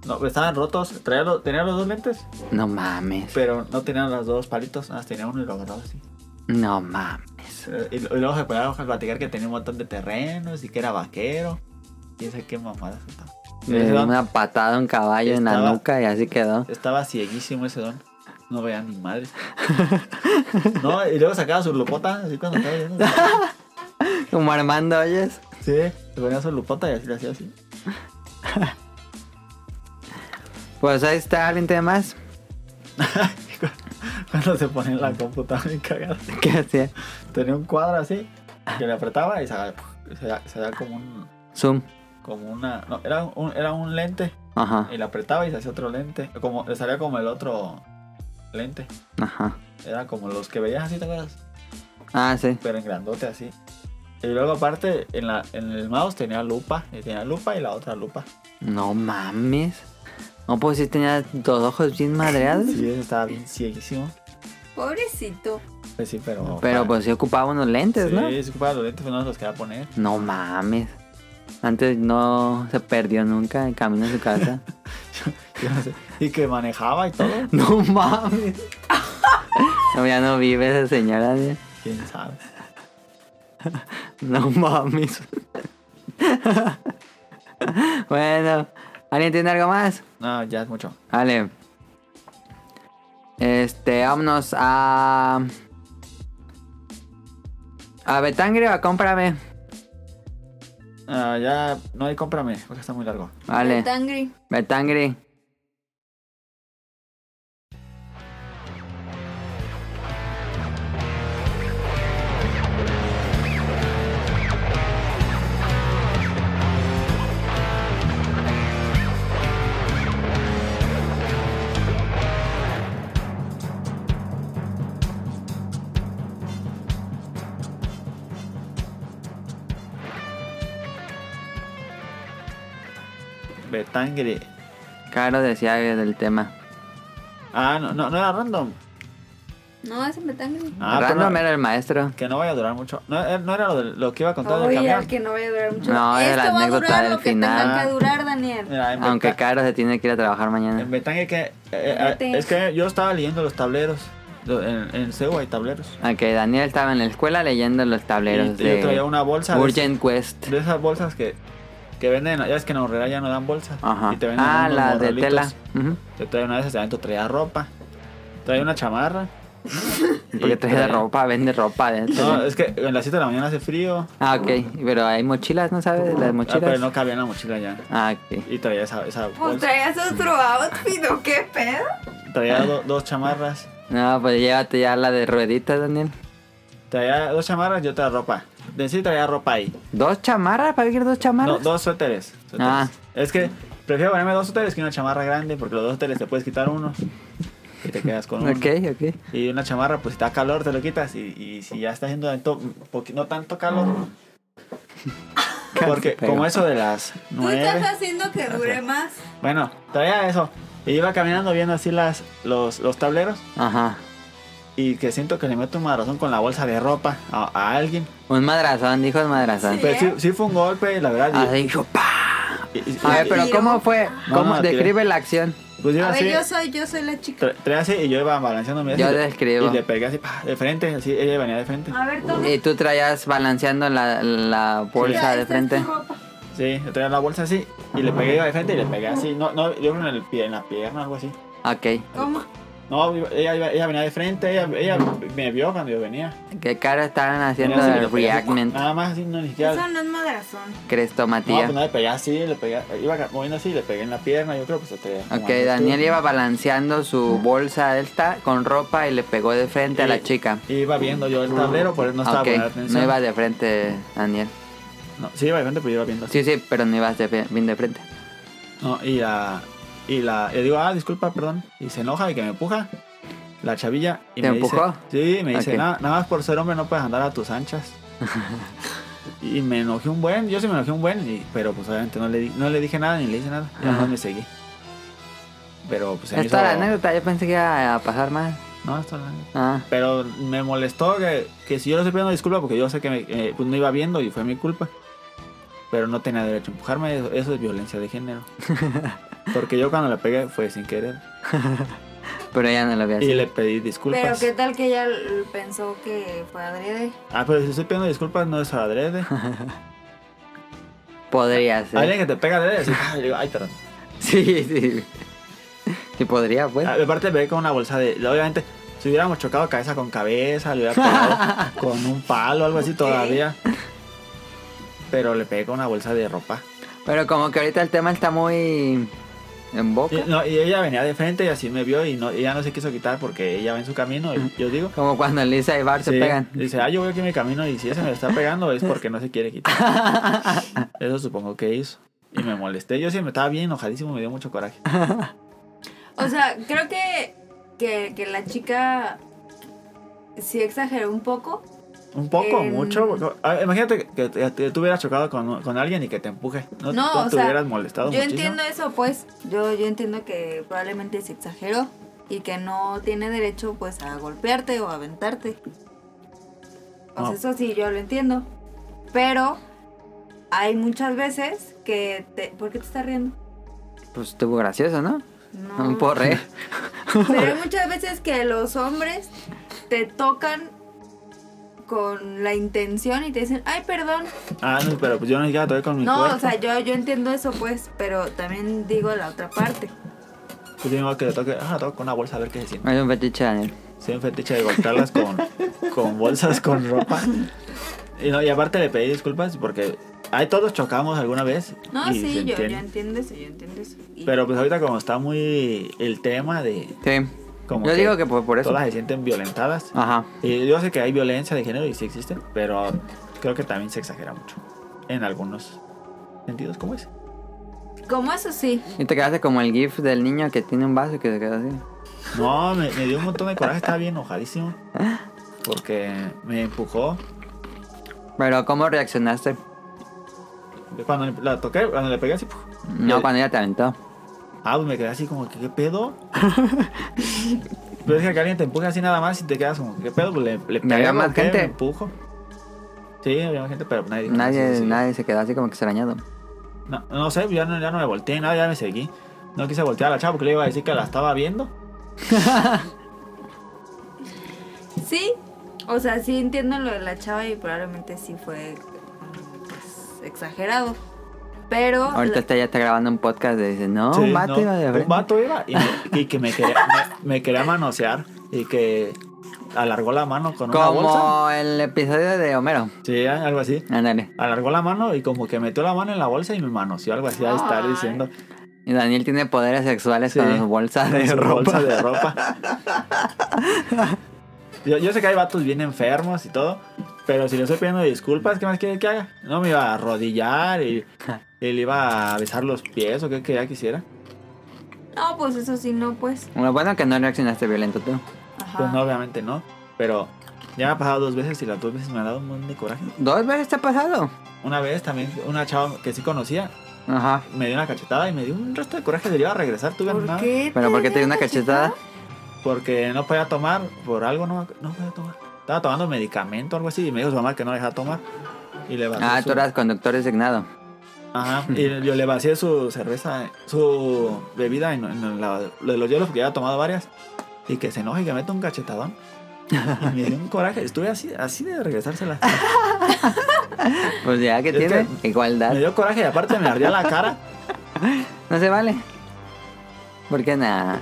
S3: No, estaban rotos, traía los, tenía los dos lentes,
S2: No mames.
S3: Pero no tenían los dos palitos, nada más tenía uno y lo agarraba así.
S2: No mames.
S3: Eh, Y, y luego se ponían a platicar que tenía un montón de terrenos y que era vaquero. Y esa qué mamada estaba.
S2: Le
S3: Ese
S2: dio
S3: don
S2: una patada a un caballo en la
S3: Estaba-
S2: nuca y así quedó.
S3: Estaba cieguísimo ese don. No veía ni madre. no, y luego sacaba su lupota, así cuando estaba yendo.
S2: Como Armando Oyes.
S3: Sí, se ponía su lupota y así le hacía así.
S2: Pues ahí está, alguien tiene más.
S3: Cuando se ponía en la computadora y cagada.
S2: ¿Qué hacía?
S3: Tenía un cuadro así, que le apretaba y se se- se da como un.
S2: Zoom.
S3: Como una. No, era un, era un lente.
S2: Ajá,
S3: Y la apretaba y se hacía otro lente. Como, le salía como el otro lente.
S2: ajá.
S3: Era como los que veías así, ¿te acuerdas?
S2: Ah, sí.
S3: Pero en grandote así. Y luego aparte, en, la, en el mouse tenía lupa. Y tenía lupa y la otra lupa.
S2: No mames. No, pues sí tenía dos ojos bien madreados.
S3: Sí, eso estaba bien cieguísimo.
S1: Pobrecito.
S3: Pues sí, pero...
S2: Pero
S3: para-
S2: pues sí ocupaba unos lentes,
S3: Sí,
S2: ¿no?
S3: se ocupaba los lentes, pero no se los quería poner.
S2: No mames. Antes no se perdió nunca el camino a su casa.
S3: Yo no sé. Y que manejaba y todo.
S2: no mames. No, ya no vive esa señora. ¿sí?
S3: ¿Quién sabe?
S2: No mames. bueno, ¿alguien tiene algo más?
S3: No, ya es mucho.
S2: Vale. Este, vámonos a. A Betangre o a cómprame.
S3: Ah, ya... No hay cómprame, porque está muy largo.
S2: Vale,
S1: Tangri.
S2: Betangre.
S3: Betangre.
S2: Caro decía del tema.
S3: Ah, no, no, no era random.
S1: No, ese me tangri.
S3: Ah, pero
S2: Random
S3: no-
S2: era el maestro.
S3: Que no vaya a durar mucho. No, eh, no era lo, de- lo que iba a contar del
S1: Oye,
S3: camión.
S1: al que no voy a durar mucho.
S2: No, era
S1: Esto
S2: la
S1: va a
S2: anécdota
S1: durar
S2: del
S1: lo que
S2: final.
S1: tenga que durar, Daniel.
S3: Mira, en
S2: Aunque
S3: Beta-
S2: Caro se tiene que ir a trabajar
S3: En
S2: mañana.
S3: Betanga que... eh, eh,
S1: Vete.
S3: es que yo estaba leyendo los tableros. Lo- En, en CEU hay tableros.
S2: Ok, Daniel estaba en la escuela leyendo los tableros
S3: y, y yo traía
S2: de
S3: una bolsa de-
S2: Urgent Quest.
S3: de, esas bolsas que, que venden... Ya es que en Aurrera ya no dan bolsas.
S2: Ajá.
S3: Y te venden
S2: Ah,
S3: unos
S2: la de
S3: morralitos.
S2: tela. Ujú.
S3: Yo traía una de esas, adentro traía ropa. Traía una chamarra.
S2: Porque
S3: Y
S2: trae de ropa, vende ropa. de-
S3: No, es que en las 7 de la mañana hace frío.
S2: Ah, ok. Pero hay mochilas, ¿no sabes? Las
S3: Ah, pero
S2: mochilas.
S3: no cabía en la mochila ya.
S2: Ah, ok.
S3: Y traía esa, esa
S1: Pues
S3: bolsa.
S1: traías otro outfit o qué pedo.
S3: Traía do- dos chamarras.
S2: No, pues llévate ya la de rueditas, Daniel.
S3: Traía dos chamarras y otra ropa. De sí traía ropa ahí.
S2: ¿Dos chamarras? ¿Para ir dos
S3: No,
S2: chamarras?
S3: dos suéteres. suéteres.
S2: Ah.
S3: Es que prefiero ponerme dos suéteres que una chamarra grande, porque los dos suéteres te puedes quitar uno y te quedas con uno.
S2: ok, ok.
S3: Y una chamarra, pues si está calor, te lo quitas. Y, y si ya está haciendo tanto- poqui- no tanto calor. Porque
S2: pego.
S3: como eso de las
S1: Tú estás
S3: nueve.
S1: haciendo que dure más.
S3: Bueno, traía eso. Y iba caminando viendo así las, los, los tableros.
S2: Ajá.
S3: y que siento que le meto un madrazón con la bolsa de ropa a, a alguien.
S2: Un madrazón, dijo un madrazón.
S1: Sí,
S3: Pero sí,
S1: ¿eh?
S3: sí fue un golpe, la verdad. y-
S2: Así dijo, pa.
S3: y- y-
S2: A ver, pero
S3: y-
S2: ¿cómo fue?
S3: No,
S2: ¿Cómo
S3: no,
S2: describe la acción?
S3: Pues yo
S1: A
S3: así,
S1: ver, yo soy, yo soy la chica.
S3: tra- traía así y yo iba balanceándome. así,
S2: Yo
S3: y le-
S2: describo. Ah.
S3: Y le pegué así, pa, de frente, así, ella venía de frente.
S1: A ver, toma.
S2: Y tú traías balanceando la, la bolsa
S1: Mira,
S2: de
S1: esta es tu
S2: frente.
S1: ropa.
S3: Sí, yo traía la bolsa así y le pegué yo de frente y le pegué así. No, no, yo creo en el pie, en la pierna, algo así.
S2: Ok.
S1: ¿Cómo?
S3: No, iba- ella, iba- ella venía de frente, ella, ella me vio cuando yo venía.
S2: ¿Qué cara estaban haciendo
S3: Venía así,
S2: del
S3: le pegué así,
S2: reactment?
S3: Nada más así, no, ni siquiera.
S1: Eso no es madrazón.
S3: No,
S2: Crestomatía.
S3: pues no le pegué así, le pegué, iba moviendo así, le pegué en la pierna, yo creo que se te...
S2: Ok, Daniel iba balanceando
S3: Ah.
S2: su bolsa esta con ropa y le pegó de frente a la chica.
S3: Iba viendo yo el tablero, por eso no estaba
S2: ok,
S3: poniendo atención.
S2: no iba de frente, Daniel.
S3: No, sí iba de frente, pero yo iba viendo así.
S2: Sí, sí, pero no ibas de, bien de frente.
S3: No, y la... Y la... Le digo, ah, disculpa, perdón. Y se enoja y que me empuja. La chavilla. Y
S2: ¿Te
S3: me
S2: empujó?
S3: Dice, sí, me dice,
S2: Ok.
S3: nada, nada más por ser hombre no puedes andar a tus anchas. y me enojé un buen, yo sí me enojé un buen, y- pero pues obviamente no le, di- no le dije nada ni le hice nada. Ya
S2: Ajá.
S3: no me seguí. Pero pues se me
S2: Es toda la
S3: hizo-
S2: anécdota, yo pensé que iba a pasar más.
S3: No, esto la
S2: Ah,
S3: Pero me molestó que, que si yo le estoy pidiendo disculpas porque yo sé que me, eh, pues no iba viendo y fue mi culpa. Pero no tenía derecho a empujarme, eso, eso es violencia de género. Porque yo cuando la pegué fue sin querer.
S2: pero ya no lo veas.
S3: Y le pedí
S1: Pero
S3: disculpas.
S1: qué tal que ella l- pensó que fue adrede.
S3: Ah, pero si estoy pidiendo disculpas no es adrede.
S2: Podría
S3: Alguien
S2: ser.
S3: que te pega adrede, así, ay, digo, ay, perdón.
S2: Sí, sí. Sí, podría, pues.
S3: Ah, Aparte pegué con una bolsa de... Obviamente, si hubiéramos chocado cabeza con cabeza, le hubiera pegado con un palo o algo así todavía. Pero le pegué con una bolsa de ropa.
S2: Pero como que ahorita el tema está muy en boca.
S3: Y, no, y ella venía de frente y así me vio y no, ella no se quiso quitar porque ella va en su camino y yo digo...
S2: Como cuando Lisa y Bart se
S3: sí,
S2: pegan.
S3: Dice, ah, yo voy aquí en mi camino y si ese me está pegando es porque no se quiere quitar. Eso supongo que hizo. Y me molesté. Yo sí me estaba bien enojadísimo, me dio mucho coraje.
S1: O sea, creo que, que, que la chica sí exageró un poco.
S3: Un poco,
S1: Em.
S3: mucho. porque- ah, imagínate que, que te- tú hubieras chocado con, con alguien y que te empuje. No,
S1: No,
S3: tú
S1: o
S3: te
S1: sea,
S3: hubieras molestado
S1: Yo
S3: muchísimo.
S1: entiendo eso, pues. Yo, yo entiendo que probablemente se exageró y que no tiene derecho, pues, a golpearte o a aventarte. Pues
S3: No.
S1: eso sí, yo lo entiendo. Pero hay muchas veces que te... ¿Por qué te estás riendo?
S2: Pues estuvo gracioso, ¿no?
S1: No.
S2: Un porre.
S1: Pero hay muchas veces que los hombres te tocan con la intención y te dicen, ay, perdón.
S3: Ah, no, pero pues yo no siquiera toqué con mi
S1: No,
S3: cuerpo.
S1: o sea, yo, yo entiendo eso, pues, pero también digo la otra parte.
S3: Pues yo digo que le toque, ah, toco con una bolsa a ver qué se siente.
S2: Hay un fetiche, Daniel.
S3: Soy un fetiche de golpearlas con, con bolsas, con ropa. Y, no, y aparte le pedí disculpas porque ahí todos chocamos alguna vez.
S1: No,
S3: y
S1: sí,
S3: se
S1: yo, yo
S3: entiende.
S1: entiendo eso, yo entiendo eso. Y-
S3: Pero pues ahorita como está muy el tema de
S2: Sí.
S3: como
S2: Yo digo que por, por eso. Ah.
S3: todas se sienten violentadas.
S2: Ajá.
S3: Y yo sé que hay violencia de género y sí existe, pero creo que también se exagera mucho en algunos sentidos. ¿Cómo es?
S1: Como eso sí.
S2: Y te quedaste como el gif del niño que tiene un vaso y que se queda así.
S3: No, me, me dio un montón de coraje, estaba bien enojadísimo. Porque me empujó.
S2: Pero ¿cómo reaccionaste?
S3: Cuando la toqué, cuando le pegué así, ¡puf!
S2: No, cuando ella te aventó.
S3: Ah, pues me quedé así como que, ¿qué pedo? Pero es que alguien te empuja así nada más y te quedas como, ¿qué pedo? Pues le, le
S2: ¿Y había
S3: pego,
S2: más
S3: ¿qué?
S2: gente?
S3: Me empujo. Sí, había más gente, pero nadie.
S2: Nadie,
S3: sí, sí.
S2: nadie se quedó así como que extrañado.
S3: No, no sé, ya no, ya no me volteé, nada, ya me seguí. No quise voltear a la chava porque le iba a decir que la estaba viendo.
S1: Sí, o sea, sí entiendo lo de la chava y probablemente sí fue mm, pues, exagerado. Pero...
S2: Ahorita
S1: la-
S2: está ya está grabando un podcast de dice, no,
S3: Sí,
S2: un vato
S3: no,
S2: iba de
S3: Un
S2: frente.
S3: vato iba y, me- y que me quería, me, me quería manosear y que alargó la mano con una bolsa.
S2: Como el episodio de Homero.
S3: Sí, algo así.
S2: Ándale.
S3: Alargó la mano y como que metió la mano en la bolsa y me manoseó, algo así, a estar
S1: Ay.
S3: diciendo.
S2: Y Daniel tiene poderes sexuales
S3: Sí.
S2: con su bolsa de
S3: Con su
S2: ropa.
S3: bolsa de ropa. Yo, yo sé que hay vatos bien enfermos y todo, pero si le estoy pidiendo disculpas, ¿qué más quiere que haga? No me iba a arrodillar y, y le iba a besar los pies o qué quería que hiciera.
S1: No, pues eso sí, no, pues.
S2: Lo bueno que no reaccionaste violento tú.
S1: Ajá.
S3: Pues no, obviamente no, pero ya me ha pasado dos veces y las dos veces me ha dado un montón de coraje.
S2: Dos veces te ha pasado.
S3: Una vez también, una chava que sí conocía
S2: Ajá.
S3: me dio una cachetada y me dio un resto de coraje de yo a regresar, tuve
S1: ¿Por
S3: nada.
S1: qué?
S2: Pero ¿por qué te dio
S1: dio
S2: una cachetada?
S3: porque no podía tomar, por algo no, no podía tomar. Estaba tomando medicamento o algo así y me dijo su mamá que no le dejaba tomar. Y le vació
S2: Ah,
S3: su-
S2: tú eras conductor designado.
S3: Ajá, y yo le vacié su cerveza, su bebida en, en la- lo de los hielos porque ya había tomado varias. Y que se enoje y que mete un cachetadón. Y me dio un coraje. Estuve así, así de regresársela.
S2: Pues ya que
S3: Es que-
S2: tiene, igualdad.
S3: Me dio coraje y aparte me ardía la cara.
S2: No se vale. Porque nada.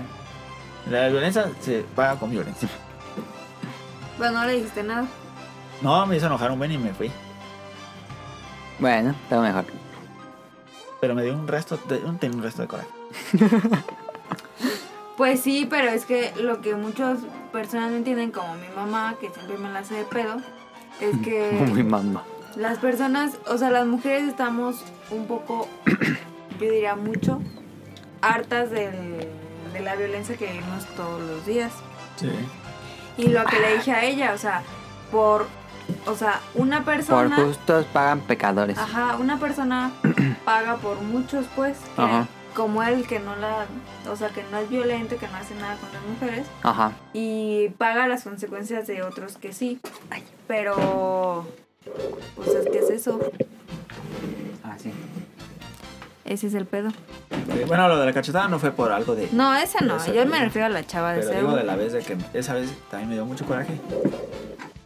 S3: La violencia se paga con violencia.
S1: Pero Pues, no le dijiste nada.
S3: No, me hizo enojar un buen y me fui.
S2: Bueno, todo mejor.
S3: Pero me dio un resto, de, un, tenía un resto de coraje.
S1: Pues sí, pero es que lo que muchas personas no entienden, como mi mamá, que siempre me la hace de pedo, es
S2: Muy
S1: que
S2: mamá.
S1: las personas, o sea, las mujeres estamos un poco, yo diría mucho, hartas del- de la violencia que vivimos todos los días.
S3: Sí.
S1: Y lo que le dije a ella, o sea, por, o sea, una
S2: Por
S1: persona...
S2: justos pagan pecadores.
S1: Ajá, una persona paga por muchos, pues, que-
S2: Ajá.
S1: como él, que no la, o sea, que no es violento, que no hace nada con las mujeres,
S2: Ajá.
S1: y paga las consecuencias de otros que sí. Ay, pero, pues, es que es eso,
S2: Así.
S1: ese es el pedo.
S3: Bueno, lo de la cachetada no fue por algo de...
S1: No, esa no,
S3: Esa
S1: yo
S3: no.
S1: me refiero a la chava de
S3: Pero digo
S1: Seúl.
S3: de la vez de que esa vez también me dio mucho coraje.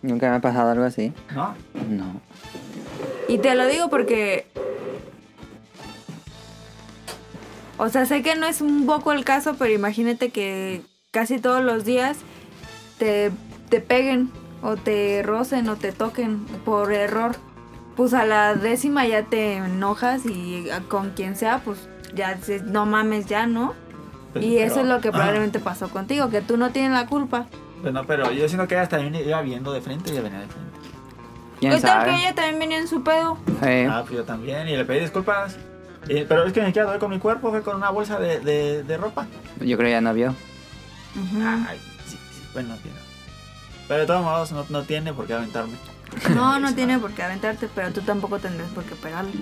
S2: Nunca me ha pasado algo así.
S3: ¿No?
S2: No.
S1: Y te lo digo porque... O sea, sé que no es un poco el caso, pero imagínate que casi todos los días te, te peguen o te rocen o te toquen por error. Pues a la décima ya te enojas y con quien sea, pues ya dices, no mames, ya, ¿no? Y
S3: Pero-
S1: eso es lo que
S3: Ah.
S1: probablemente pasó contigo, que tú no tienes la culpa.
S3: Pues no, pero yo siento que ella también iba viendo de frente y ella venía de frente.
S2: ¿Quién
S1: Pues tal que
S2: sabe?
S1: ella también venía en su pedo.
S2: Eh,
S3: Ah, pues yo también. Y le pedí disculpas. Y- pero es que ni siquiera doy con mi cuerpo, fue con una bolsa de, de, de ropa.
S2: yo creo ya no vio.
S3: Ay, sí, sí, bueno, no tiene. Pero de todos modos, no, no tiene por qué aventarme.
S1: No, no tiene por qué aventarte, pero tú tampoco tendrás por qué pegarle.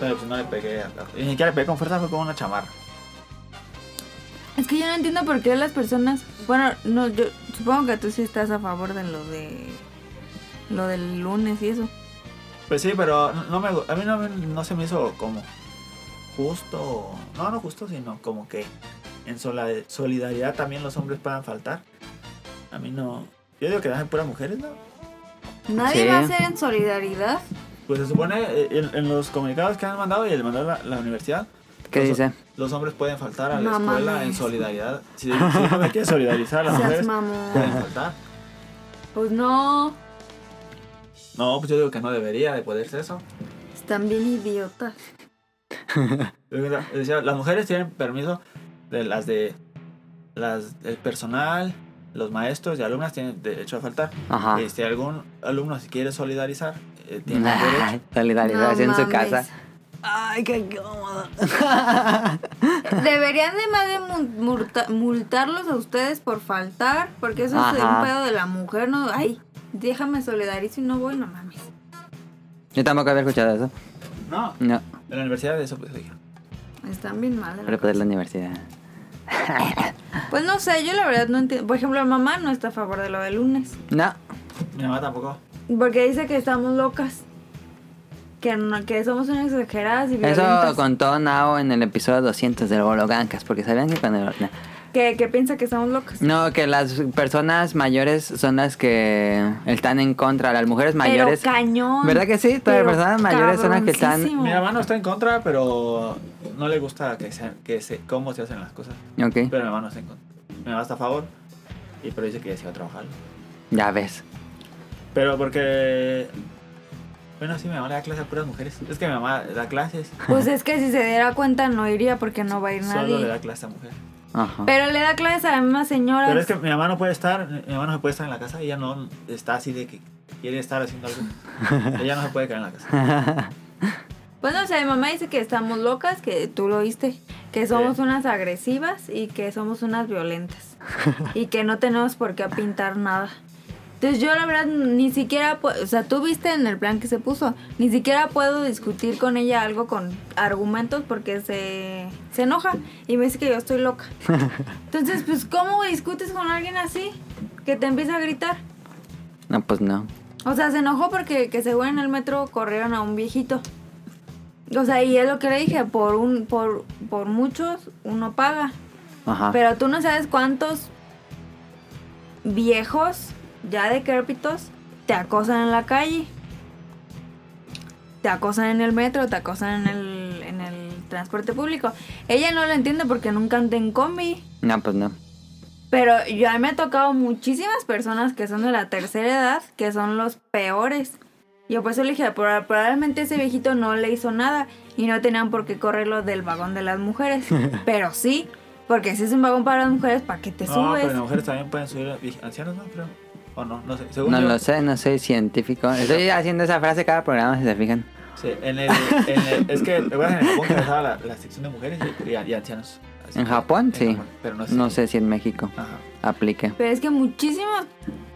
S3: Pero pues no le pegué. a- a- Y ni siquiera le pegué con fuerza, fue con una chamarra.
S1: Es que yo no entiendo por qué las personas. Bueno, no, yo supongo que tú sí estás a favor de lo de. Lo del lunes y eso.
S3: Pues sí, pero no no me, gu- a mí no, me- no se me hizo como justo. No, no justo, sino como que en sola- solidaridad también los hombres puedan faltar. A mí no. Yo digo que dejan puras mujeres, ¿no?
S1: Nadie
S2: Sí.
S1: va a ser en solidaridad.
S3: Pues se supone eh, en, en los comunicados que han mandado y el mandar la, la universidad,
S2: ¿Qué
S3: Los-
S2: dice?
S3: los hombres pueden faltar a
S1: No
S3: la escuela
S1: mames.
S3: en solidaridad. Si, si no me quieres solidarizar a las
S1: Seas
S3: mujeres, pueden
S1: mamón.
S3: faltar.
S1: Pues no.
S3: No, pues yo digo que no debería de poderse eso.
S1: Están bien idiotas.
S3: Yo digo, decía, las mujeres tienen permiso de las de las el personal, los maestros y alumnas tienen derecho a faltar.
S2: Ajá.
S3: Este, algún alumno si quiere solidarizar, eh, tiene derecho.
S2: Ay, Solidaridad
S1: No
S2: así en su
S1: mames.
S2: casa. Ay, qué cómodo.
S1: Deberían de más de mu- multa- multarlos a ustedes por faltar, porque eso es
S2: Ajá.
S1: un pedo de la mujer, ¿no? Ay, déjame solidarizo y no voy, no mames.
S2: Yo tampoco había escuchado eso.
S3: No,
S2: No,
S3: en la universidad eso pues dije.
S1: Están bien mal. de la
S2: pero pues es la universidad.
S1: Pues no sé, yo la verdad no entiendo. Por ejemplo, mi mamá no está a favor de lo del lunes.
S2: No.
S3: Mi mamá tampoco.
S1: Porque dice que estamos locas. Que, no- que somos unas exageradas y violentas.
S2: Eso contó Nao en el episodio 200 del Bolo Gancas, porque sabían que cuando... no.
S1: Que, que piensa que estamos locas.
S2: No, que las personas mayores son las que están en contra, las mujeres mayores...
S1: Pero cañón.
S2: ¿Verdad que sí? Todas
S1: Pero
S2: las personas mayores son las que están-
S1: cabroncísimo.
S3: Mi mamá no está en contra, pero no le gusta que se, que se, cómo se hacen las cosas.
S2: Ok,
S3: Pero mi mamá no está en contra. Mi mamá está a favor, y pero dice que ya se va a trabajar.
S2: ya ves.
S3: Pero porque... Bueno, sí, mi mamá le da clases a puras mujeres. Es que mi mamá da clases.
S1: Pues es que si se diera cuenta no iría porque no va a ir
S3: Solo le
S1: nadie.
S3: da clases a mujeres.
S2: Ajá.
S1: Pero le da clases a las mismas señoras.
S3: Pero es que mi mamá no puede estar, mi mamá no se puede estar en la casa. Ella no está así de que quiere estar haciendo algo. ella no se puede quedar en la casa.
S1: Pues no sé, mi mamá dice que estamos locas, que tú lo oíste, que somos
S3: Sí.
S1: unas agresivas y que somos unas violentas. y que no tenemos por qué pintar nada. Entonces yo la verdad ni siquiera, pu- o sea, tú viste en el plan que se puso, ni siquiera puedo discutir con ella algo con argumentos porque se, se enoja y me dice que yo estoy loca. Entonces, pues, ¿cómo discutes con alguien así? Que te empieza a gritar.
S2: No, pues no.
S1: O sea, se enojó porque que según en el metro corrieron a un viejito. O sea, y es lo que le dije, por un por, por muchos uno paga.
S2: Ajá.
S1: Pero tú no sabes cuántos viejos ya decrépitos te acosan en la calle. Te acosan en el metro, te acosan en el, en el transporte público. Ella no lo entiende porque nunca anda en combi.
S2: No, pues no.
S1: Pero ya me ha tocado muchísimas personas que son de la tercera edad, que son los peores. Yo por eso le dije, "Proba- probablemente ese viejito no le hizo nada y no tenían por qué correrlo del vagón de las mujeres. pero sí, porque si es un vagón para las mujeres, ¿para qué te
S3: No,
S1: subes?
S3: pero las mujeres también pueden subir a- y ancianos, ¿no? Creo. O no, no sé. Según
S2: No
S3: yo,
S2: lo sé, no soy científico. Estoy haciendo esa frase cada programa, si se fijan.
S3: sí, en el, en el- es que ¿te acuerdas en el Japón que estaba la, la sección de mujeres y, y- y ancianos. Así
S2: En
S3: que-
S2: Japón,
S3: en
S2: sí.
S3: Japón, pero no sé.
S2: No sé si en México
S3: Ajá.
S2: aplique.
S1: Pero es que muchísimos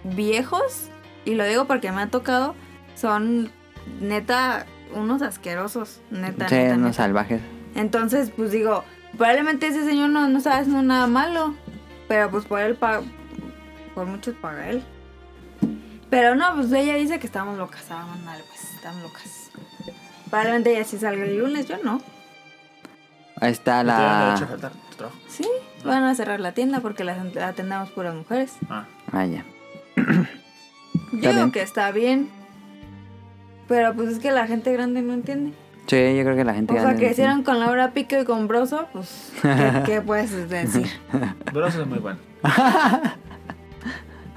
S1: viejos, y lo digo porque me ha tocado, son neta unos asquerosos, neta.
S2: Sí,
S1: neta,
S2: unos
S1: neta.
S2: salvajes.
S1: Entonces, pues digo, probablemente ese señor no, no sabe hacer nada malo, pero pues por él, pa- por muchos paga él. Pero no, pues ella dice que estamos locas, estábamos mal, pues estamos locas. Probablemente ella sí salga el lunes, yo no.
S2: Ahí está
S3: No tienen derecho
S2: la.
S3: a faltar tu trabajo.
S1: Sí, van a cerrar la tienda porque la atendamos puras mujeres.
S3: Ah.
S2: Ah, ya.
S1: Yo
S2: Está
S1: digo
S2: bien.
S1: que está bien. Pero pues es que la gente grande no entiende.
S2: Sí, yo creo que la gente.
S1: O sea,
S2: grande
S1: que
S2: no
S1: hicieron con Laura Pico y con Broso, pues, ¿qué, qué puedes decir?
S3: Broso es muy bueno.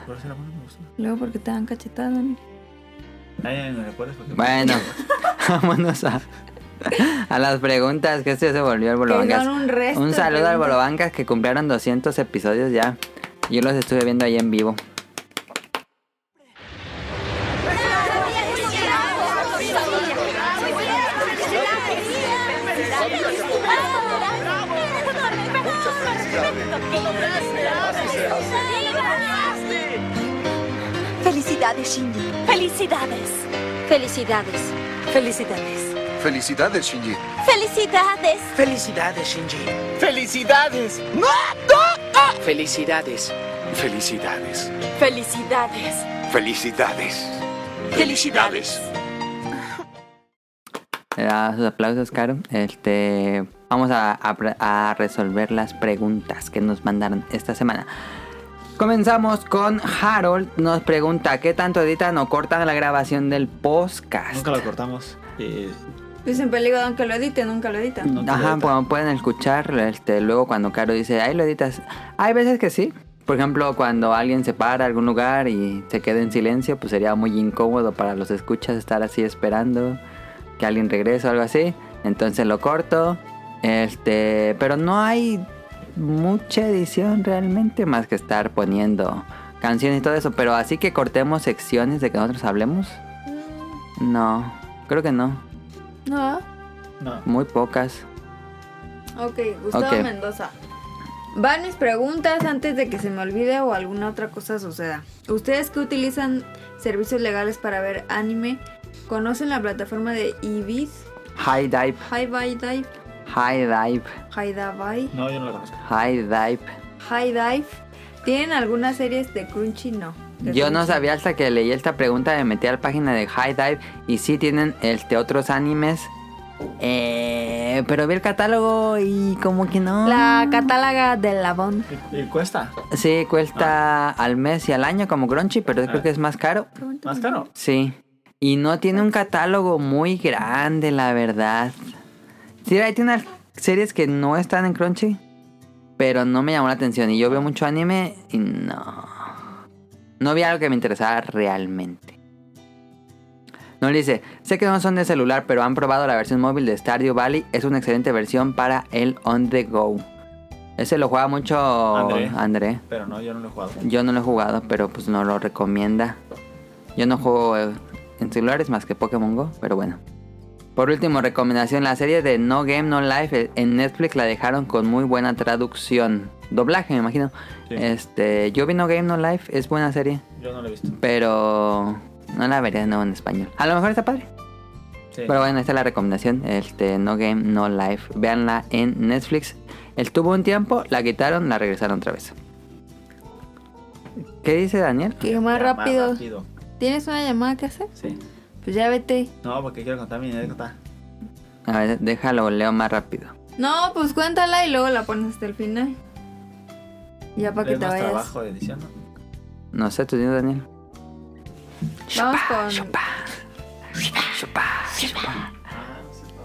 S3: Broso era bueno, me gustó.
S1: Luego porque te dan cachetadas, Dani.
S3: Ay, me recuerdas porque.
S2: Bueno, vámonos a, a las preguntas, que este se volvió el Bolobancas.
S1: Que son un resto de
S2: saludo
S1: preguntas.
S2: al Bolobancas que cumplieron 200 episodios ya. Yo los estuve viendo ahí en vivo.
S7: Felicidades, Shinji.
S6: Felicidades.
S7: Felicidades. Felicidades.
S8: Felicidades, Shinji.
S6: Felicidades.
S9: Felicidades, Shinji.
S8: ¡Felicidades!
S9: Felicidades.
S8: ¡Felicidades!
S7: Felicidades.
S8: ¡Felicidades!
S7: Felicidades.
S2: Le da sus aplausos, Caro. Este, vamos a, a pre- a resolver las preguntas que nos mandaron esta semana. Comenzamos con Harold. Nos pregunta: ¿Qué tanto editan o cortan la grabación del podcast?
S3: Nunca lo cortamos. Y
S1: Yo siempre le digo, aunque lo edite, nunca lo edita.
S3: no te
S2: Ajá,
S3: lo-
S2: pu- pueden escuchar este, luego cuando Caro dice, ahí lo editas. Hay veces que sí. Por ejemplo, cuando alguien se para a algún lugar y se queda en silencio, pues sería muy incómodo para los escuchas estar así esperando que alguien regrese o algo así. Entonces lo corto. Este, pero no hay mucha edición realmente más que estar poniendo canciones y todo eso. Pero así que cortemos secciones de que nosotros hablemos. No, creo que no.
S1: No. ah.
S3: No.
S2: Muy pocas.
S1: Ok, Gustavo
S2: Ok.
S1: Mendoza. Van mis preguntas antes de que se me olvide o alguna otra cosa suceda. Ustedes que utilizan servicios legales para ver anime, ¿conocen la plataforma de Ibis?
S2: High dive.
S1: High Dive, Dive,
S2: High Dive,
S1: High Dive,
S3: No, yo no lo conozco.
S2: High Dive.
S1: High Dive. ¿Tienen algunas series de Crunchy? No. De
S2: Yo no
S1: Crunchy.
S2: sabía hasta que leí esta pregunta, me metí a la página de High Dive y sí tienen este otros animes. Eh, pero vi el catálogo y como que no.
S1: La catáloga del Labón.
S3: ¿Y, y cuesta?
S2: Sí, cuesta al mes y al año como Crunchy, pero creo que es más caro.
S3: ¿Más caro?
S2: Sí. Y no tiene un catálogo muy grande, la verdad. Sí, ahí tiene unas series que no están en Crunchy, pero no me llamó la atención. Y yo veo mucho anime y no. No vi algo que me interesara realmente. No le dice, sé que no son de celular, pero han probado la versión móvil de Stardew Valley. Es una excelente versión para el on the go. Ese lo juega mucho
S3: André.
S2: André.
S3: Pero no, yo no lo he jugado.
S2: Yo no lo he jugado, pero pues no lo recomienda. Yo no juego eh, en celulares más que Pokémon Go, pero bueno. Por último, recomendación, la serie de No Game No Life eh, en Netflix la dejaron con muy buena traducción. doblaje, me imagino.
S3: Sí.
S2: Este, yo vi No Game No Life, es buena serie,
S3: Yo no lo he visto.
S2: pero no la vería de nuevo en español. A lo mejor está padre.
S3: Sí.
S2: Pero bueno, esta es la recomendación. Este No Game, No Life. Véanla en Netflix. Él tuvo un tiempo, la quitaron, la regresaron otra vez. ¿Qué dice Daniel?
S1: Que Ah, más
S3: Ya,
S1: rápido. ¿Tienes una llamada que hacer?
S3: Sí.
S1: Pues ya vete.
S3: No, porque quiero contar mi anécdota.
S2: A ver, déjalo, leo más rápido.
S1: No, pues cuéntala y luego la pones hasta el final. Ya para que
S3: Es
S1: te
S3: más
S1: vayas.
S3: trabajo de edición, ¿no?
S2: No sé, tú dices, Daniel.
S1: Vamos con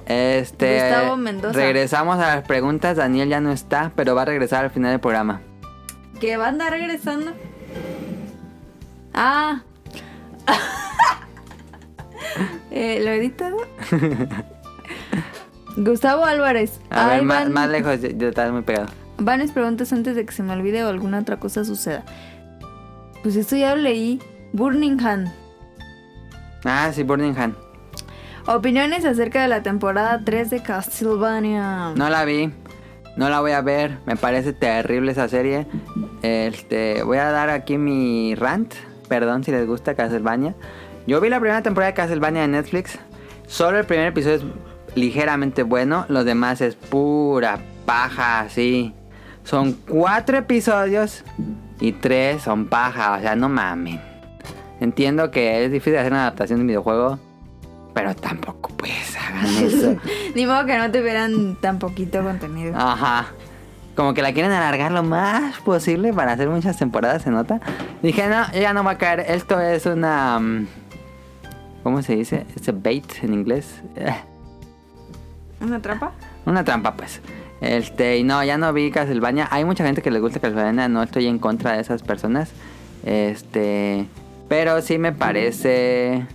S2: Este.
S1: Gustavo Mendoza.
S2: Regresamos a las preguntas. Daniel ya no está, pero va a regresar al final del programa.
S1: que va a andar regresando. Ah. Eh, ¿Lo editas? Gustavo Álvarez.
S2: A
S1: Ahí
S2: ver, más,
S1: van-
S2: más lejos, yo, yo estaba muy pegado.
S1: Varias preguntas antes de que se me olvide o alguna otra cosa suceda. Pues esto ya lo leí. Burningham.
S2: Ah, sí, Burningham.
S1: Opiniones acerca de la temporada 3 de Castlevania.
S2: No la vi. No la voy a ver. Me parece terrible esa serie. Este, voy a dar aquí mi rant. Perdón si les gusta Castlevania. Yo vi la primera temporada de Castlevania de Netflix. Solo el primer episodio es ligeramente bueno. Los demás es pura paja, así. Son cuatro episodios y tres son paja. O sea, no mamen. Entiendo que es difícil hacer una adaptación de un videojuego. Pero tampoco pues hagan eso.
S1: Ni modo que no te vieran tan poquito contenido.
S2: Ajá. Como que la quieren alargar lo más posible para hacer muchas temporadas, se nota. Dije, no, ya no va a caer. Esto es una. mm, ¿Cómo se dice? Es a bait en inglés.
S1: ¿Una trampa?
S2: Una trampa, pues. Este, y no, ya no vi Castlevania. Hay mucha gente que le gusta Castlevania, no estoy en contra de esas personas. Este, pero sí me parece.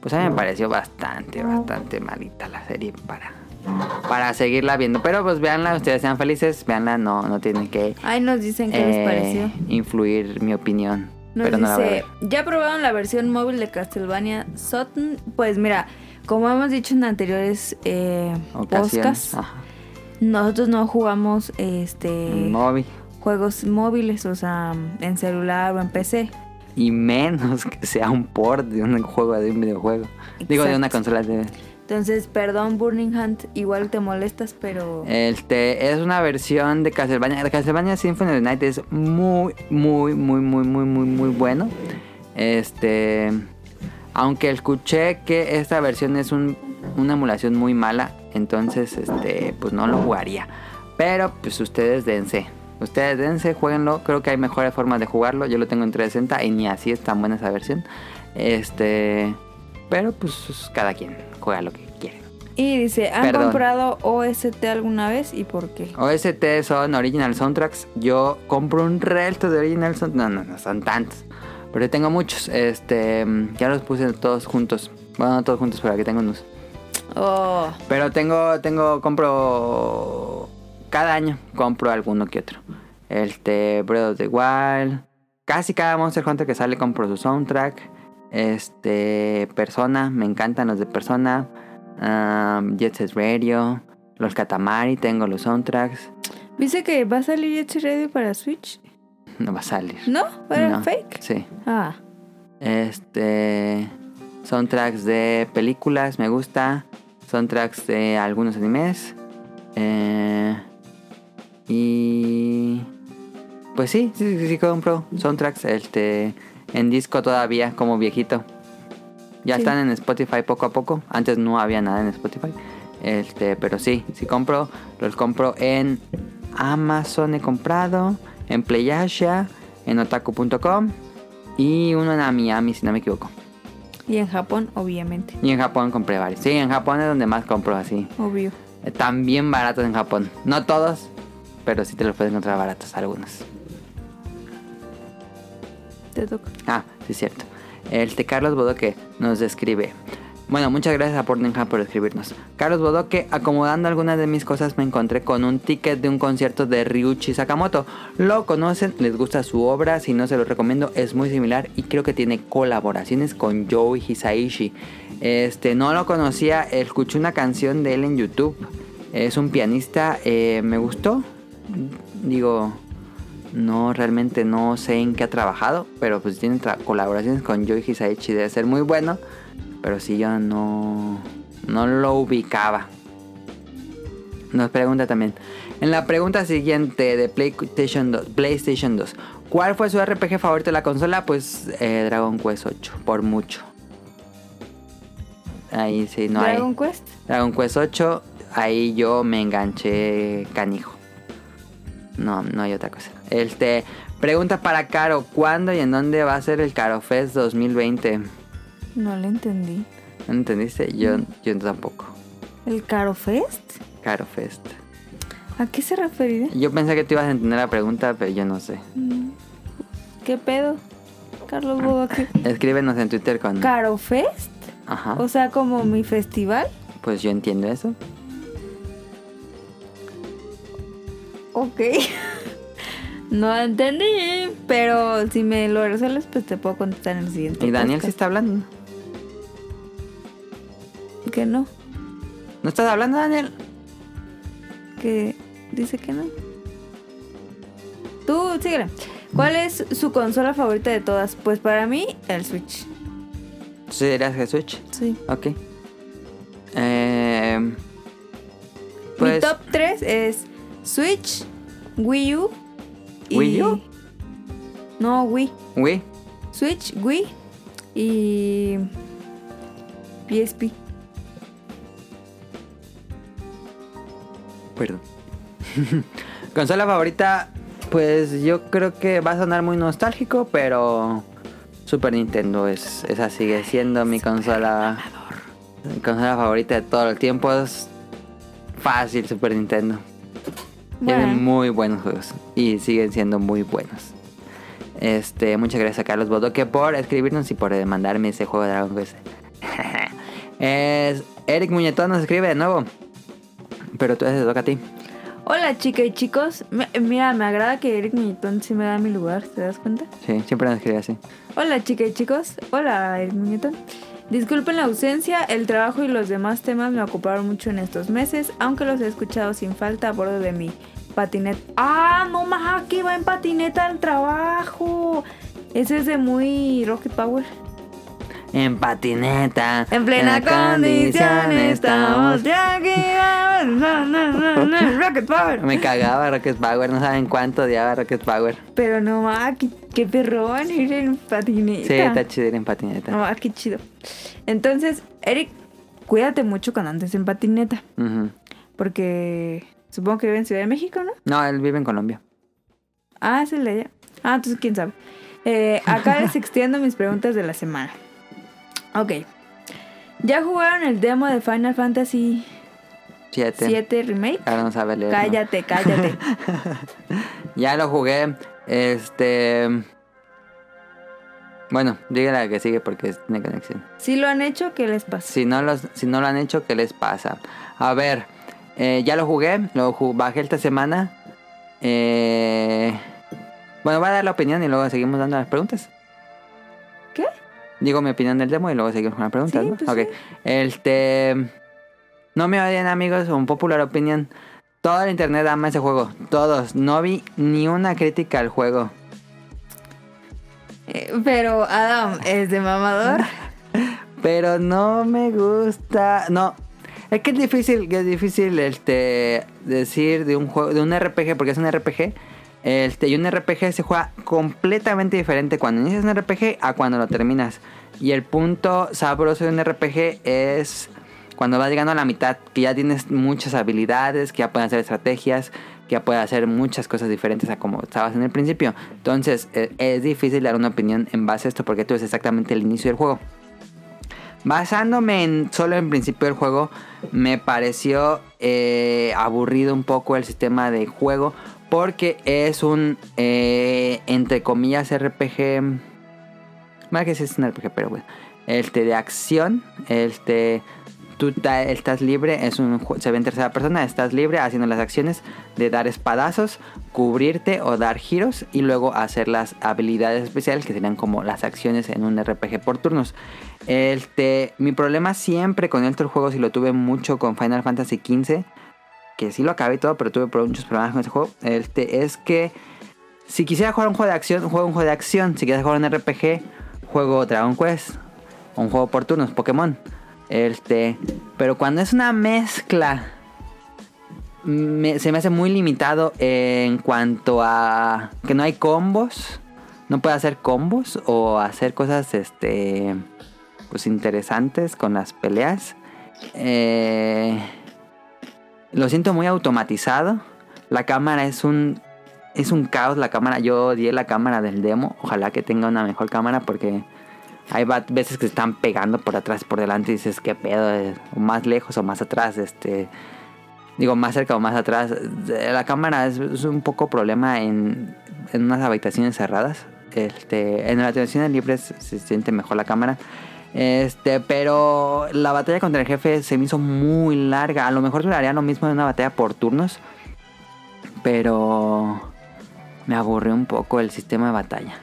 S2: Pues a mí me pareció bastante, bastante malita la serie para, para seguirla viendo. Pero pues véanla, ustedes sean felices, véanla, no, no tienen que
S1: Ahí nos dicen qué
S2: eh,
S1: les pareció.
S2: influir mi opinión.
S1: Nos
S2: pero no la voy a
S1: dice,
S2: ver.
S1: ¿ya probaron la versión móvil de Castlevania Sutton? Pues mira, como hemos dicho en anteriores eh,
S2: Ocasiones. Ah.
S1: podcasts,
S2: Ajá.
S1: nosotros no jugamos este
S2: Móvil.
S1: juegos móviles, o sea, en celular o en PC.
S2: Y menos que sea un port de un juego, de un videojuego. Digo, de una
S1: Exacto.
S2: consola de.
S1: Entonces, perdón, Burning Hunt, igual te molestas, pero
S2: Este es una versión de Castlevania. Castlevania Symphony of the Night es muy, muy, muy, muy, muy, muy, muy bueno. Este. Aunque escuché que esta versión es un- una emulación muy mala. Entonces, este, pues no lo jugaría. Pero, pues ustedes dense. Ustedes dense, jueguenlo. Creo que hay mejores formas de jugarlo. Yo lo tengo en 360 y ni así es tan buena esa versión. Este. Pero, pues cada quien juega lo que quiere.
S1: y dice, ¿han
S2: Perdón.
S1: comprado OST alguna vez y por qué?
S2: OST son original soundtracks. Yo compro un resto de original soundtracks. No, no, no son tantos. Pero yo tengo muchos. Este, mm, ya los puse todos juntos. Bueno, no todos juntos, pero aquí tengo unos.
S1: Oh,
S2: Pero tengo, tengo, compro. Cada año compro alguno que otro. Este, Breath of the Wild. Casi cada Monster Hunter que sale compro su soundtrack. Este, Persona, me encantan los de Persona. Um, Jet Set Radio. Los Katamari, tengo los soundtracks.
S1: dice que va a salir Jet Set Radio para Switch.
S2: No va a salir.
S1: ¿No? ¿Era
S2: No.
S1: fake?
S2: Sí.
S1: Ah,
S2: Este. Son tracks de películas, me gusta. Son tracks de algunos animes. Eh, y. Pues sí, sí, sí, sí compro. Son tracks este, en disco todavía, como viejito. Ya
S1: Sí.
S2: están en Spotify poco a poco. Antes no había nada en Spotify. Este, pero sí, sí compro. Los compro en Amazon he comprado. En Playasha. En otaku.com. Y uno en Miami, si no me equivoco.
S1: y en Japón, obviamente,
S2: Y en Japón compré varios. Sí, en Japón es donde más compro así.
S1: obvio.
S2: Están bien baratos en Japón. No todos, pero sí te los puedes encontrar baratos algunos.
S1: Te toca.
S2: Ah, sí, es cierto. Este Carlos Bodoque nos describe. Bueno, muchas gracias a Portenham por escribirnos. Carlos Bodoque, acomodando algunas de mis cosas, me encontré con un ticket de un concierto de Ryuichi Sakamoto. Lo conocen, les gusta su obra, si no se lo recomiendo, es muy similar y creo que tiene colaboraciones con Joey Hisaishi. Este, no lo conocía, escuché una canción de él en YouTube. Es un pianista, eh, me gustó. Digo, No, realmente no sé en qué ha trabajado, pero pues tiene tra- colaboraciones con Joy Hisaichi, debe ser muy bueno. Pero sí, yo no, no lo ubicaba. Nos pregunta también. En la pregunta siguiente de PlayStation 2, PlayStation 2 ¿cuál fue su RPG favorito de la consola? Pues eh, Dragon Quest 8, por mucho. Ahí sí, no hay.
S1: Dragon Quest.
S2: Dragon Quest 8, ahí yo me enganché canijo. No, no hay otra cosa. Este, pregunta para Caro, ¿cuándo y en dónde va a ser el Caro Fest 2020?
S1: No le entendí.
S2: ¿No entendiste? Yo,
S1: Mm.
S2: yo tampoco.
S1: ¿El Caro Fest?
S2: Caro Fest.
S1: ¿A qué se referirá?
S2: Yo pensé que tú ibas a entender la pregunta, pero yo no sé.
S1: ¿Qué pedo? Carlos Boba, ¿qué?
S2: Escríbenos en Twitter con...
S1: ¿Caro Fest?
S2: Ajá.
S1: O sea, como mi festival.
S2: Pues yo entiendo eso.
S1: Ok. no entendí, pero si me lo resuelves, pues te puedo contestar en el siguiente.
S2: Y Daniel sí
S1: podcast.
S2: está hablando.
S1: Que no,
S2: ¿No estás hablando, Daniel?
S1: que dice que no. Tú, síguele. ¿Cuál es su consola favorita de todas? Pues para mí, el Switch.
S2: Sí, dirías que Switch.
S1: Sí.
S2: Ok. Eh, pues,
S1: Mi top 3 es Switch, Wii U y...
S2: ¿Wii U?
S1: No, Wii.
S2: Wii.
S1: Switch, Wii y PSP.
S2: Perdón. Consola favorita, pues yo creo que va a sonar muy nostálgico, pero Super Nintendo es esa sigue siendo mi consola mi consola favorita de todos los tiempos. Fácil Super Nintendo. Tienen
S1: Bueno.
S2: muy buenos juegos y siguen siendo muy buenos. Este, muchas gracias a Carlos Bodoque por escribirnos y por eh, mandarme ese juego de Dragon Quest. es Eric Muñetón nos escribe de nuevo. Pero tú eh, te toca a ti.
S1: Hola chicas y chicos. Me- mira, me agrada que Eric Muñetón sí me da mi lugar, ¿te das cuenta?
S2: Sí, siempre nos escribe así.
S1: Hola chicas y chicos. Hola Eric Muñetón. Disculpen la ausencia, el trabajo y los demás temas me ocuparon mucho en estos meses, aunque los he escuchado sin falta a bordo de mi patineta. ¡Ah, no más! Que va en patineta al trabajo. Ese es de muy Rocket Power.
S2: En patineta.
S1: En plena
S2: la
S1: condición estamos ya aquí. vamos, na, na, na, na, Rocket Power.
S2: Me cagaba Rocket Power, no saben cuánto odiaba Rocket Power.
S1: Pero no ma, qué, qué perrón ir en patineta.
S2: Sí, está chido ir en patineta.
S1: No ma, qué chido. Entonces, Eric, cuídate mucho cuando andes en patineta.
S2: Ujú.
S1: Porque supongo que vive en Ciudad de México, ¿no?
S2: No, él vive en Colombia.
S1: Ah, es el de allá. Ah, entonces quién sabe. Eh, acá les extiendo mis preguntas de la semana. Ok. ¿Ya jugaron el demo de Final Fantasy
S2: Siete.
S1: VII Remake?
S2: Ahora Ah, no sabe leer. ¿no?
S1: Cállate, cállate.
S2: Ya lo jugué. Este. Bueno, dígale a la que sigue porque tiene conexión.
S1: Si lo han hecho, ¿qué les pasa?
S2: Si no, los, si no lo han hecho, ¿qué les pasa? A ver, eh, ya lo jugué, lo ju- bajé esta semana. Eh, bueno, voy a dar la opinión y luego seguimos dando las preguntas.
S1: ¿Qué?
S2: Digo mi opinión del demo y luego seguimos con las preguntas,
S1: Sí,
S2: ¿no?
S1: pues
S2: Ok. Este. No me odien, amigos, un popular opinión. Todo el internet ama ese juego. Todos. No vi ni una crítica al juego.
S1: Eh, pero Adam es de mamador.
S2: Pero no me gusta. No. Es que es difícil, que es difícil este decir de un juego, de un RPG, porque es un RPG. Este, y un RPG se juega completamente diferente cuando inicias un RPG a cuando lo terminas. Y el punto sabroso de un RPG es cuando vas llegando a la mitad, que ya tienes muchas habilidades, que ya puedes hacer estrategias, que ya puedes hacer muchas cosas diferentes a como estabas en el principio. Entonces, eh, es difícil dar una opinión en base a esto porque tú es exactamente el inicio del juego. Basándome en solo en principio del juego, me pareció eh, aburrido un poco el sistema de juego porque es un, eh, entre comillas, RPG... Más que sí es un RPG, pero bueno. Este de acción, este... Tú ta- estás libre, es un, ju- se ve en tercera persona, estás libre haciendo las acciones de dar espadazos, cubrirte o dar giros y luego hacer las habilidades especiales que serían como las acciones en un RPG por turnos. Este, mi problema siempre con estos juegos, y lo tuve mucho con Final Fantasy XV, que sí lo acabé y todo, pero tuve pro- muchos problemas con ese juego, este, es que Si quisiera jugar un juego de acción, juego un juego de acción. Si quisiera jugar un RPG, juego Dragon Quest. Un juego por turnos, Pokémon. Este. Pero cuando es una mezcla. me- se me hace muy limitado en cuanto a que no hay combos. No puedo hacer combos o hacer cosas este pues interesantes con las peleas. Eh, lo siento muy automatizado. La cámara es un es un caos la cámara. Yo odié la cámara del demo. Ojalá que tenga una mejor cámara porque hay va- veces que se están pegando por atrás, por delante y dices, qué pedo, Eh, o más lejos o más atrás, este digo, más cerca o más atrás. Eh, La cámara es, es un poco problema en, en unas habitaciones cerradas. Este, en las habitaciones libres se siente mejor la cámara. Este, pero la batalla contra el jefe se me hizo muy larga. A lo mejor duraría lo mismo en una batalla por turnos. Pero me aburrió un poco el sistema de batalla.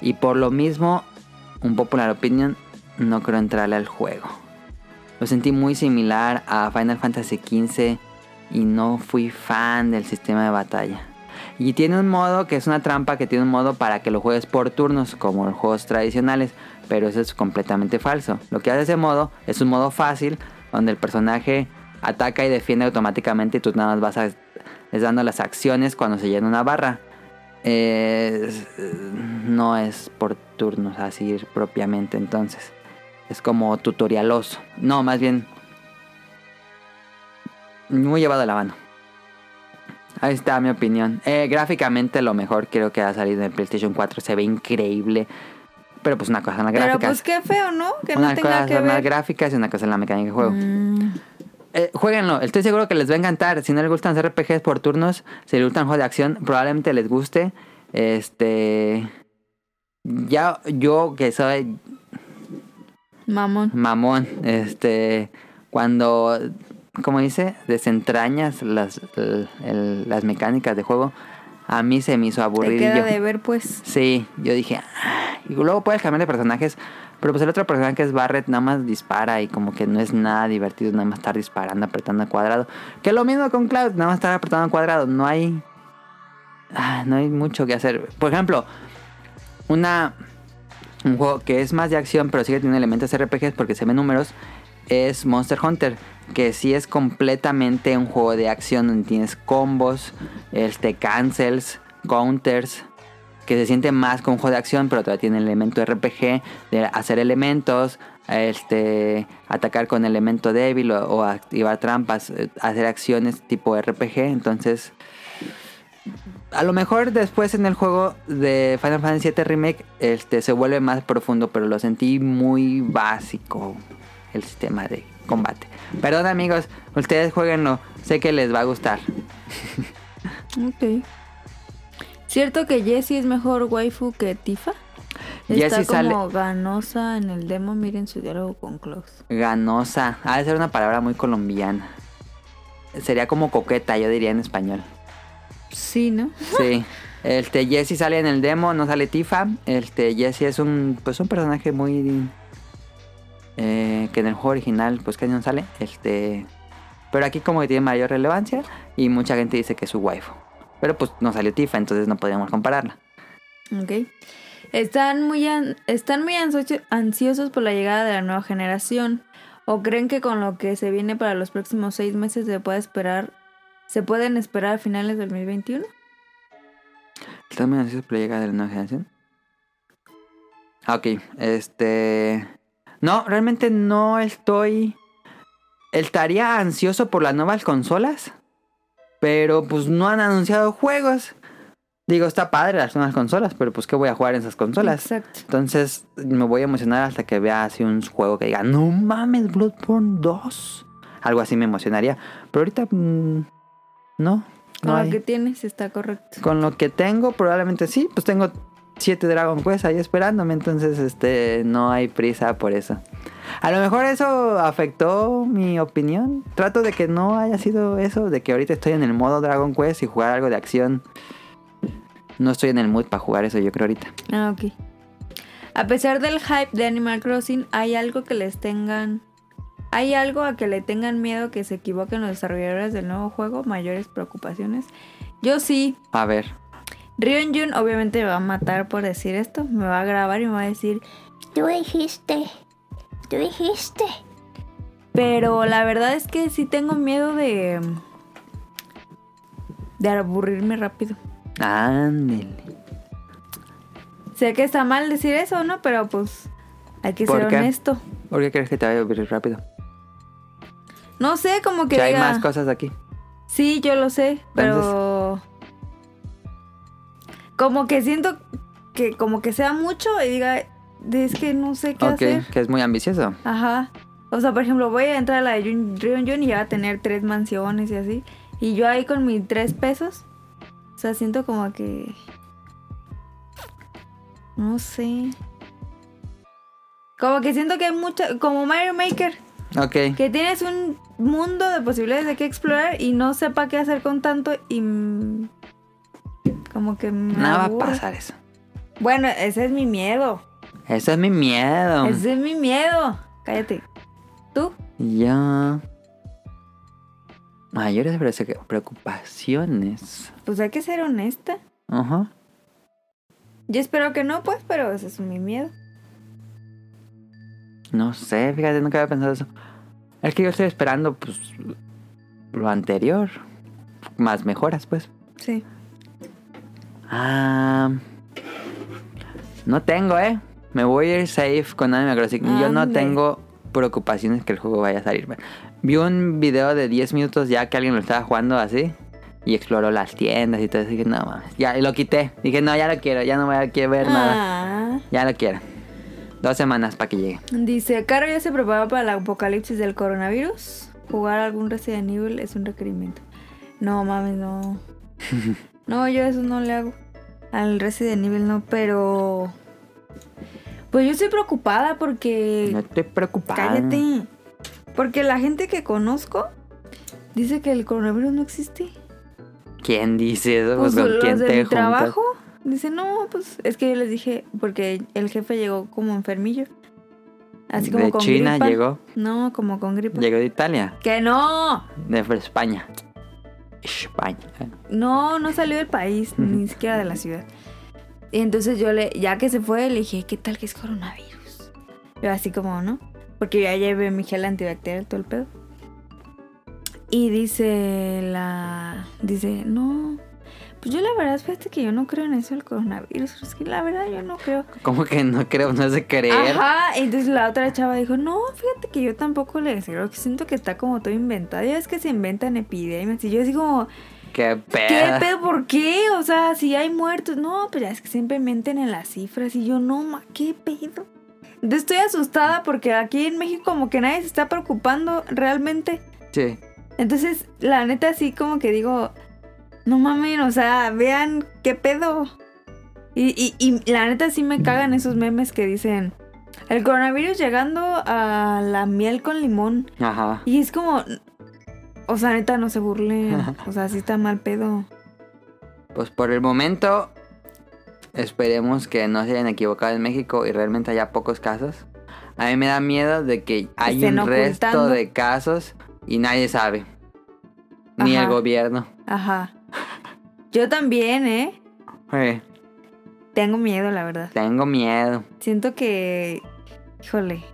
S2: Y por lo mismo, un popular opinion, no creo entrarle al juego. Lo sentí muy similar a Final Fantasy XV y no fui fan del sistema de batalla. Y tiene un modo que es una trampa que tiene un modo para que lo juegues por turnos, como los juegos tradicionales, pero eso es completamente falso. Lo que hace ese modo es un modo fácil donde el personaje ataca y defiende automáticamente y tú nada más vas a- les dando las acciones cuando se llena una barra. Eh, es- eh, no es por turnos así propiamente entonces. Es como tutorialoso. No, más bien. Muy llevado a la mano. Ahí está mi opinión. Eh, gráficamente lo mejor creo que ha salido en el PlayStation 4. Se ve increíble. Pero pues una cosa son las
S1: Pero
S2: gráficas.
S1: pues qué feo, ¿no? Que
S2: una
S1: no
S2: cosa
S1: tenga que
S2: son las
S1: ver.
S2: gráficas y una cosa es la mecánica de juego.
S1: Mm,
S2: Eh, jueguenlo, estoy seguro que les va a encantar. Si no les gustan los RPGs por turnos, si les gustan juegos de acción, probablemente les guste. Este. Ya, yo que soy
S1: mamón.
S2: mamón, este. Cuando. ¿Cómo dice? Desentrañas las, el- el- las mecánicas de juego. A mí se me hizo
S1: Te queda
S2: aburridillo.
S1: de ver, pues.
S2: Sí, yo dije. "Ah". Y luego puedes cambiar de personajes. Pero pues el otro personaje que es Barrett nada más dispara y como que no es nada divertido nada más estar disparando, apretando el cuadrado. Que lo mismo con Cloud, nada más estar apretando el cuadrado. No hay. ah, no hay mucho que hacer. Por ejemplo, una. Un juego que es más de acción, pero sigue teniendo elementos RPGs porque se ven números. Es Monster Hunter. Que sí es completamente un juego de acción donde tienes combos, este, cancels, counters que se siente más con juego de acción, pero todavía tiene el elemento RPG de hacer elementos, este, atacar con elemento débil o, o activar trampas, eh, hacer acciones tipo RPG. Entonces, a lo mejor después en el juego de Final Fantasy VII Remake este, se vuelve más profundo, pero lo sentí muy básico el sistema de combate. Perdón amigos, ustedes jueguenlo, sé que les va a gustar.
S1: Ok. ¿Cierto que Jessie es mejor waifu que Tifa? Está
S2: Jessie sale-
S1: como ganosa en el demo, miren su diálogo con Klaus.
S2: Ganosa. Ha de ser una palabra muy colombiana. Sería como coqueta, yo diría en español.
S1: Sí, ¿no?
S2: Sí. Este Jesse sale en el demo, no sale Tifa. Este Jesse es un pues un personaje muy eh, que en el juego original pues casi no sale. Este pero aquí como que tiene mayor relevancia y mucha gente dice que es su waifu. Pero pues no salió Tifa, entonces no podríamos compararla.
S1: Ok. Están muy, an- están muy ansocio- ansiosos por la llegada de la nueva generación. ¿O creen que con lo que se viene para los próximos seis meses se puede esperar, se pueden esperar a finales del 2021?
S2: ¿Estás muy ansioso por la llegada de la nueva generación? Ah, Ok, este... No, realmente no estoy... Estaría ansioso por las nuevas consolas, pero pues no han anunciado juegos. Digo, está padre las nuevas consolas, pero pues ¿qué voy a jugar en esas consolas?
S1: Exacto.
S2: Entonces me voy a emocionar hasta que vea así un juego que diga, no mames, Bloodborne 2. Algo así me emocionaría. Pero ahorita... mm, no.
S1: Con
S2: no
S1: lo
S2: hay.
S1: que tienes está correcto.
S2: Con lo que tengo, probablemente sí. Pues tengo siete Dragon Quest ahí esperándome. Entonces, este, no hay prisa por eso. A lo mejor eso afectó mi opinión. Trato de que no haya sido eso. De que ahorita estoy en el modo Dragon Quest y jugar algo de acción. No estoy en el mood para jugar eso, yo creo ahorita.
S1: Ah, ok. A pesar del hype de Animal Crossing, hay algo que les tengan. Hay algo a que le tengan miedo que se equivoquen los desarrolladores del nuevo juego, mayores preocupaciones. Yo sí,
S2: A ver.
S1: Rion Jun obviamente me va a matar por decir esto. Me va a grabar y me va a decir, tú dijiste, tú dijiste. Pero la verdad es que sí tengo miedo de... De aburrirme rápido.
S2: Ándele.
S1: Sé que está mal decir eso, ¿no? Pero pues hay que
S2: ¿Por
S1: ser
S2: qué?
S1: honesto.
S2: ¿Por qué crees que te vaya a abrir rápido?
S1: No sé, como que...
S2: Si hay
S1: diga,
S2: más cosas aquí.
S1: Sí, yo lo sé, pero... Como que siento que como que sea mucho y diga, es que no sé qué
S2: Ok,
S1: hacer.
S2: que es muy ambicioso.
S1: Ajá. O sea, por ejemplo, voy a entrar a la de Jun- Rion Jun y ya va a tener tres mansiones y así. Y yo ahí con mis tres pesos. O sea, siento como que... No sé. Como que siento que hay mucha... Como Mario Maker.
S2: Ok.
S1: Que tienes un mundo de posibilidades de que explorar y no sepa qué hacer con tanto y... mm, Como que... me
S2: Nada va
S1: aburre.
S2: a pasar eso.
S1: Bueno, ese es mi miedo.
S2: Eso es mi miedo.
S1: Ese es mi miedo. Cállate. ¿Tú?
S2: Ya. Mayores prese- preocupaciones.
S1: Pues hay que ser honesta.
S2: Ajá.
S1: Yo espero que no, pues, pero ese es mi miedo.
S2: No sé, fíjate, nunca había pensado eso. Es que yo estoy esperando, pues, lo anterior. Más mejoras, pues.
S1: Sí.
S2: Ah, no tengo, ¿eh? Me voy a ir safe con Anime Crossing. Yo no
S1: Ande.
S2: tengo preocupaciones que el juego vaya a salir. Vi un video de 10 minutos ya que alguien lo estaba jugando así. Y exploró las tiendas y todo eso. Y dije, no mames. Ya, y lo quité. Dije, no, ya lo quiero. Ya no voy a quiero ver nada.
S1: Ah.
S2: Ya lo quiero. Dos semanas para que llegue.
S1: Dice, Caro ya se preparaba para el apocalipsis del coronavirus. Jugar algún Resident Evil es un requerimiento. No mames, no. no, yo eso no le hago. Al Resident Evil no, pero. Pues yo estoy preocupada porque.
S2: No estoy preocupado.
S1: Cállate. Porque la gente que conozco dice que el coronavirus no existe.
S2: ¿Quién dice eso?
S1: Pues
S2: Pues, ¿Con
S1: los
S2: quién
S1: de
S2: te
S1: mi
S2: juntas?
S1: trabajo. Dice, no, pues es que yo les dije, porque el jefe llegó como enfermillo. Así como
S2: de
S1: con
S2: China
S1: gripa.
S2: llegó.
S1: No, como con gripa.
S2: Llegó de Italia.
S1: Que no,
S2: De España. España.
S1: no, no salió del país, ni siquiera de la ciudad. Y entonces yo le, ya que se fue, le dije, ¿qué tal que es coronavirus? Yo así como, ¿no? Porque yo ya llevé mi gel antibacterial, todo el pedo. Y dice la, dice, no, pues yo la verdad, fíjate que yo no creo en eso del coronavirus. Es que la verdad yo no creo.
S2: ¿Cómo que no creo? No sé creer.
S1: Ajá, entonces la otra chava dijo, no, fíjate que yo tampoco le creo, que siento que está como todo inventado. Ya es que se inventan epidemias. Y yo así como,
S2: ¿Qué pedo?
S1: ¿qué pedo? ¿Por qué? O sea, si hay muertos. No, pues ya es que siempre mienten en las cifras. Y yo, no, ma, ¿qué pedo? Entonces estoy asustada porque aquí en México como que nadie se está preocupando realmente.
S2: Sí.
S1: Entonces, la neta sí como que digo, no mamen, o sea, vean qué pedo. Y, y- y la neta sí me cagan esos memes que dicen, el coronavirus llegando a la miel con limón.
S2: Ajá.
S1: Y es como, o sea, neta no se burlen, o sea, sí está mal pedo.
S2: Pues por el momento, esperemos que no se hayan equivocado en México y realmente haya pocos casos. A mí me da miedo de que hay
S1: estén
S2: un resto
S1: ocultando.
S2: de casos y nadie sabe. Ni
S1: Ajá.
S2: el gobierno.
S1: Ajá. Yo también, ¿eh?
S2: Eh,
S1: Tengo miedo, la verdad.
S2: tengo miedo.
S1: Siento que. Híjole.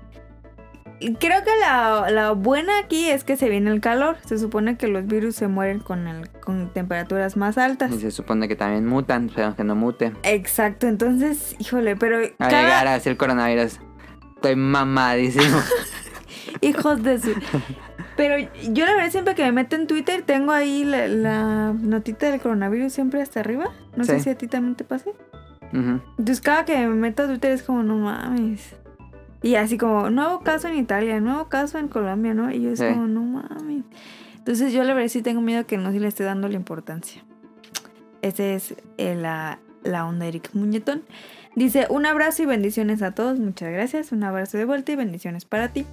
S1: Creo que la, la buena aquí es que se viene el calor. Se supone que los virus se mueren con, el, con temperaturas más altas.
S2: Y se supone que también mutan, esperemos que no mute.
S1: Exacto, entonces, híjole, pero
S2: A
S1: cada-
S2: llegar a decir coronavirus. Estoy mamadísimo.
S1: hijos de su... Pero yo la verdad siempre que me meto en Twitter tengo ahí la, la notita del coronavirus siempre hasta arriba. No sé
S2: Sí.
S1: si a ti también te pase.
S2: Ujú.
S1: Entonces cada que me meto a Twitter es como, no mames. Y así como, nuevo caso en Italia, nuevo caso en Colombia, ¿no? Y yo es
S2: Sí.
S1: como, no mames. Entonces yo la verdad sí tengo miedo que no se le esté dando la importancia. Esa es eh, la, la onda Eric Muñetón. Dice, un abrazo y bendiciones a todos, muchas gracias. Un abrazo de vuelta y bendiciones para ti.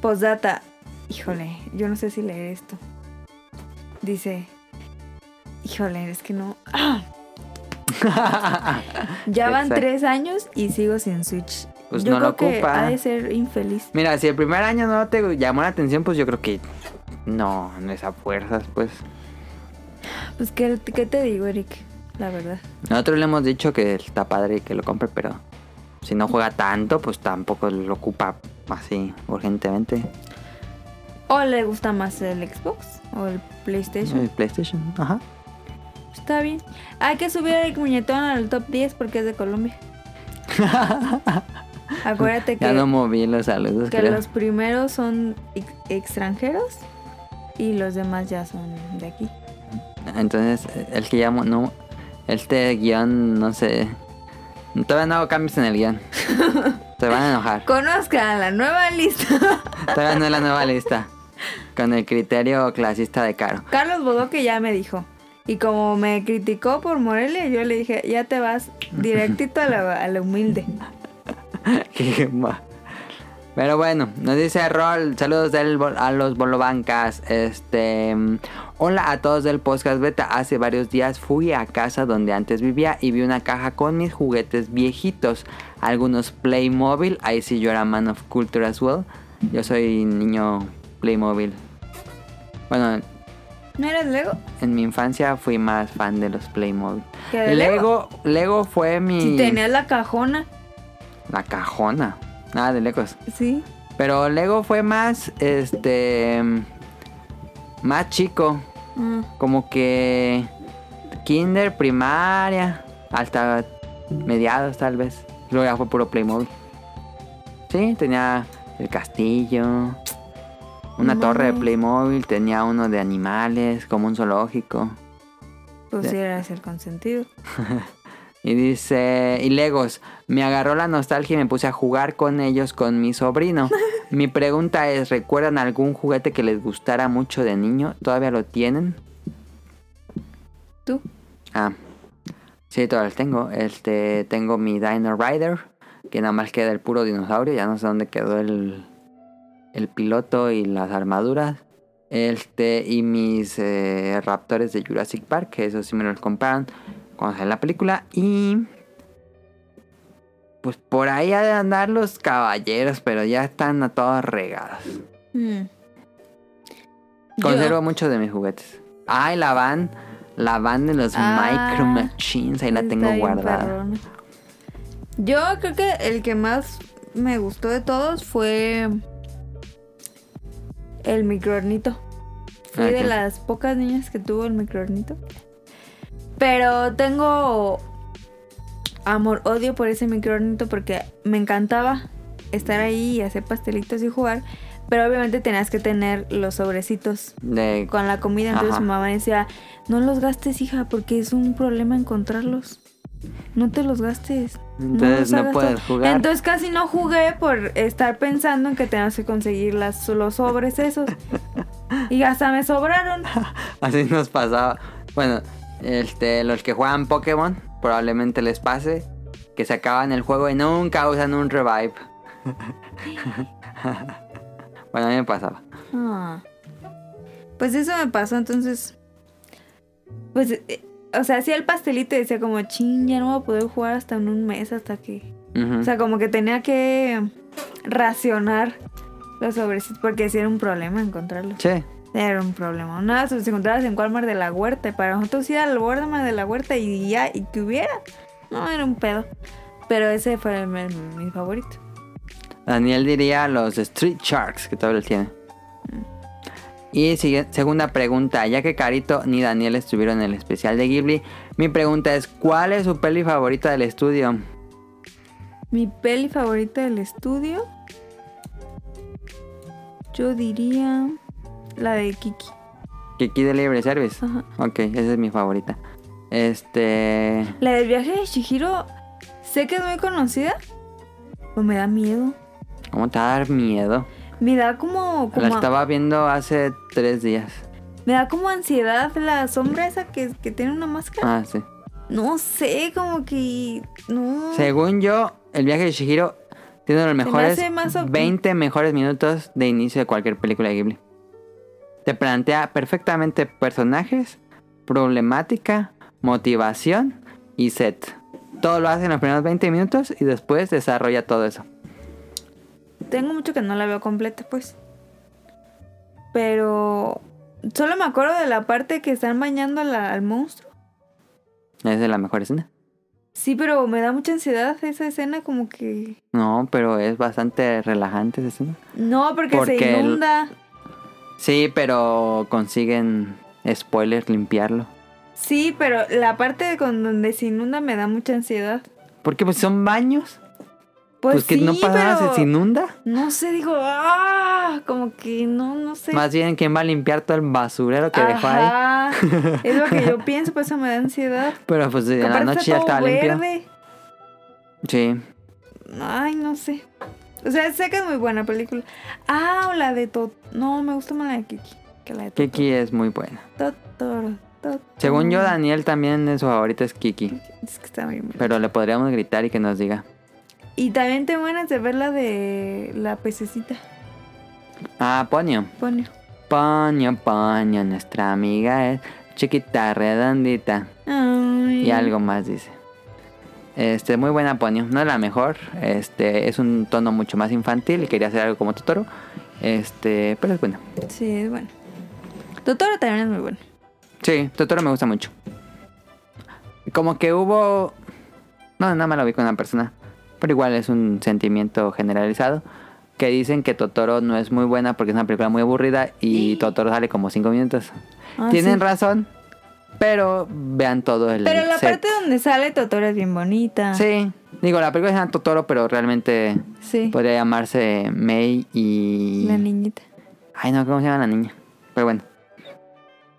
S1: Postdata, híjole, yo no sé si leer esto. Dice, híjole, es que no. ¡Ah! Ya van
S2: Exacto.
S1: tres años y sigo sin Switch.
S2: Pues
S1: Yo
S2: no lo
S1: creo que
S2: ocupa.
S1: ha de ser infeliz.
S2: Mira, si el primer año no te llamó la atención, pues yo creo que no, no es a fuerzas, pues.
S1: Pues, ¿qué, qué te digo, Eric? la verdad.
S2: Nosotros le hemos dicho que está padre y que lo compre, pero si no juega tanto, pues tampoco lo ocupa así urgentemente.
S1: ¿O le gusta más el Xbox o el PlayStation?
S2: El PlayStation, ajá.
S1: Está bien. Hay que subir el muñetón al top 10 porque es de Colombia. Acuérdate que,
S2: Ya no moví los saludos,
S1: que
S2: creo.
S1: los primeros son ex- extranjeros y los demás ya son de aquí.
S2: Entonces, el que llamo, no. Este guión, no sé. Todavía no hago cambios en el guión. Se van a enojar.
S1: Conozcan la nueva lista.
S2: Todavía no es la nueva lista. Con el criterio clasista de Caro.
S1: Carlos Bodoque ya me dijo. Y como me criticó por Morelia, yo le dije, ya te vas directito a la, a la humilde.
S2: Qué mal. Pero bueno, nos dice Rol, saludos del bol- a los bolobancas. Este, mm, hola a todos del podcast beta. Hace varios días fui a casa donde antes vivía y vi una caja con mis juguetes viejitos, algunos Playmobil. Ahí sí yo era man of culture as well. Yo soy niño Playmobil. Bueno,
S1: ¿No eres Lego?
S2: en mi infancia fui más fan de los Playmobil.
S1: ¿Que de
S2: Lego, Lego fue mi
S1: Si tenías la cajona,
S2: la cajona. Nada de Legos.
S1: sí.
S2: Pero Lego fue más, este, más chico,
S1: Mm.
S2: como que kinder, primaria, hasta mediados tal vez. Luego ya fue puro Playmobil. Sí, tenía el castillo, una
S1: No
S2: torre de
S1: mames.
S2: Playmobil, tenía uno de animales, como un zoológico.
S1: Pues
S2: Ya.
S1: sí, eres el consentido.
S2: Y dice, y Legos, me agarró la nostalgia y me puse a jugar con ellos con mi sobrino. mi pregunta es, ¿recuerdan algún juguete que les gustara mucho de niño? ¿Todavía lo tienen?
S1: ¿Tú?
S2: Ah, sí, todavía los tengo. Este, tengo mi Dino Rider, que nada más queda el puro dinosaurio, ya no sé dónde quedó el, el piloto y las armaduras. Este, y mis eh, raptores de Jurassic Park, que eso sí me los compraron cuando salió la película. Y. Pues por ahí ha de andar los caballeros, pero ya están a todos regados.
S1: Mm.
S2: Conservo muchos de mis juguetes. Ay, la van. La van de los
S1: Ah,
S2: Micro Machines, ahí
S1: Yo-
S2: la tengo
S1: está bien
S2: guardada.
S1: perrona. Yo creo que el que más me gustó de todos fue el microornito. Fui
S2: Ah,
S1: de
S2: ok.
S1: las pocas niñas que tuvo el microornito. Pero tengo amor, odio por ese microornito porque me encantaba estar ahí y hacer pastelitos y jugar. Pero obviamente tenías que tener los sobrecitos
S2: De,
S1: con la comida. Entonces
S2: Ajá.
S1: mi mamá decía, no los gastes, hija, porque es un problema encontrarlos. No te los gastes.
S2: Entonces
S1: los
S2: no
S1: hagas
S2: puedes
S1: todo".
S2: jugar.
S1: Entonces casi no jugué por estar pensando en que tenías que conseguir las, los sobres esos. y hasta me sobraron.
S2: Ah. así nos pasaba. Bueno, este, los que juegan Pokémon, probablemente les pase que se acaban el juego y nunca usan un revive. bueno, a mí me pasaba.
S1: Ah. Pues eso me pasó, entonces. Pues, eh, o sea, hacía el pastelito y decía como, ching, ya no voy a poder jugar hasta en un mes, hasta que.
S2: Ujú.
S1: O sea, como que tenía que racionar los sobrecitos porque sí era un problema encontrarlos.
S2: Che,
S1: Era un problema. Nada, si los encontrabas en Walmart de la huerta. y Para nosotros ir al Walmart de la huerta y ya, y que hubiera. No, era un pedo. Pero ese fue el- el- mi favorito.
S2: Daniel diría los Street Sharks, que todavía los tiene. Y sigue- segunda pregunta, ya que Carito ni Daniel estuvieron en el especial de Ghibli, mi pregunta es, ¿cuál es su peli favorita del estudio?
S1: Mi peli favorita del estudio. Yo diría. La de Kiki.
S2: Kiki de Libre Service.
S1: Ajá.
S2: Ok, esa es mi favorita. Este...
S1: La del viaje de Shihiro. Sé que es muy conocida. Pero me da miedo.
S2: ¿Cómo te va a dar miedo?
S1: Me da como.
S2: La
S1: como
S2: estaba viendo hace tres días.
S1: Me da como ansiedad la sombra esa que, que tiene una máscara.
S2: Ah, sí.
S1: No sé, como que. No.
S2: Según yo, el viaje de Shihiro tiene los mejores
S1: hace más ob-
S2: 20 mejores minutos de inicio de cualquier película de Ghibli. Te plantea perfectamente personajes, problemática, motivación y set. Todo lo hace en los primeros 20 minutos y después desarrolla todo eso.
S1: Tengo mucho que no la veo completa, pues. Pero. Solo me acuerdo de la parte que están bañando a la- al monstruo.
S2: Esa es la mejor escena.
S1: Sí, pero me da mucha ansiedad esa escena, como que.
S2: No, pero es bastante relajante esa escena.
S1: No, porque,
S2: Porque
S1: se
S2: el-
S1: inunda.
S2: Sí, pero consiguen, spoiler, limpiarlo.
S1: Sí, pero la parte de con donde se inunda me da mucha ansiedad.
S2: Porque pues son baños. Pues,
S1: Pues,
S2: que
S1: sí,
S2: no pasa nada,
S1: pero...
S2: se- se inunda.
S1: No sé, digo, ¡ah! Como que no, no sé.
S2: Más bien, ¿quién va a limpiar todo el basurero que dejó ahí?
S1: Ajá. Es lo que yo pienso, por eso me da ansiedad.
S2: Pero pues en la
S1: Aparte
S2: noche
S1: está
S2: ya estaba
S1: todo
S2: limpio.
S1: verde.
S2: Sí.
S1: Ay, no sé. O sea, sé que es muy buena película. Ah, o la de Totoro. No, me gusta más la de Kiki que la de Totoro.
S2: Kiki es muy buena.
S1: Totoro, Totoro.
S2: Según
S1: Mm.
S2: yo, Daniel también es su favorita es Kiki.
S1: Es que está bien. buena.
S2: Pero le podríamos gritar y que nos diga.
S1: Y también te ganas de ver la de la pececita.
S2: Ah, Ponyo.
S1: Ponio.
S2: Ponyo, Ponyo, nuestra amiga es chiquita, redondita.
S1: Ay.
S2: Y algo más dice. Este, muy buena Ponyo. No es la mejor. Este, es un tono mucho más infantil y quería hacer algo como Totoro. Este, pero es buena.
S1: Sí, es bueno. Totoro también es muy bueno.
S2: Sí, Totoro me gusta mucho. Como que hubo... No, nada más lo vi con una persona. Pero igual es un sentimiento generalizado. Que dicen que Totoro no es muy buena porque es una película muy aburrida y Totoro sale como 5 minutos.
S1: Ah,
S2: Tienen
S1: sí.
S2: razón, pero vean todo el
S1: Pero la
S2: set.
S1: parte donde sale Totoro es bien bonita.
S2: Sí, digo, la película se llama Totoro, pero realmente
S1: Sí.
S2: podría llamarse May y...
S1: La niñita.
S2: Ay, no, ¿cómo se llama la niña? Pero bueno,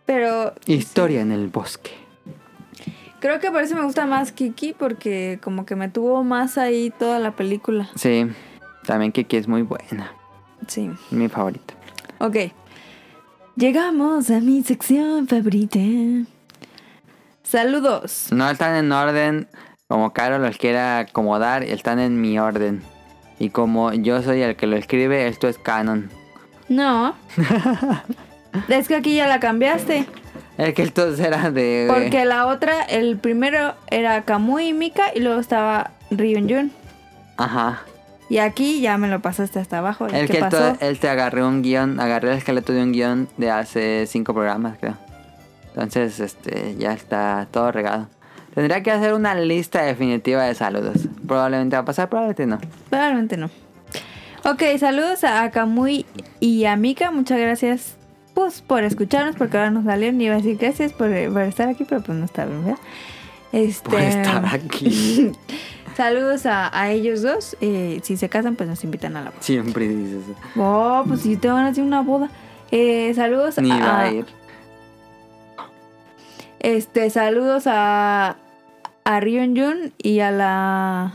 S1: Pero
S2: historia en el bosque.
S1: creo que por eso me gusta más Kiki porque como que me tuvo más ahí toda la película.
S2: Sí, también Kiki es muy buena.
S1: Sí.
S2: Mi favorita.
S1: Ok. Llegamos a mi sección favorita. Saludos.
S2: No están en orden como Caro los quiera acomodar, están en mi orden. Y como yo soy el que lo escribe, esto es canon.
S1: No. es que aquí ya la cambiaste.
S2: Es que esto será de...
S1: Porque la otra, el primero era Kamui y Mika y luego estaba Ryun Jun.
S2: Ajá.
S1: Y aquí ya me lo pasaste hasta abajo. ¿Y
S2: El
S1: ¿Qué
S2: que
S1: pasó?
S2: to- él te agarré un guión, agarré el esqueleto de un guión de hace cinco programas, creo. Entonces, este, ya está todo regado. Tendría que hacer una lista definitiva de saludos. Probablemente va a pasar, probablemente no.
S1: Probablemente no. Ok, saludos a Kamui y a Mika. Muchas gracias pues, por escucharnos, porque ahora nos salieron. Y iba a decir gracias por, por estar aquí, pero pues no está bien, ¿verdad? Este,
S2: Por estar aquí.
S1: saludos a, a ellos dos. eh, si se casan, pues nos invitan a la boda.
S2: Siempre dices eso.
S1: Oh, pues si te van a hacer una boda. Eh, saludos
S2: Ni va
S1: a,
S2: a ir.
S1: Este, saludos a, a Ryun Jun y a la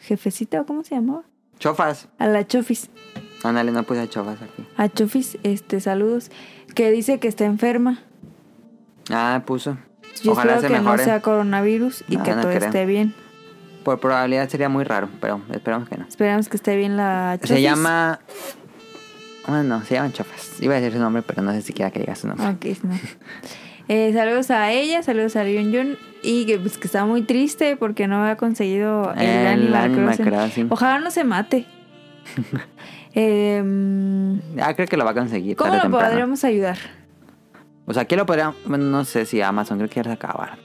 S1: jefecita, ¿o ¿cómo se llamaba?
S2: Chofas.
S1: A la Chofis.
S2: Ándale, no puse chofas aquí.
S1: A Chofis, este, saludos. Que dice que está enferma.
S2: Ah, puso.
S1: Yo
S2: Ojalá
S1: espero
S2: se
S1: que
S2: mejore.
S1: no sea coronavirus y
S2: No,
S1: que
S2: no
S1: todo
S2: creo.
S1: esté bien.
S2: Por probabilidad sería muy raro, pero esperamos que no.
S1: Esperamos que esté bien la Chofis.
S2: Se llama... Bueno, no, se llama Chofas. Iba a decir su nombre, pero no sé siquiera que diga su nombre.
S1: Ok, no. Eh, saludos a ella, saludos a Ryun Jun. Y que, pues, que está muy triste porque no ha conseguido Ah, el,
S2: El
S1: Animal,
S2: Animal
S1: Crossing.
S2: Crossing.
S1: Ojalá no se mate. Em,
S2: Ah, creo que lo va a conseguir.
S1: ¿Cómo
S2: tarde o
S1: lo
S2: temprano.
S1: podremos ayudar?
S2: O sea, ¿qué lo podría...? Bueno, no sé si Amazon, creo que ya se acabaron.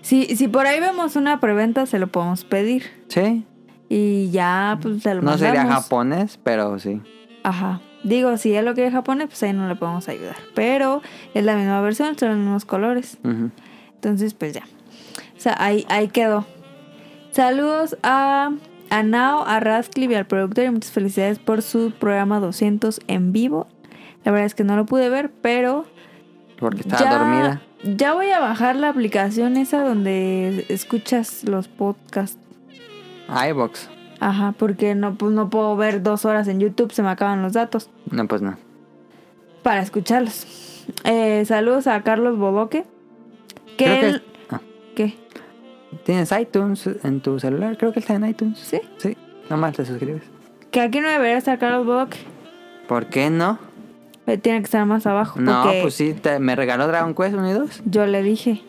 S1: Si, si por ahí vemos una preventa, se lo podemos pedir.
S2: Sí.
S1: Y ya, pues se lo
S2: No sería
S1: mandamos.
S2: japonés, pero sí.
S1: Ajá. Digo, si él lo quiere japonés, pues ahí no le podemos ayudar. Pero es la misma versión, son los mismos colores.
S2: Ujú.
S1: Entonces, pues ya. O sea, ahí, ahí quedó. Saludos a, a Nao, a Radcliffe y al productor. Y muchas felicidades por su programa 200 en vivo. La verdad es que no lo pude ver, pero
S2: Porque estaba dormida.
S1: Ya voy a bajar la aplicación esa donde escuchas los podcasts.
S2: iBox.
S1: Ajá, porque no, pues no puedo ver dos horas en YouTube, se me acaban los datos
S2: No, pues no.
S1: para escucharlos. Eh, saludos a Carlos Bodoque. Que
S2: Creo que
S1: él-
S2: ah.
S1: ¿Qué?
S2: ¿Tienes iTunes en tu celular? Creo que está en iTunes.
S1: ¿Sí?
S2: Sí. Nomás te suscribes.
S1: Que aquí no debería estar Carlos Bodoque.
S2: ¿Por qué no?
S1: Eh, Tiene que estar más abajo.
S2: No,
S1: porque
S2: pues sí. te- ¿Me regaló Dragon Quest 1 y 2?
S1: Yo le dije.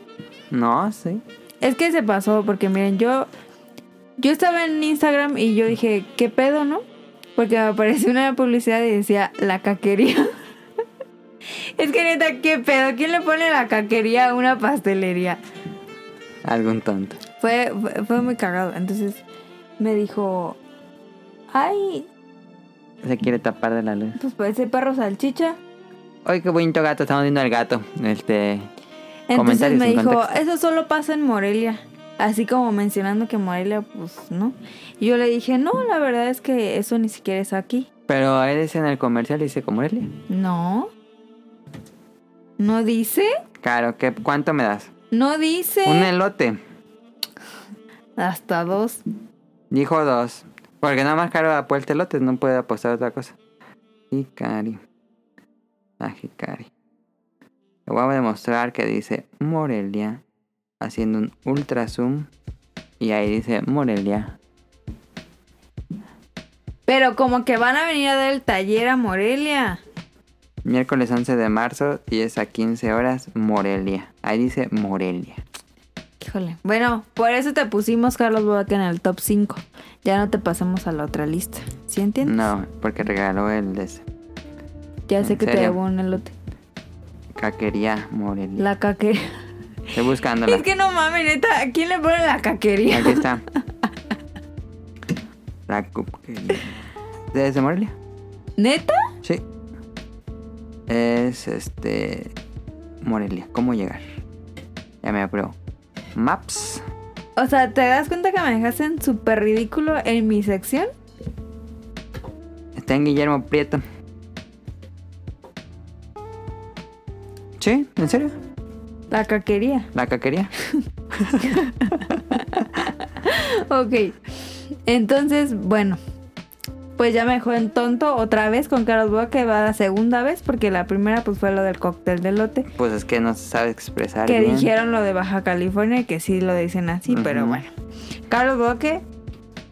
S2: No, sí.
S1: Es que se pasó, porque miren, yo. Yo estaba en Instagram y yo dije, ¿qué pedo, no? Porque me apareció una publicidad y decía, la caquería. y Es que neta, ¿qué pedo? ¿Quién le pone la caquería a una pastelería?
S2: Algún tonto.
S1: Fue, fue, fue muy cagado. Entonces me dijo, ay,
S2: Se quiere tapar de la luz.
S1: pues parece perro salchicha.
S2: Ay, qué bonito gato. Estamos viendo al gato. Este.
S1: Entonces
S2: Comentarios
S1: me
S2: sin
S1: dijo,
S2: contexto.
S1: eso solo pasa en Morelia. Así como mencionando que Morelia, pues no. Y yo le dije, no, la verdad es que eso ni siquiera es aquí.
S2: Pero ahí dice en el comercial, dice como Morelia.
S1: No. ¿No dice?
S2: Claro, ¿qué, ¿cuánto me das?
S1: No dice.
S2: Un elote.
S1: Hasta dos.
S2: Dijo dos. Porque nada más caro apuesta elotes, no puede apostar otra cosa. Hikari. Ah, Hikari. Le voy a demostrar que dice Morelia. Haciendo un ultra zoom. Y ahí dice Morelia.
S1: Pero como que van a venir a dar el taller a Morelia.
S2: Miércoles 11 de marzo, 10 a 15 horas, Morelia. Ahí dice Morelia.
S1: Híjole. Bueno, por eso te pusimos Carlos Bodaca en el top 5. Ya no te pasamos a la otra lista. ¿Sí entiendes?
S2: No, porque regaló el de ese.
S1: Ya sé
S2: ¿en
S1: que te
S2: serio?
S1: llevó un elote.
S2: Caquería Morelia.
S1: La caquería.
S2: Estoy buscándola.
S1: Es que no mames, neta. ¿A quién le pone la caquería?
S2: Aquí está. La cuquería. ¿Desde Morelia?
S1: ¿Neta?
S2: Sí. Es este. Morelia. ¿Cómo llegar? Ya me apruebo. Maps.
S1: O sea, ¿te das cuenta que me dejaste en súper ridículo en mi sección?
S2: Está en Guillermo Prieto. ¿Sí? ¿En serio?
S1: La caquería.
S2: ¿La caquería?
S1: Ok. Entonces, bueno. Pues ya me dejó en tonto otra vez con Carlos Boa que va la segunda vez porque la primera pues fue lo del cóctel de lote.
S2: Pues es que no se sabe expresar.
S1: Que
S2: bien.
S1: dijeron lo de Baja California y que sí lo dicen así,
S2: Ujú.
S1: pero bueno. Carlos Boque,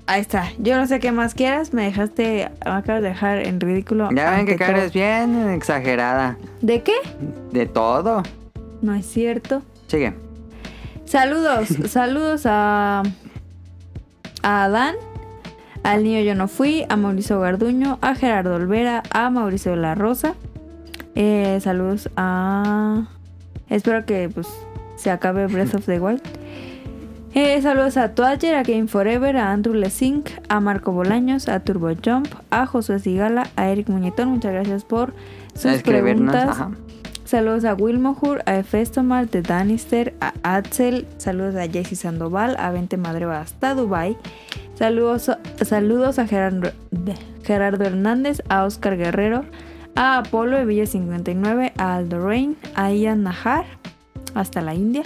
S1: ahí está. Yo no sé qué más quieras, me dejaste, me acabas de dejar en ridículo.
S2: Ya ven
S1: ante
S2: que Karen
S1: todo.
S2: es bien exagerada.
S1: ¿De qué?
S2: De todo.
S1: No es cierto.
S2: Sigue.
S1: Saludos, saludos a, a Adán, al niño yo no fui, a Mauricio Garduño, a Gerardo Olvera, a Mauricio La Rosa. Eh, saludos a... Espero que pues se acabe Breath of the Wild. Eh, saludos a Toager, a Game Forever, a Andrew Lesink, a Marco Bolaños, a Turbo Jump, a Josué Sigala, a Eric Muñetón. Muchas gracias por sus
S2: Escribirnos.
S1: preguntas.
S2: Ajá.
S1: Saludos a Wilmohur, a Festomar, de Danister, a Axel, saludos a Jesse Sandoval, a Vente Madre hasta Dubai. Saludos, saludos a Gerardo, Gerardo Hernández, a Oscar Guerrero, a Apolo de Villa 59, a Aldo Rain, a Ian Najar, hasta la India.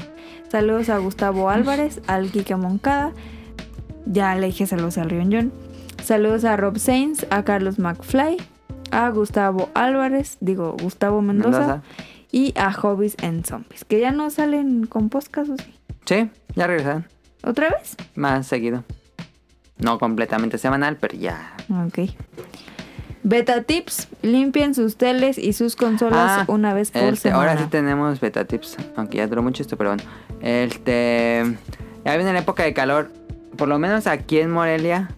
S1: Saludos a Gustavo Álvarez, al Kike Moncada. Ya le dije saludos al Rion John. Saludos a Rob Sainz, a Carlos McFly, a Gustavo Álvarez, digo Gustavo Mendoza,
S2: Mendoza.
S1: y a Hobbies and Zombies, que ya no salen con podcast ¿o sí?
S2: Sí, ya regresaron.
S1: ¿Otra vez?
S2: Más seguido. No completamente semanal, pero ya.
S1: Ok. Beta tips, limpien sus teles y sus consolas
S2: Ah,
S1: una vez por
S2: Este,
S1: semana.
S2: ahora sí tenemos beta tips. Aunque ya duró mucho esto, pero bueno. Este. Ya viene la época de calor. Por lo menos aquí en Morelia.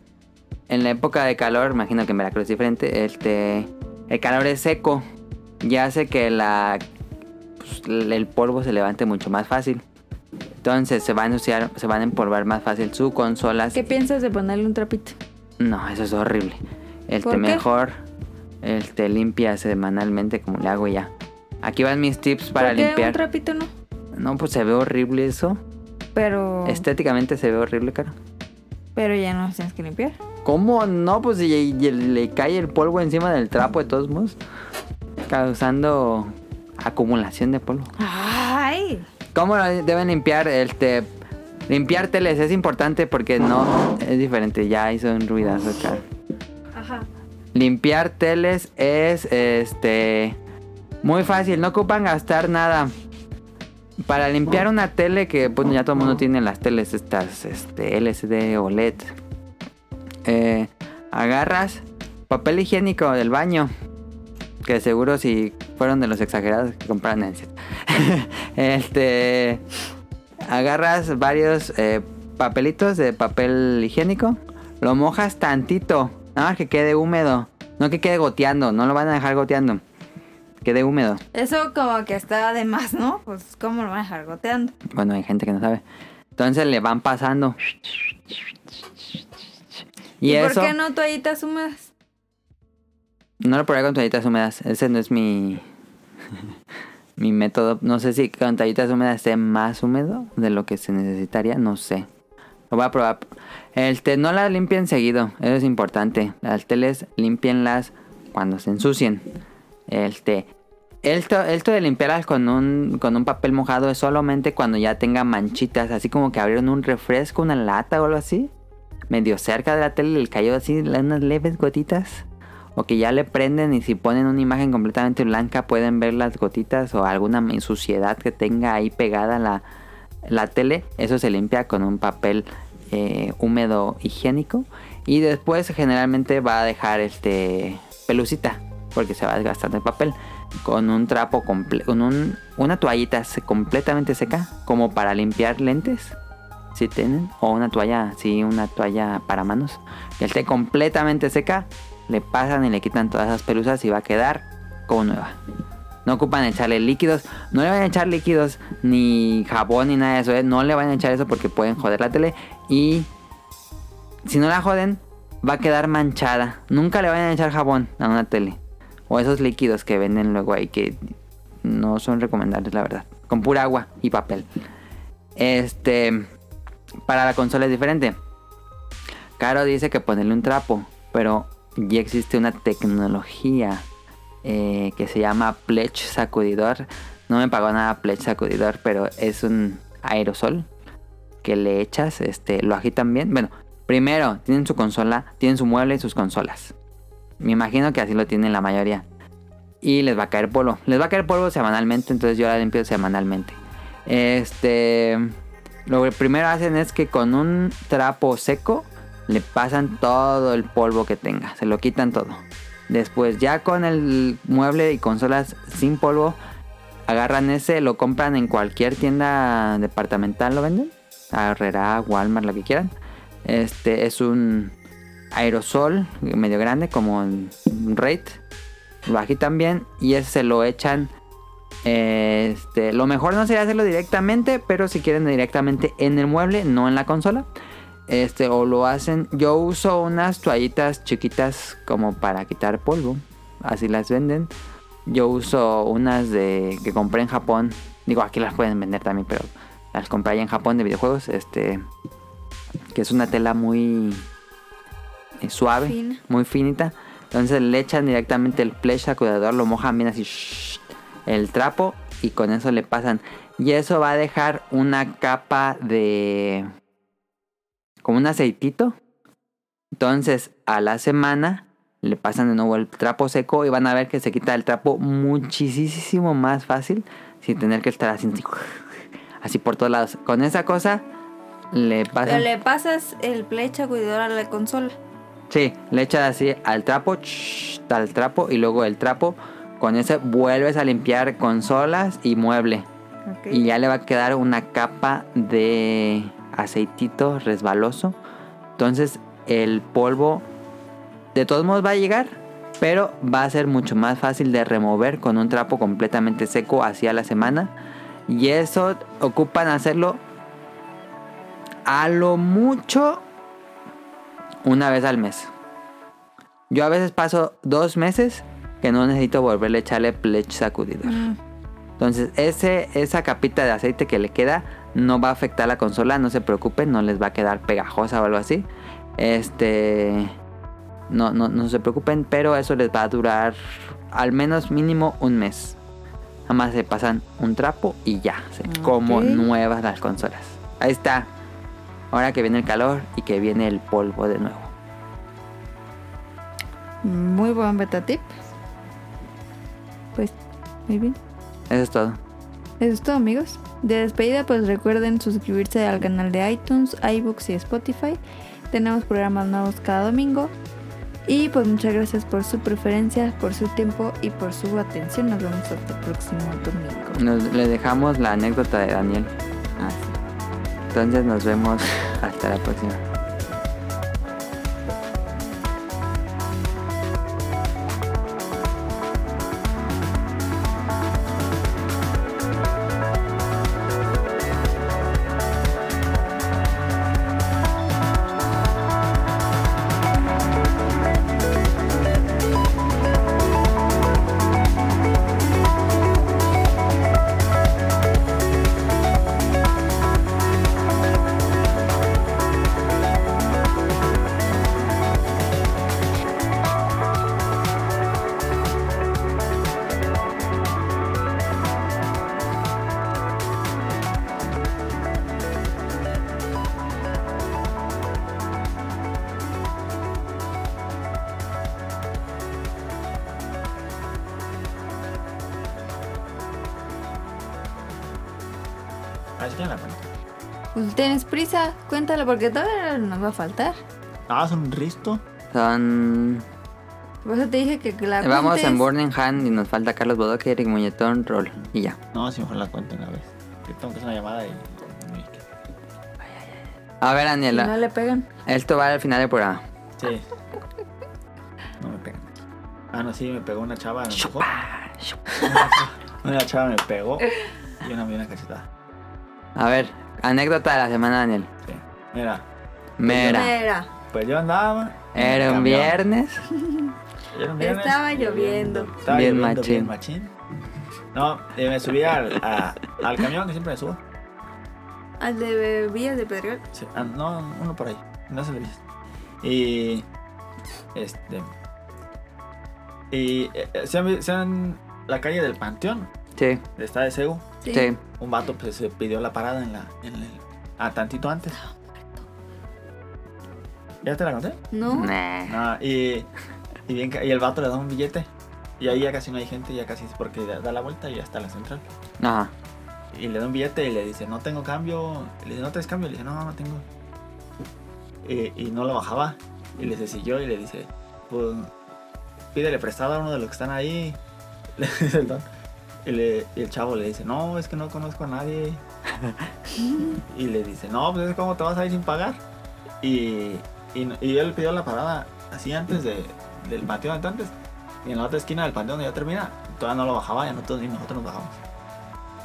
S2: En la época de calor, imagino que en Veracruz es diferente. Este. El calor es seco. Y hace que la. pues, el polvo se levante mucho más fácil. Entonces se va a ensuciar, se van a empolvar más fácil sus consolas
S1: ¿Qué piensas de ponerle un trapito?
S2: No, eso es horrible. El
S1: ¿Por
S2: te
S1: qué?
S2: mejor, el te limpia semanalmente como le hago ya. Aquí van mis tips para
S1: ¿Por qué
S2: limpiar.
S1: un trapito no?
S2: No, pues se ve horrible eso.
S1: Pero,
S2: Estéticamente se ve horrible, cara.
S1: pero ya no tienes que limpiar.
S2: ¿Cómo no? Pues y- y le cae el polvo encima del trapo de todos modos, causando acumulación de polvo.
S1: ¡Ay!
S2: ¿Cómo lo deben limpiar? Este, limpiar teles es importante porque no es diferente. Ya hizo un ruidazo acá.
S1: Ajá.
S2: Limpiar teles es este muy fácil, no ocupan gastar nada. Para limpiar una tele que pues ya todo el mundo tiene las teles estas este LCD OLED. eh, agarras papel higiénico del baño. Que seguro si fueron de los exagerados que compraron en Este agarras varios eh, papelitos de papel higiénico, lo mojas tantito, nada más que quede húmedo, no que quede goteando, no lo van a dejar goteando. quede húmedo.
S1: Eso como que está de más, ¿no? Pues cómo lo van a dejar goteando.
S2: Bueno, hay gente que no sabe. Entonces le van pasando. Y, eso
S1: por qué no toallitas húmedas?
S2: no lo probé con toallitas húmedas. Ese no es mi mi método. No sé si con toallitas húmedas esté más húmedo de lo que se necesitaría. No sé. Lo voy a probar. Este, no las limpien seguido. Eso es importante. Las teles limpienlas cuando se ensucien. Este, esto, esto de limpiarlas con un, con un papel mojado es solamente cuando ya tenga manchitas. Así como que abrieron un refresco, una lata o algo así. Medio cerca de la tele y le cayó así unas leves gotitas. O que ya le prenden y si ponen una imagen completamente blanca pueden ver las gotitas o alguna suciedad que tenga ahí pegada la, la tele. Eso se limpia con un papel eh, húmedo higiénico. Y después generalmente va a dejar este pelucita. Porque se va desgastando el papel. Con un trapo comple- con un- una toallita se- completamente seca. Como para limpiar lentes. Si tienen. O una toalla. Sí, una toalla para manos. Que esté completamente seca le pasan y le quitan todas esas pelusas y va a quedar como nueva. No ocupan echarle líquidos, no le van a echar líquidos ni jabón ni nada de eso, ¿eh? no le van a echar eso porque pueden joder la tele y si no la joden va a quedar manchada. Nunca le van a echar jabón a una tele o esos líquidos que venden luego ahí que no son recomendables la verdad, con pura agua y papel. Este para la consola es diferente. Caro dice que ponerle un trapo, pero ya existe una tecnología eh, que se llama Pledge Sacudidor. No me pagó nada Pledge Sacudidor, pero es un aerosol que le echas, este, lo agitan bien. Bueno, primero tienen su consola, tienen su mueble y sus consolas. Me imagino que así lo tienen la mayoría. Y les va a caer polvo. Les va a caer polvo semanalmente, entonces yo la limpio semanalmente. Este. Lo que primero hacen es que con un trapo seco le pasan todo el polvo que tenga, se lo quitan todo. Después ya con el mueble y consolas sin polvo, agarran ese, lo compran en cualquier tienda departamental, lo venden. Herrera, Walmart, la que quieran. Este es un aerosol medio grande, como un Raid. Lo agitan bien y ese se lo echan. Este, lo mejor no sería hacerlo directamente, pero si quieren directamente en el mueble, no en la consola este o lo hacen yo uso unas toallitas chiquitas como para quitar polvo así las venden yo uso unas de que compré en Japón digo aquí las pueden vender también pero las compré allá en Japón de videojuegos este que es una tela muy eh, suave
S1: Fina.
S2: muy finita entonces le echan directamente el flesh sacudador lo mojan bien así shhh, el trapo y con eso le pasan y eso va a dejar una capa de como un aceitito. Entonces, a la semana le pasan de nuevo el trapo seco y van a ver que se quita el trapo muchísimo más fácil sin tener que estar así, así por todos lados. Con esa cosa le
S1: Pero
S2: pasan.
S1: le pasas el plecha cuidador a la consola.
S2: Sí, le echas así al trapo, ch- al trapo y luego el trapo. Con ese vuelves a limpiar consolas y mueble.
S1: Ok.
S2: Y ya le va a quedar una capa de aceitito resbaloso. Entonces el polvo de todos modos va a llegar, pero va a ser mucho más fácil de remover con un trapo completamente seco hacia la semana. Y eso ocupan hacerlo a lo mucho una vez al mes. Yo a veces paso dos meses que no necesito volverle a echarle plech sacudidor. Entonces, ese, esa capita de aceite que le queda no va a afectar la consola, no se preocupen, no les va a quedar pegajosa o algo así. Este. No, no, no se preocupen, pero eso les va a durar al menos mínimo un mes. Nada más se pasan un trapo y ya, se- como
S1: Ok.
S2: nuevas las consolas. Ahí está. Ahora que viene el calor y que viene el polvo de nuevo.
S1: Muy buen beta tip. Pues, muy bien.
S2: Eso es todo.
S1: Eso es todo, amigos. De despedida, pues recuerden suscribirse al canal de iTunes, iBooks y Spotify. Tenemos programas nuevos cada domingo. Y pues muchas gracias por su preferencia, por su tiempo y por su atención. Nos vemos hasta el próximo domingo.
S2: Nos, les dejamos la anécdota de Daniel.
S1: Ah, sí.
S2: Entonces nos vemos hasta la próxima.
S3: Ah, señala, bueno.
S1: Pues, ¿Tienes prisa? Cuéntalo porque todavía nos va a faltar.
S3: Ah, es un risto.
S2: Son... eh,
S1: Por eso te dije que la
S2: Vamos en
S1: cuentes.
S2: Burning Hand y nos falta Carlos Bodoque, Eric Muñetón, Rol. Y ya.
S3: No, si mejor la cuento una vez. Que tengo que hacer una llamada y.
S2: A ver,
S1: Si
S2: Daniela.
S1: no le pegan.
S2: Esto va al final del programa.
S3: Sí. No me pegan. Ah, no, sí, me pegó una chava. Me empujó. Una chava me pegó y una me dio una cachetada.
S2: A ver, anécdota de la semana, Daniel.
S3: Sí. Mira,
S2: Mira,
S1: Mira,
S3: pues yo andaba. en el
S2: era un
S3: camión.
S2: viernes.
S3: Era un viernes.
S1: Estaba lloviendo.
S3: Estaba
S2: Bien
S3: lloviendo,
S2: machín.
S3: bien machín. No, eh, me subí al, a- al camión que siempre me subo.
S1: al de Villas de Pedregal.
S3: Sí, ah, no, uno por ahí. No se lo viste. Y. Este. Y. eh, eh, ¿se, han, se han- La calle del Panteón,
S2: Sí,
S3: está de Segu.
S1: Sí.
S2: sí.
S3: Un vato pues, se pidió la parada en la. En el, a tantito antes.
S1: Ah,
S3: ¿Ya te la conté?
S1: No.
S2: Nah.
S3: Ah, y. Y, bien, ca- y el vato le da un billete. Y ahí ya casi no hay gente, ya casi es porque da, da la vuelta y hasta la central.
S2: Ajá.
S3: Y le da un billete y le dice, no tengo cambio. Le dice, no traes cambio. Le dice, no, no tengo. Y, y no lo bajaba. Y le siguió y le dice, pues pídele prestado a uno de los que están ahí. Le dice el don. Y, le- y el chavo le dice, no, es que no conozco a nadie. y le dice, no, pues ¿cómo te vas a ir sin pagar? Y, y, no- y él pidió la parada así antes de, del panteón de antes. Y en la otra esquina del panteón donde ya termina, todavía no lo bajaba, ya nosotros, y nosotros nos bajamos.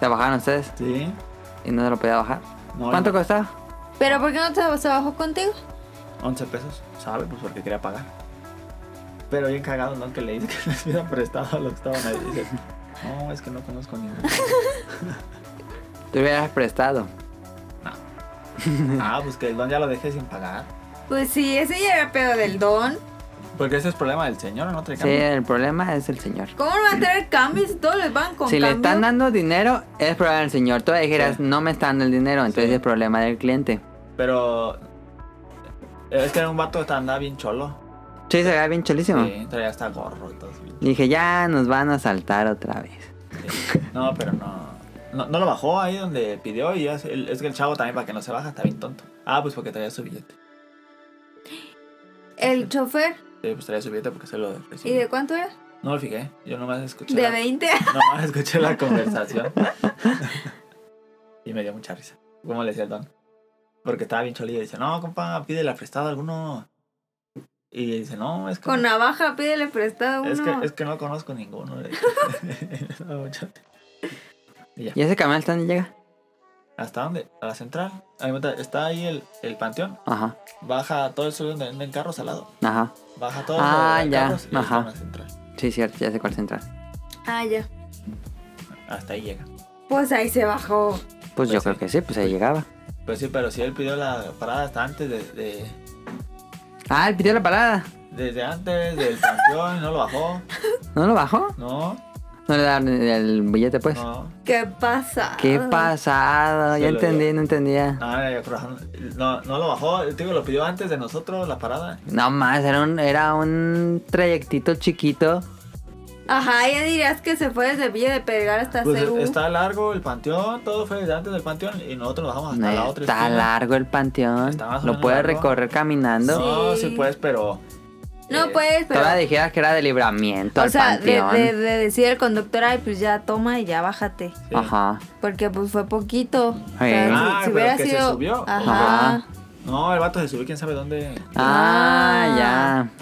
S2: Se bajaron ustedes
S3: Sí.
S2: y no se lo podía bajar.
S3: No,
S2: ¿Cuánto
S3: no.
S2: costaba?
S1: ¿Pero por qué no te se bajó contigo?
S3: 11 pesos, ¿sabe? Pues porque quería pagar. Pero bien cagado, ¿no? Que le dice que les hubieran prestado a los que estaban ahí. Dice, no, es que no conozco ninguno.
S2: Te hubieras prestado.
S3: ah, pues que el don ya lo dejé sin pagar.
S1: Pues sí, ese ya era pedo del don.
S3: Porque ese es problema del señor, ¿no? Trae
S2: Sí,
S3: cambio.
S2: el problema es el señor.
S1: ¿Cómo no van a traer cambios si todos les van con
S2: Si le
S1: cambio?
S2: están dando dinero, es problema del señor. Tú dijeras, no me están dando el dinero, entonces
S3: Sí.
S2: es problema del cliente.
S3: Pero eh, es que era un vato que andaba bien cholo.
S2: Sí, se veía bien cholísimo.
S3: Sí, traía hasta gorro y todo. así.
S2: Dije, ya nos van a saltar otra vez.
S3: Sí. No, pero no. No, no lo bajó ahí donde pidió y es, el- es que el chavo también para que no se baja está bien tonto. Ah, pues porque traía su billete.
S1: El chofer,
S3: Sí, pues traía su billete porque se lo
S1: ¿y
S3: recibió.
S1: de cuánto era?
S3: No lo fijé, yo nomás escuché.
S1: ¿De
S3: la-
S1: 20?
S3: No, escuché la conversación. y me dio mucha risa. ¿Cómo le decía el don? Porque estaba bien cholillo. Dice, no, compa, pídele prestado a alguno. Y le dice, no, es que,
S1: Con navaja, pídele prestado uno.
S3: es que, es que no conozco ninguno. Le dije. Me daba mucha-
S2: ¿Y ese camión hasta dónde llega?
S3: ¿Hasta dónde? A la central. A mi cuenta, Está ahí el, el panteón.
S2: Ajá,
S3: Baja todo el sur donde venden carros al lado.
S2: ajá.
S3: Baja todo
S2: Ah,
S3: el
S2: ya,
S3: carros y ahí está
S2: ajá.
S3: la central.
S2: Sí, cierto, ya sé cuál central.
S1: Ah, ya.
S3: Hasta ahí llega.
S1: Pues ahí se bajó.
S2: Pues, yo
S3: sí.
S2: creo que sí, pues ahí llegaba.
S3: Pues sí, pero si él pidió la parada hasta antes de- de,
S2: Ah, él pidió la parada.
S3: Desde antes del campeón, no lo bajó.
S2: ¿No lo bajó?
S3: No,
S2: No le dan el billete, pues.
S3: no. Ah.
S1: ¿Qué pasa?
S2: Qué pasado,
S3: Se
S2: ya
S3: lo
S2: entendí,
S3: dio.
S2: no entendía.
S3: No, era yo creo- no, no lo bajó. El tío lo pidió antes de nosotros la parada.
S2: No más, era un, era un trayectito chiquito.
S1: Ajá, ya dirías que se fue desde Villa de Pedregal hasta
S3: Pues
S1: Ceú.
S3: está largo el panteón, todo fue desde antes del panteón y nosotros nos bajamos
S2: No,
S3: hasta la otra
S2: está
S3: esquina.
S2: largo el panteón.
S3: Está más o
S2: Lo
S3: menos
S2: puedes
S3: largo.
S2: recorrer caminando.
S3: No,
S1: Sí.
S3: sí, pues, pero.
S1: No,
S3: eh,
S1: pues, pero...
S2: Todavía dijeras que era de libramiento
S1: O
S2: al
S1: sea, de,
S2: panteón.
S1: de- de decir al conductor, ay, pues ya toma y ya bájate.
S3: sí.
S2: Ajá.
S1: Porque pues fue poquito. O sea,
S2: Sí.
S1: si-
S3: Ah,
S1: si,
S3: pero
S1: hubiera
S3: que se
S1: sido...
S3: subió.
S1: Ajá.
S2: Ajá.
S3: No, el vato se subió, quién sabe dónde.
S2: Ah, ya.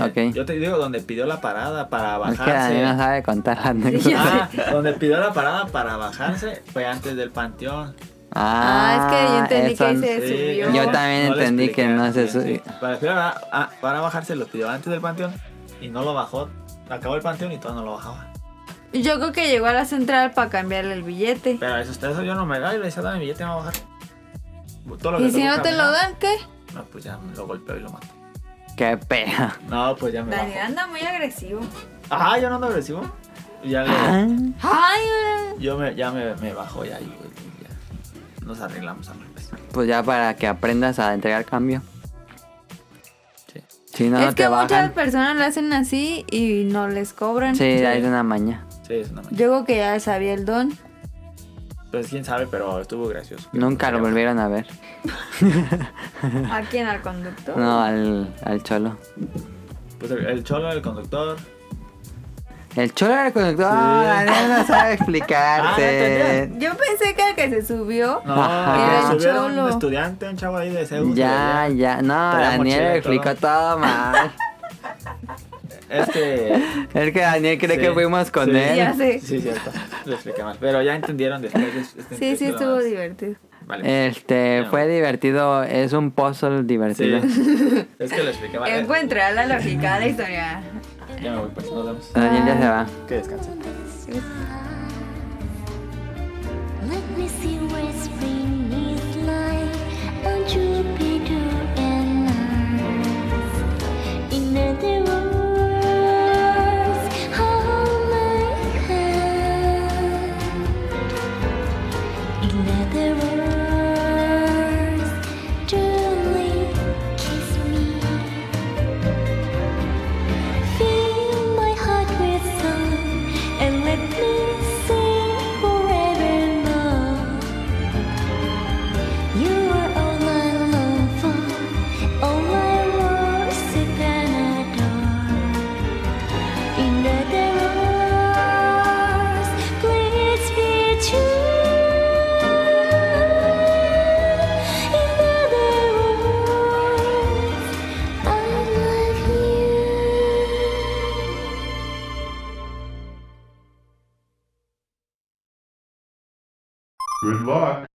S3: Eh,
S2: Ok.
S3: Yo te digo, donde pidió la parada para
S2: Es que Daniel no
S3: bajarse.
S2: sabe contar la anécdota.
S3: Ah, donde pidió la parada para bajarse fue antes del panteón.
S1: Ah, es que yo entendí
S2: eso-
S1: que se subió.
S2: Yo también.
S3: le
S2: entendí
S3: expliqué,
S2: que no se
S3: sí, sí.
S2: subió.
S3: Para, para- ah, para bajarse lo pidió antes del panteón y no lo bajó. Acabó el panteón y todo no lo bajaba.
S1: Yo creo que llegó a la central para cambiarle el billete.
S3: Pero eso, está- eso yo no me da y le decía, dame mi billete, me va a bajar. Todo lo que
S1: ¿Y si
S3: tocó
S1: no te lo
S3: caminar,
S1: dan, qué?
S3: No, pues ya me lo golpeo y lo mato.
S2: Qué pena.
S3: No, pues ya me
S1: Daniel
S3: bajo.
S1: anda muy agresivo.
S3: Ah, yo no ando agresivo. Ya le-
S2: Ah,
S1: Ay, ay.
S3: yo me, ya me, me bajo ya y güey, y ya. Nos arreglamos a revés.
S2: Pues ya para que aprendas a entregar cambio.
S3: Sí.
S2: Si no, no
S1: es
S2: te
S1: que muchas
S2: bajan.
S1: personas lo hacen así y no les cobran.
S2: Sí, hay una maña.
S3: Sí, es una mañana.
S1: Yo creo que ya sabía el don.
S3: Pues quién sabe, pero estuvo gracioso.
S2: Nunca lo volvieron a ver.
S1: ¿A quién? ¿Al conductor?
S2: No, al, al cholo.
S3: Pues el, el cholo, el conductor.
S2: El cholo era el conductor. Daniel no sabe
S3: Ah,
S2: explicarse.
S1: Yo pensé que el que se subió.
S3: No,
S2: Ajá.
S1: Era el
S3: subieron
S1: cholo.
S3: un estudiante, un chavo ahí de Seúl.
S2: ya,
S3: de allá.
S2: ya. No,
S3: Traía
S2: Daniel
S3: mochila y
S2: explicó todo mal.
S3: Es que.
S2: Es que Daniel cree
S3: Sí,
S2: que fuimos con
S3: sí.
S2: él.
S1: Ya sé.
S3: Sí, cierto. Lo expliqué mal. Pero ya entendieron después. es- es-
S1: Sí, sí,
S3: es lo
S1: estuvo
S3: más.
S1: divertido. Eh,
S3: Vale.
S2: Este,
S3: Ya.
S2: fue divertido. Es un puzzle
S3: Sí.
S2: divertido.
S3: Es que lo expliqué mal. Eh,
S1: Encuentra la lógica de la historia.
S3: Ya me voy, pues. Nos vemos.
S2: Daniel ya se va.
S3: Que descansen.
S6: Let me see where spring is like on Jupiter and Mars. In other words, hold my hand. In other words, darling, kiss me. Fill my heart with song and let me sing forevermore. You are all I long for, all I worship and adore. In other words, please be true. In other words. I love you.
S9: Good luck.